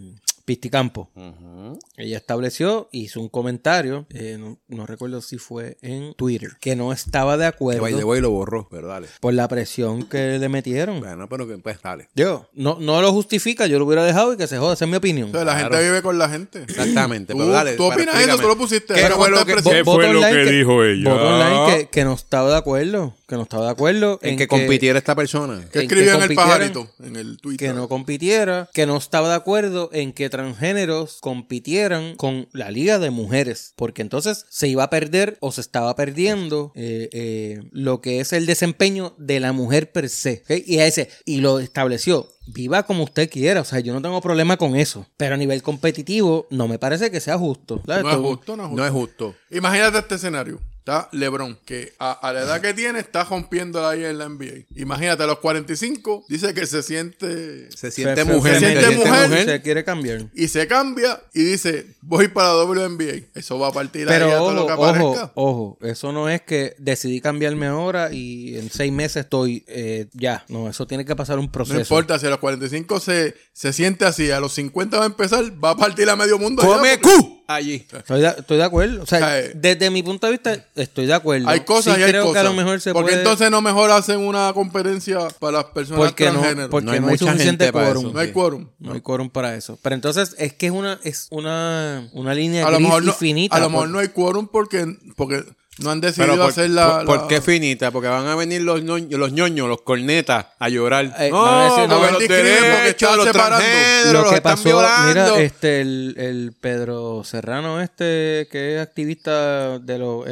[SPEAKER 1] Pisticampo.
[SPEAKER 3] Ujú.
[SPEAKER 1] Ella estableció, hizo un comentario, eh, no, no recuerdo si fue en Twitter, que no estaba de
[SPEAKER 3] Que by the
[SPEAKER 1] acuerdo
[SPEAKER 3] way lo borró, pero dale.
[SPEAKER 1] por la presión que le metieron.
[SPEAKER 3] Bueno, pero que pues dale.
[SPEAKER 1] Yo, no, no lo justifica, yo lo hubiera dejado y que se joda, esa es mi opinión.
[SPEAKER 2] O sea, la gente vive con la gente.
[SPEAKER 3] Exactamente,
[SPEAKER 2] Tú-
[SPEAKER 3] pero dale.
[SPEAKER 2] tú
[SPEAKER 3] para
[SPEAKER 2] opinas
[SPEAKER 3] explícame.
[SPEAKER 2] eso, tú lo pusiste.
[SPEAKER 3] ¿Qué
[SPEAKER 2] Pero
[SPEAKER 3] fue lo
[SPEAKER 2] cuánta
[SPEAKER 3] que,
[SPEAKER 2] presión.
[SPEAKER 4] ¿Qué
[SPEAKER 1] Voto
[SPEAKER 4] fue lo
[SPEAKER 1] online
[SPEAKER 4] que dijo ella?
[SPEAKER 1] voto online que, que no estaba de acuerdo, que no estaba de acuerdo
[SPEAKER 3] Ah. en que compitiera esta persona?
[SPEAKER 2] ¿Qué
[SPEAKER 1] en que
[SPEAKER 2] escribía en el
[SPEAKER 1] compitieran,
[SPEAKER 2] pajarito? En el Twitter.
[SPEAKER 1] que no compitiera, que no estaba de acuerdo en que transgéneros compitieran con la liga de mujeres, porque entonces se iba a perder o se estaba perdiendo eh, eh, lo que es el desempeño de la mujer per se. ¿ok? Y, ese, y lo estableció. Viva como usted quiera, o sea, yo no tengo problema con eso. Pero a nivel competitivo, no me parece que sea justo. ¿sabes?
[SPEAKER 2] No es
[SPEAKER 1] Tú-
[SPEAKER 2] justo, no es justo.
[SPEAKER 3] No es justo.
[SPEAKER 2] Imagínate este escenario. Está LeBron, que a, a la edad que tiene está rompiéndola ahí en la NBA. Imagínate, a los 45 dice que se siente
[SPEAKER 3] Se siente
[SPEAKER 1] se-
[SPEAKER 3] mujer.
[SPEAKER 1] se
[SPEAKER 2] siente mujer.
[SPEAKER 1] Se quiere cambiar.
[SPEAKER 2] y se cambia y dice, voy para WNBA. Eso va a partir de ahí a
[SPEAKER 1] Pero
[SPEAKER 2] todo lo
[SPEAKER 1] ojo,
[SPEAKER 2] que
[SPEAKER 1] ojo,
[SPEAKER 2] aparezca.
[SPEAKER 1] ojo, eso no es que decidí cambiarme ahora y en seis meses estoy eh, ya. No, eso tiene que pasar un proceso.
[SPEAKER 2] No importa si a los 45 se, se siente así, a los 50 va a empezar, va a partir a medio mundo. allá,
[SPEAKER 3] ¡Come
[SPEAKER 2] porque
[SPEAKER 3] Q! Allí.
[SPEAKER 1] Estoy de, estoy de acuerdo. O sea,
[SPEAKER 2] O sea, eh,
[SPEAKER 1] desde mi punto de vista, estoy de acuerdo.
[SPEAKER 2] Hay cosas
[SPEAKER 1] Sí
[SPEAKER 2] y hay
[SPEAKER 1] creo
[SPEAKER 2] cosas.
[SPEAKER 1] que a lo mejor se
[SPEAKER 2] porque
[SPEAKER 1] puede...
[SPEAKER 2] entonces no mejor hacen una competencia para las personas
[SPEAKER 1] Porque no,
[SPEAKER 2] transgénero.
[SPEAKER 1] porque
[SPEAKER 3] No hay
[SPEAKER 1] no hay
[SPEAKER 3] mucha gente
[SPEAKER 1] suficiente
[SPEAKER 3] para
[SPEAKER 1] quórum.
[SPEAKER 3] eso.
[SPEAKER 2] No hay quórum.
[SPEAKER 1] No hay quórum para eso. Pero entonces es que es una, es una, una línea
[SPEAKER 2] A lo
[SPEAKER 1] gris
[SPEAKER 2] mejor no,
[SPEAKER 1] infinita.
[SPEAKER 2] a lo mejor
[SPEAKER 1] por-
[SPEAKER 2] no hay quórum porque, porque no han decidido
[SPEAKER 3] Pero por,
[SPEAKER 2] hacer la.
[SPEAKER 3] por- ¿por
[SPEAKER 2] la-
[SPEAKER 3] qué finita? Porque van a venir los, no- los ñoños, los cornetas a llorar.
[SPEAKER 1] Eh,
[SPEAKER 3] no,
[SPEAKER 1] van a decir,
[SPEAKER 3] porque
[SPEAKER 1] no,
[SPEAKER 3] los
[SPEAKER 2] él discrime porque
[SPEAKER 3] derechos,
[SPEAKER 2] está
[SPEAKER 3] los
[SPEAKER 2] separando.
[SPEAKER 3] transgéneros,
[SPEAKER 1] lo
[SPEAKER 3] los
[SPEAKER 1] que
[SPEAKER 3] están
[SPEAKER 1] pasó,
[SPEAKER 3] violando.
[SPEAKER 1] mira, este, el, el Pedro Serrano, este, que es activista de los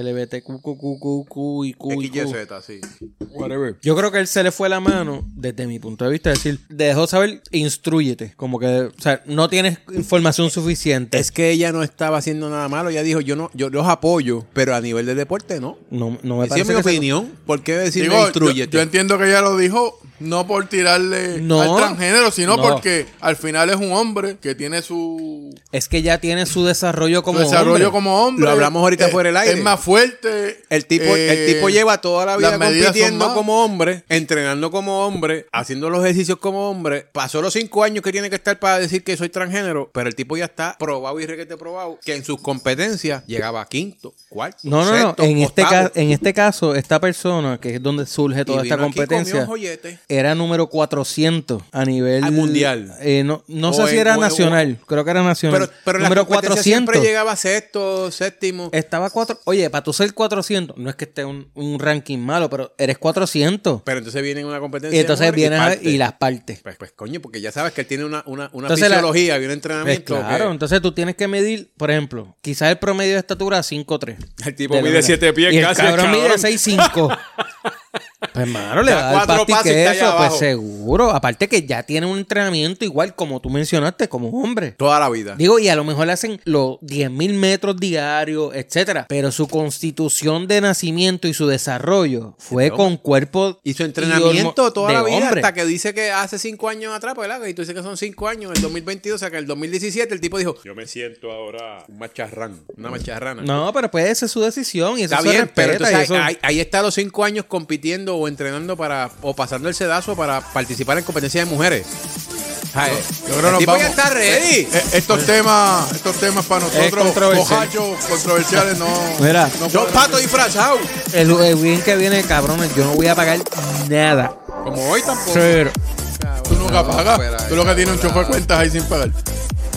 [SPEAKER 1] LBTQQQQ y Q y Q.
[SPEAKER 3] XYZ, sí.
[SPEAKER 1] Yo creo que él se le fue la mano, desde mi punto de vista, es decir, dejó saber, instruyete. Como que, o sea, no tienes información suficiente.
[SPEAKER 3] Es que ella no estaba haciendo nada malo. Ella dijo, yo no, yo los apoyo, pero a nivel de deporte no.
[SPEAKER 1] no, no me
[SPEAKER 3] Esa es
[SPEAKER 1] parece
[SPEAKER 3] mi
[SPEAKER 1] que se-
[SPEAKER 3] opinión. ¿Por qué decirme
[SPEAKER 2] Digo, yo,
[SPEAKER 3] instruyete?
[SPEAKER 2] yo entiendo que ella lo dijo no por tirarle
[SPEAKER 1] No.
[SPEAKER 2] al transgénero, sino
[SPEAKER 1] No.
[SPEAKER 2] porque al final es un hombre que tiene su, su
[SPEAKER 1] Es que ya tiene su desarrollo como
[SPEAKER 2] desarrollo
[SPEAKER 1] hombre.
[SPEAKER 2] como hombre.
[SPEAKER 3] Lo hablamos ahorita
[SPEAKER 2] Eh,
[SPEAKER 3] fuera del aire.
[SPEAKER 2] Es más fuerte.
[SPEAKER 3] El tipo, el
[SPEAKER 2] eh,
[SPEAKER 3] tipo lleva toda la vida
[SPEAKER 2] las medidas son
[SPEAKER 3] compitiendo
[SPEAKER 2] más.
[SPEAKER 3] como hombre, entrenando como hombre, haciendo los ejercicios como hombre. Pasó los cinco años que tiene que estar para decir que soy transgénero, pero el tipo ya está probado y requete probado, que en sus competencias llegaba a quinto, cuarto,
[SPEAKER 1] No, no, no.
[SPEAKER 3] sexto,
[SPEAKER 1] En este,
[SPEAKER 3] octavo.
[SPEAKER 1] ca- en este caso, esta persona, que es donde surge toda
[SPEAKER 3] Y
[SPEAKER 1] esta
[SPEAKER 3] vino aquí, comió
[SPEAKER 1] competencia,
[SPEAKER 3] un joyete.
[SPEAKER 1] era número 400 a nivel
[SPEAKER 3] Al mundial.
[SPEAKER 1] Eh, no no
[SPEAKER 3] O
[SPEAKER 1] sé si
[SPEAKER 3] en-
[SPEAKER 1] era
[SPEAKER 3] o en-
[SPEAKER 1] nacional, creo que era nacional.
[SPEAKER 3] Pero, pero en las
[SPEAKER 1] número
[SPEAKER 3] competencias
[SPEAKER 1] 400.
[SPEAKER 3] siempre llegaba sexto, séptimo.
[SPEAKER 1] Estaba cuatro. Oye, para tú ser 400, no es que esté un, un ranking malo, pero eres 400.
[SPEAKER 3] Pero entonces viene una competencia.
[SPEAKER 1] Y entonces
[SPEAKER 3] hombre,
[SPEAKER 1] vienes a-
[SPEAKER 3] parte.
[SPEAKER 1] y las partes.
[SPEAKER 3] Pues, pues, coño, porque ya sabes que él tiene una, una, una
[SPEAKER 1] Entonces la-
[SPEAKER 3] fisiología y un
[SPEAKER 1] Pues
[SPEAKER 3] entrenamiento.
[SPEAKER 1] claro,
[SPEAKER 3] que-
[SPEAKER 1] entonces tú tienes que medir, por ejemplo, quizás el promedio de estatura es 5'3.
[SPEAKER 4] El tipo
[SPEAKER 1] De la
[SPEAKER 4] mide
[SPEAKER 1] verdad.
[SPEAKER 4] siete pies
[SPEAKER 1] y el
[SPEAKER 4] casi, el
[SPEAKER 3] *laughs*
[SPEAKER 1] cabrón mide
[SPEAKER 4] cabrón.
[SPEAKER 1] 6'5. Pues, mano, le
[SPEAKER 3] Da
[SPEAKER 1] va a dar
[SPEAKER 3] cuatro
[SPEAKER 1] pasti
[SPEAKER 3] pasos y está allá
[SPEAKER 1] queso, pues
[SPEAKER 3] abajo.
[SPEAKER 1] seguro. Aparte que ya tiene un entrenamiento igual como tú mencionaste, como hombre.
[SPEAKER 3] Toda la vida.
[SPEAKER 1] Ah. Digo, y a lo mejor le hacen los 10.000 metros diarios, etcétera. Pero su constitución de nacimiento y su desarrollo fue
[SPEAKER 3] Pero-
[SPEAKER 1] con cuerpo
[SPEAKER 3] Y su
[SPEAKER 1] hormo-
[SPEAKER 3] entrenamiento toda
[SPEAKER 1] de
[SPEAKER 3] la vida
[SPEAKER 1] hombre.
[SPEAKER 3] hasta que dice que hace cinco años atrás, pues, ¿verdad? Y tú dices que son cinco años, el 2022, o sea que el 2017 el tipo dijo, yo me siento ahora un macharrán, una macharrana.
[SPEAKER 1] No, pero pues esa es su decisión y eso
[SPEAKER 3] Está
[SPEAKER 1] se
[SPEAKER 3] bien, pero
[SPEAKER 1] respeta y
[SPEAKER 3] entonces
[SPEAKER 1] eso-
[SPEAKER 3] ahí, ahí está los cinco años compitiendo o entrenando para o pasando el sedazo para participar en competencias de mujeres. Ay,
[SPEAKER 2] Yo creo que
[SPEAKER 3] el
[SPEAKER 2] nos
[SPEAKER 3] tipo
[SPEAKER 2] vamos.
[SPEAKER 3] ya está ready.
[SPEAKER 2] Eh, estos temas, estos temas para nosotros,
[SPEAKER 1] controversial.
[SPEAKER 2] bojachos controversiales, no.
[SPEAKER 1] Mira.
[SPEAKER 2] no
[SPEAKER 3] Yo
[SPEAKER 2] pueden-
[SPEAKER 3] pato disfrazado.
[SPEAKER 1] El, el weekend que viene, cabrones, yo no voy a pagar nada.
[SPEAKER 3] Como hoy tampoco.
[SPEAKER 1] Cero.
[SPEAKER 2] Tú nunca
[SPEAKER 3] No, espera,
[SPEAKER 2] pagas. Tú lo que tienes un chofer de cuentas ahí sin pagar.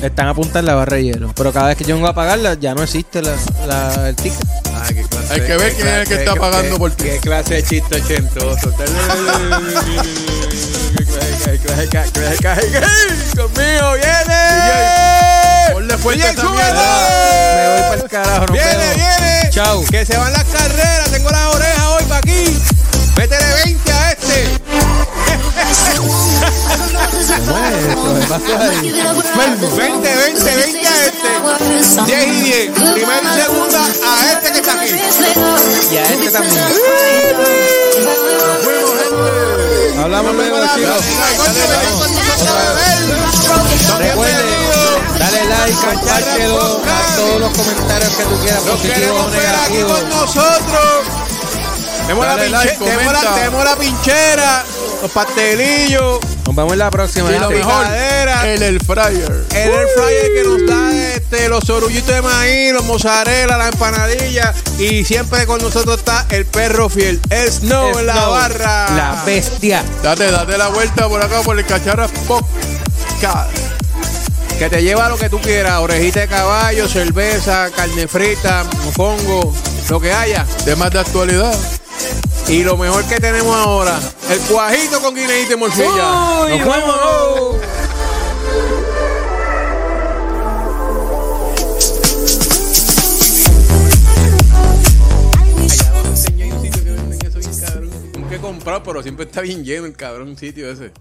[SPEAKER 1] Están a apuntar la barra de hielo. Pero cada vez que yo vengo a pagarla, ya no existe la, la- el ticket.
[SPEAKER 3] Ay, Ah, qué clase,
[SPEAKER 2] Hay que ver
[SPEAKER 3] qué
[SPEAKER 2] quién es el que
[SPEAKER 3] clase,
[SPEAKER 2] está
[SPEAKER 3] qué-
[SPEAKER 2] pagando por ti.
[SPEAKER 3] Qué clase de chiste ochentoso. Conmigo viene.
[SPEAKER 2] Ponle fuerte a
[SPEAKER 3] DJ,
[SPEAKER 2] esa
[SPEAKER 3] súbele.
[SPEAKER 2] mierda.
[SPEAKER 1] Me voy para el carajo, nos
[SPEAKER 3] Viene,
[SPEAKER 1] vemos.
[SPEAKER 3] viene.
[SPEAKER 1] Chao.
[SPEAKER 3] Que se van las carreras. Tengo las orejas hoy para aquí. Métele 20 a este.
[SPEAKER 1] Bueno, eso, el vaso ahí.
[SPEAKER 3] 20, 20, 20 a este. 10 y 10. Primera y segunda a este que está aquí.
[SPEAKER 1] Y a este también. Hablamos luego,
[SPEAKER 3] Dale, dale,
[SPEAKER 1] chicos.
[SPEAKER 3] dale.
[SPEAKER 1] Recuerden, dale like, compártelo, haz todos los comentarios que tú quieras,
[SPEAKER 3] Los
[SPEAKER 1] positivos o
[SPEAKER 3] queremos ver aquí
[SPEAKER 1] negativos.
[SPEAKER 3] con nosotros. Demos la,
[SPEAKER 2] Dale
[SPEAKER 3] pinche-
[SPEAKER 2] like,
[SPEAKER 3] demos la-
[SPEAKER 2] comenta.
[SPEAKER 3] demos la pinchera, los pastelillos,
[SPEAKER 1] Nos vemos en la próxima.
[SPEAKER 3] Y lo
[SPEAKER 1] gente.
[SPEAKER 3] mejor. Picadera.
[SPEAKER 2] El el fryer.
[SPEAKER 3] el air fryer que nos da este, los orullitos de maíz, los mozzarella, la empanadilla. Y siempre con nosotros está el perro fiel, el Snow en la
[SPEAKER 1] Snow,
[SPEAKER 3] barra.
[SPEAKER 1] La bestia.
[SPEAKER 2] Date, date la vuelta por acá por el cacharra podcast.
[SPEAKER 3] Que te lleva lo que tú quieras, orejita de caballo, cerveza, carne frita, mofongo, lo que haya.
[SPEAKER 2] Temas de actualidad.
[SPEAKER 3] Y lo mejor que tenemos ahora, el cuajito con guineíta y morcilla.
[SPEAKER 1] Nos vemos.
[SPEAKER 3] Nunca he comprado, pero siempre está bien lleno el cabrón sitio ese.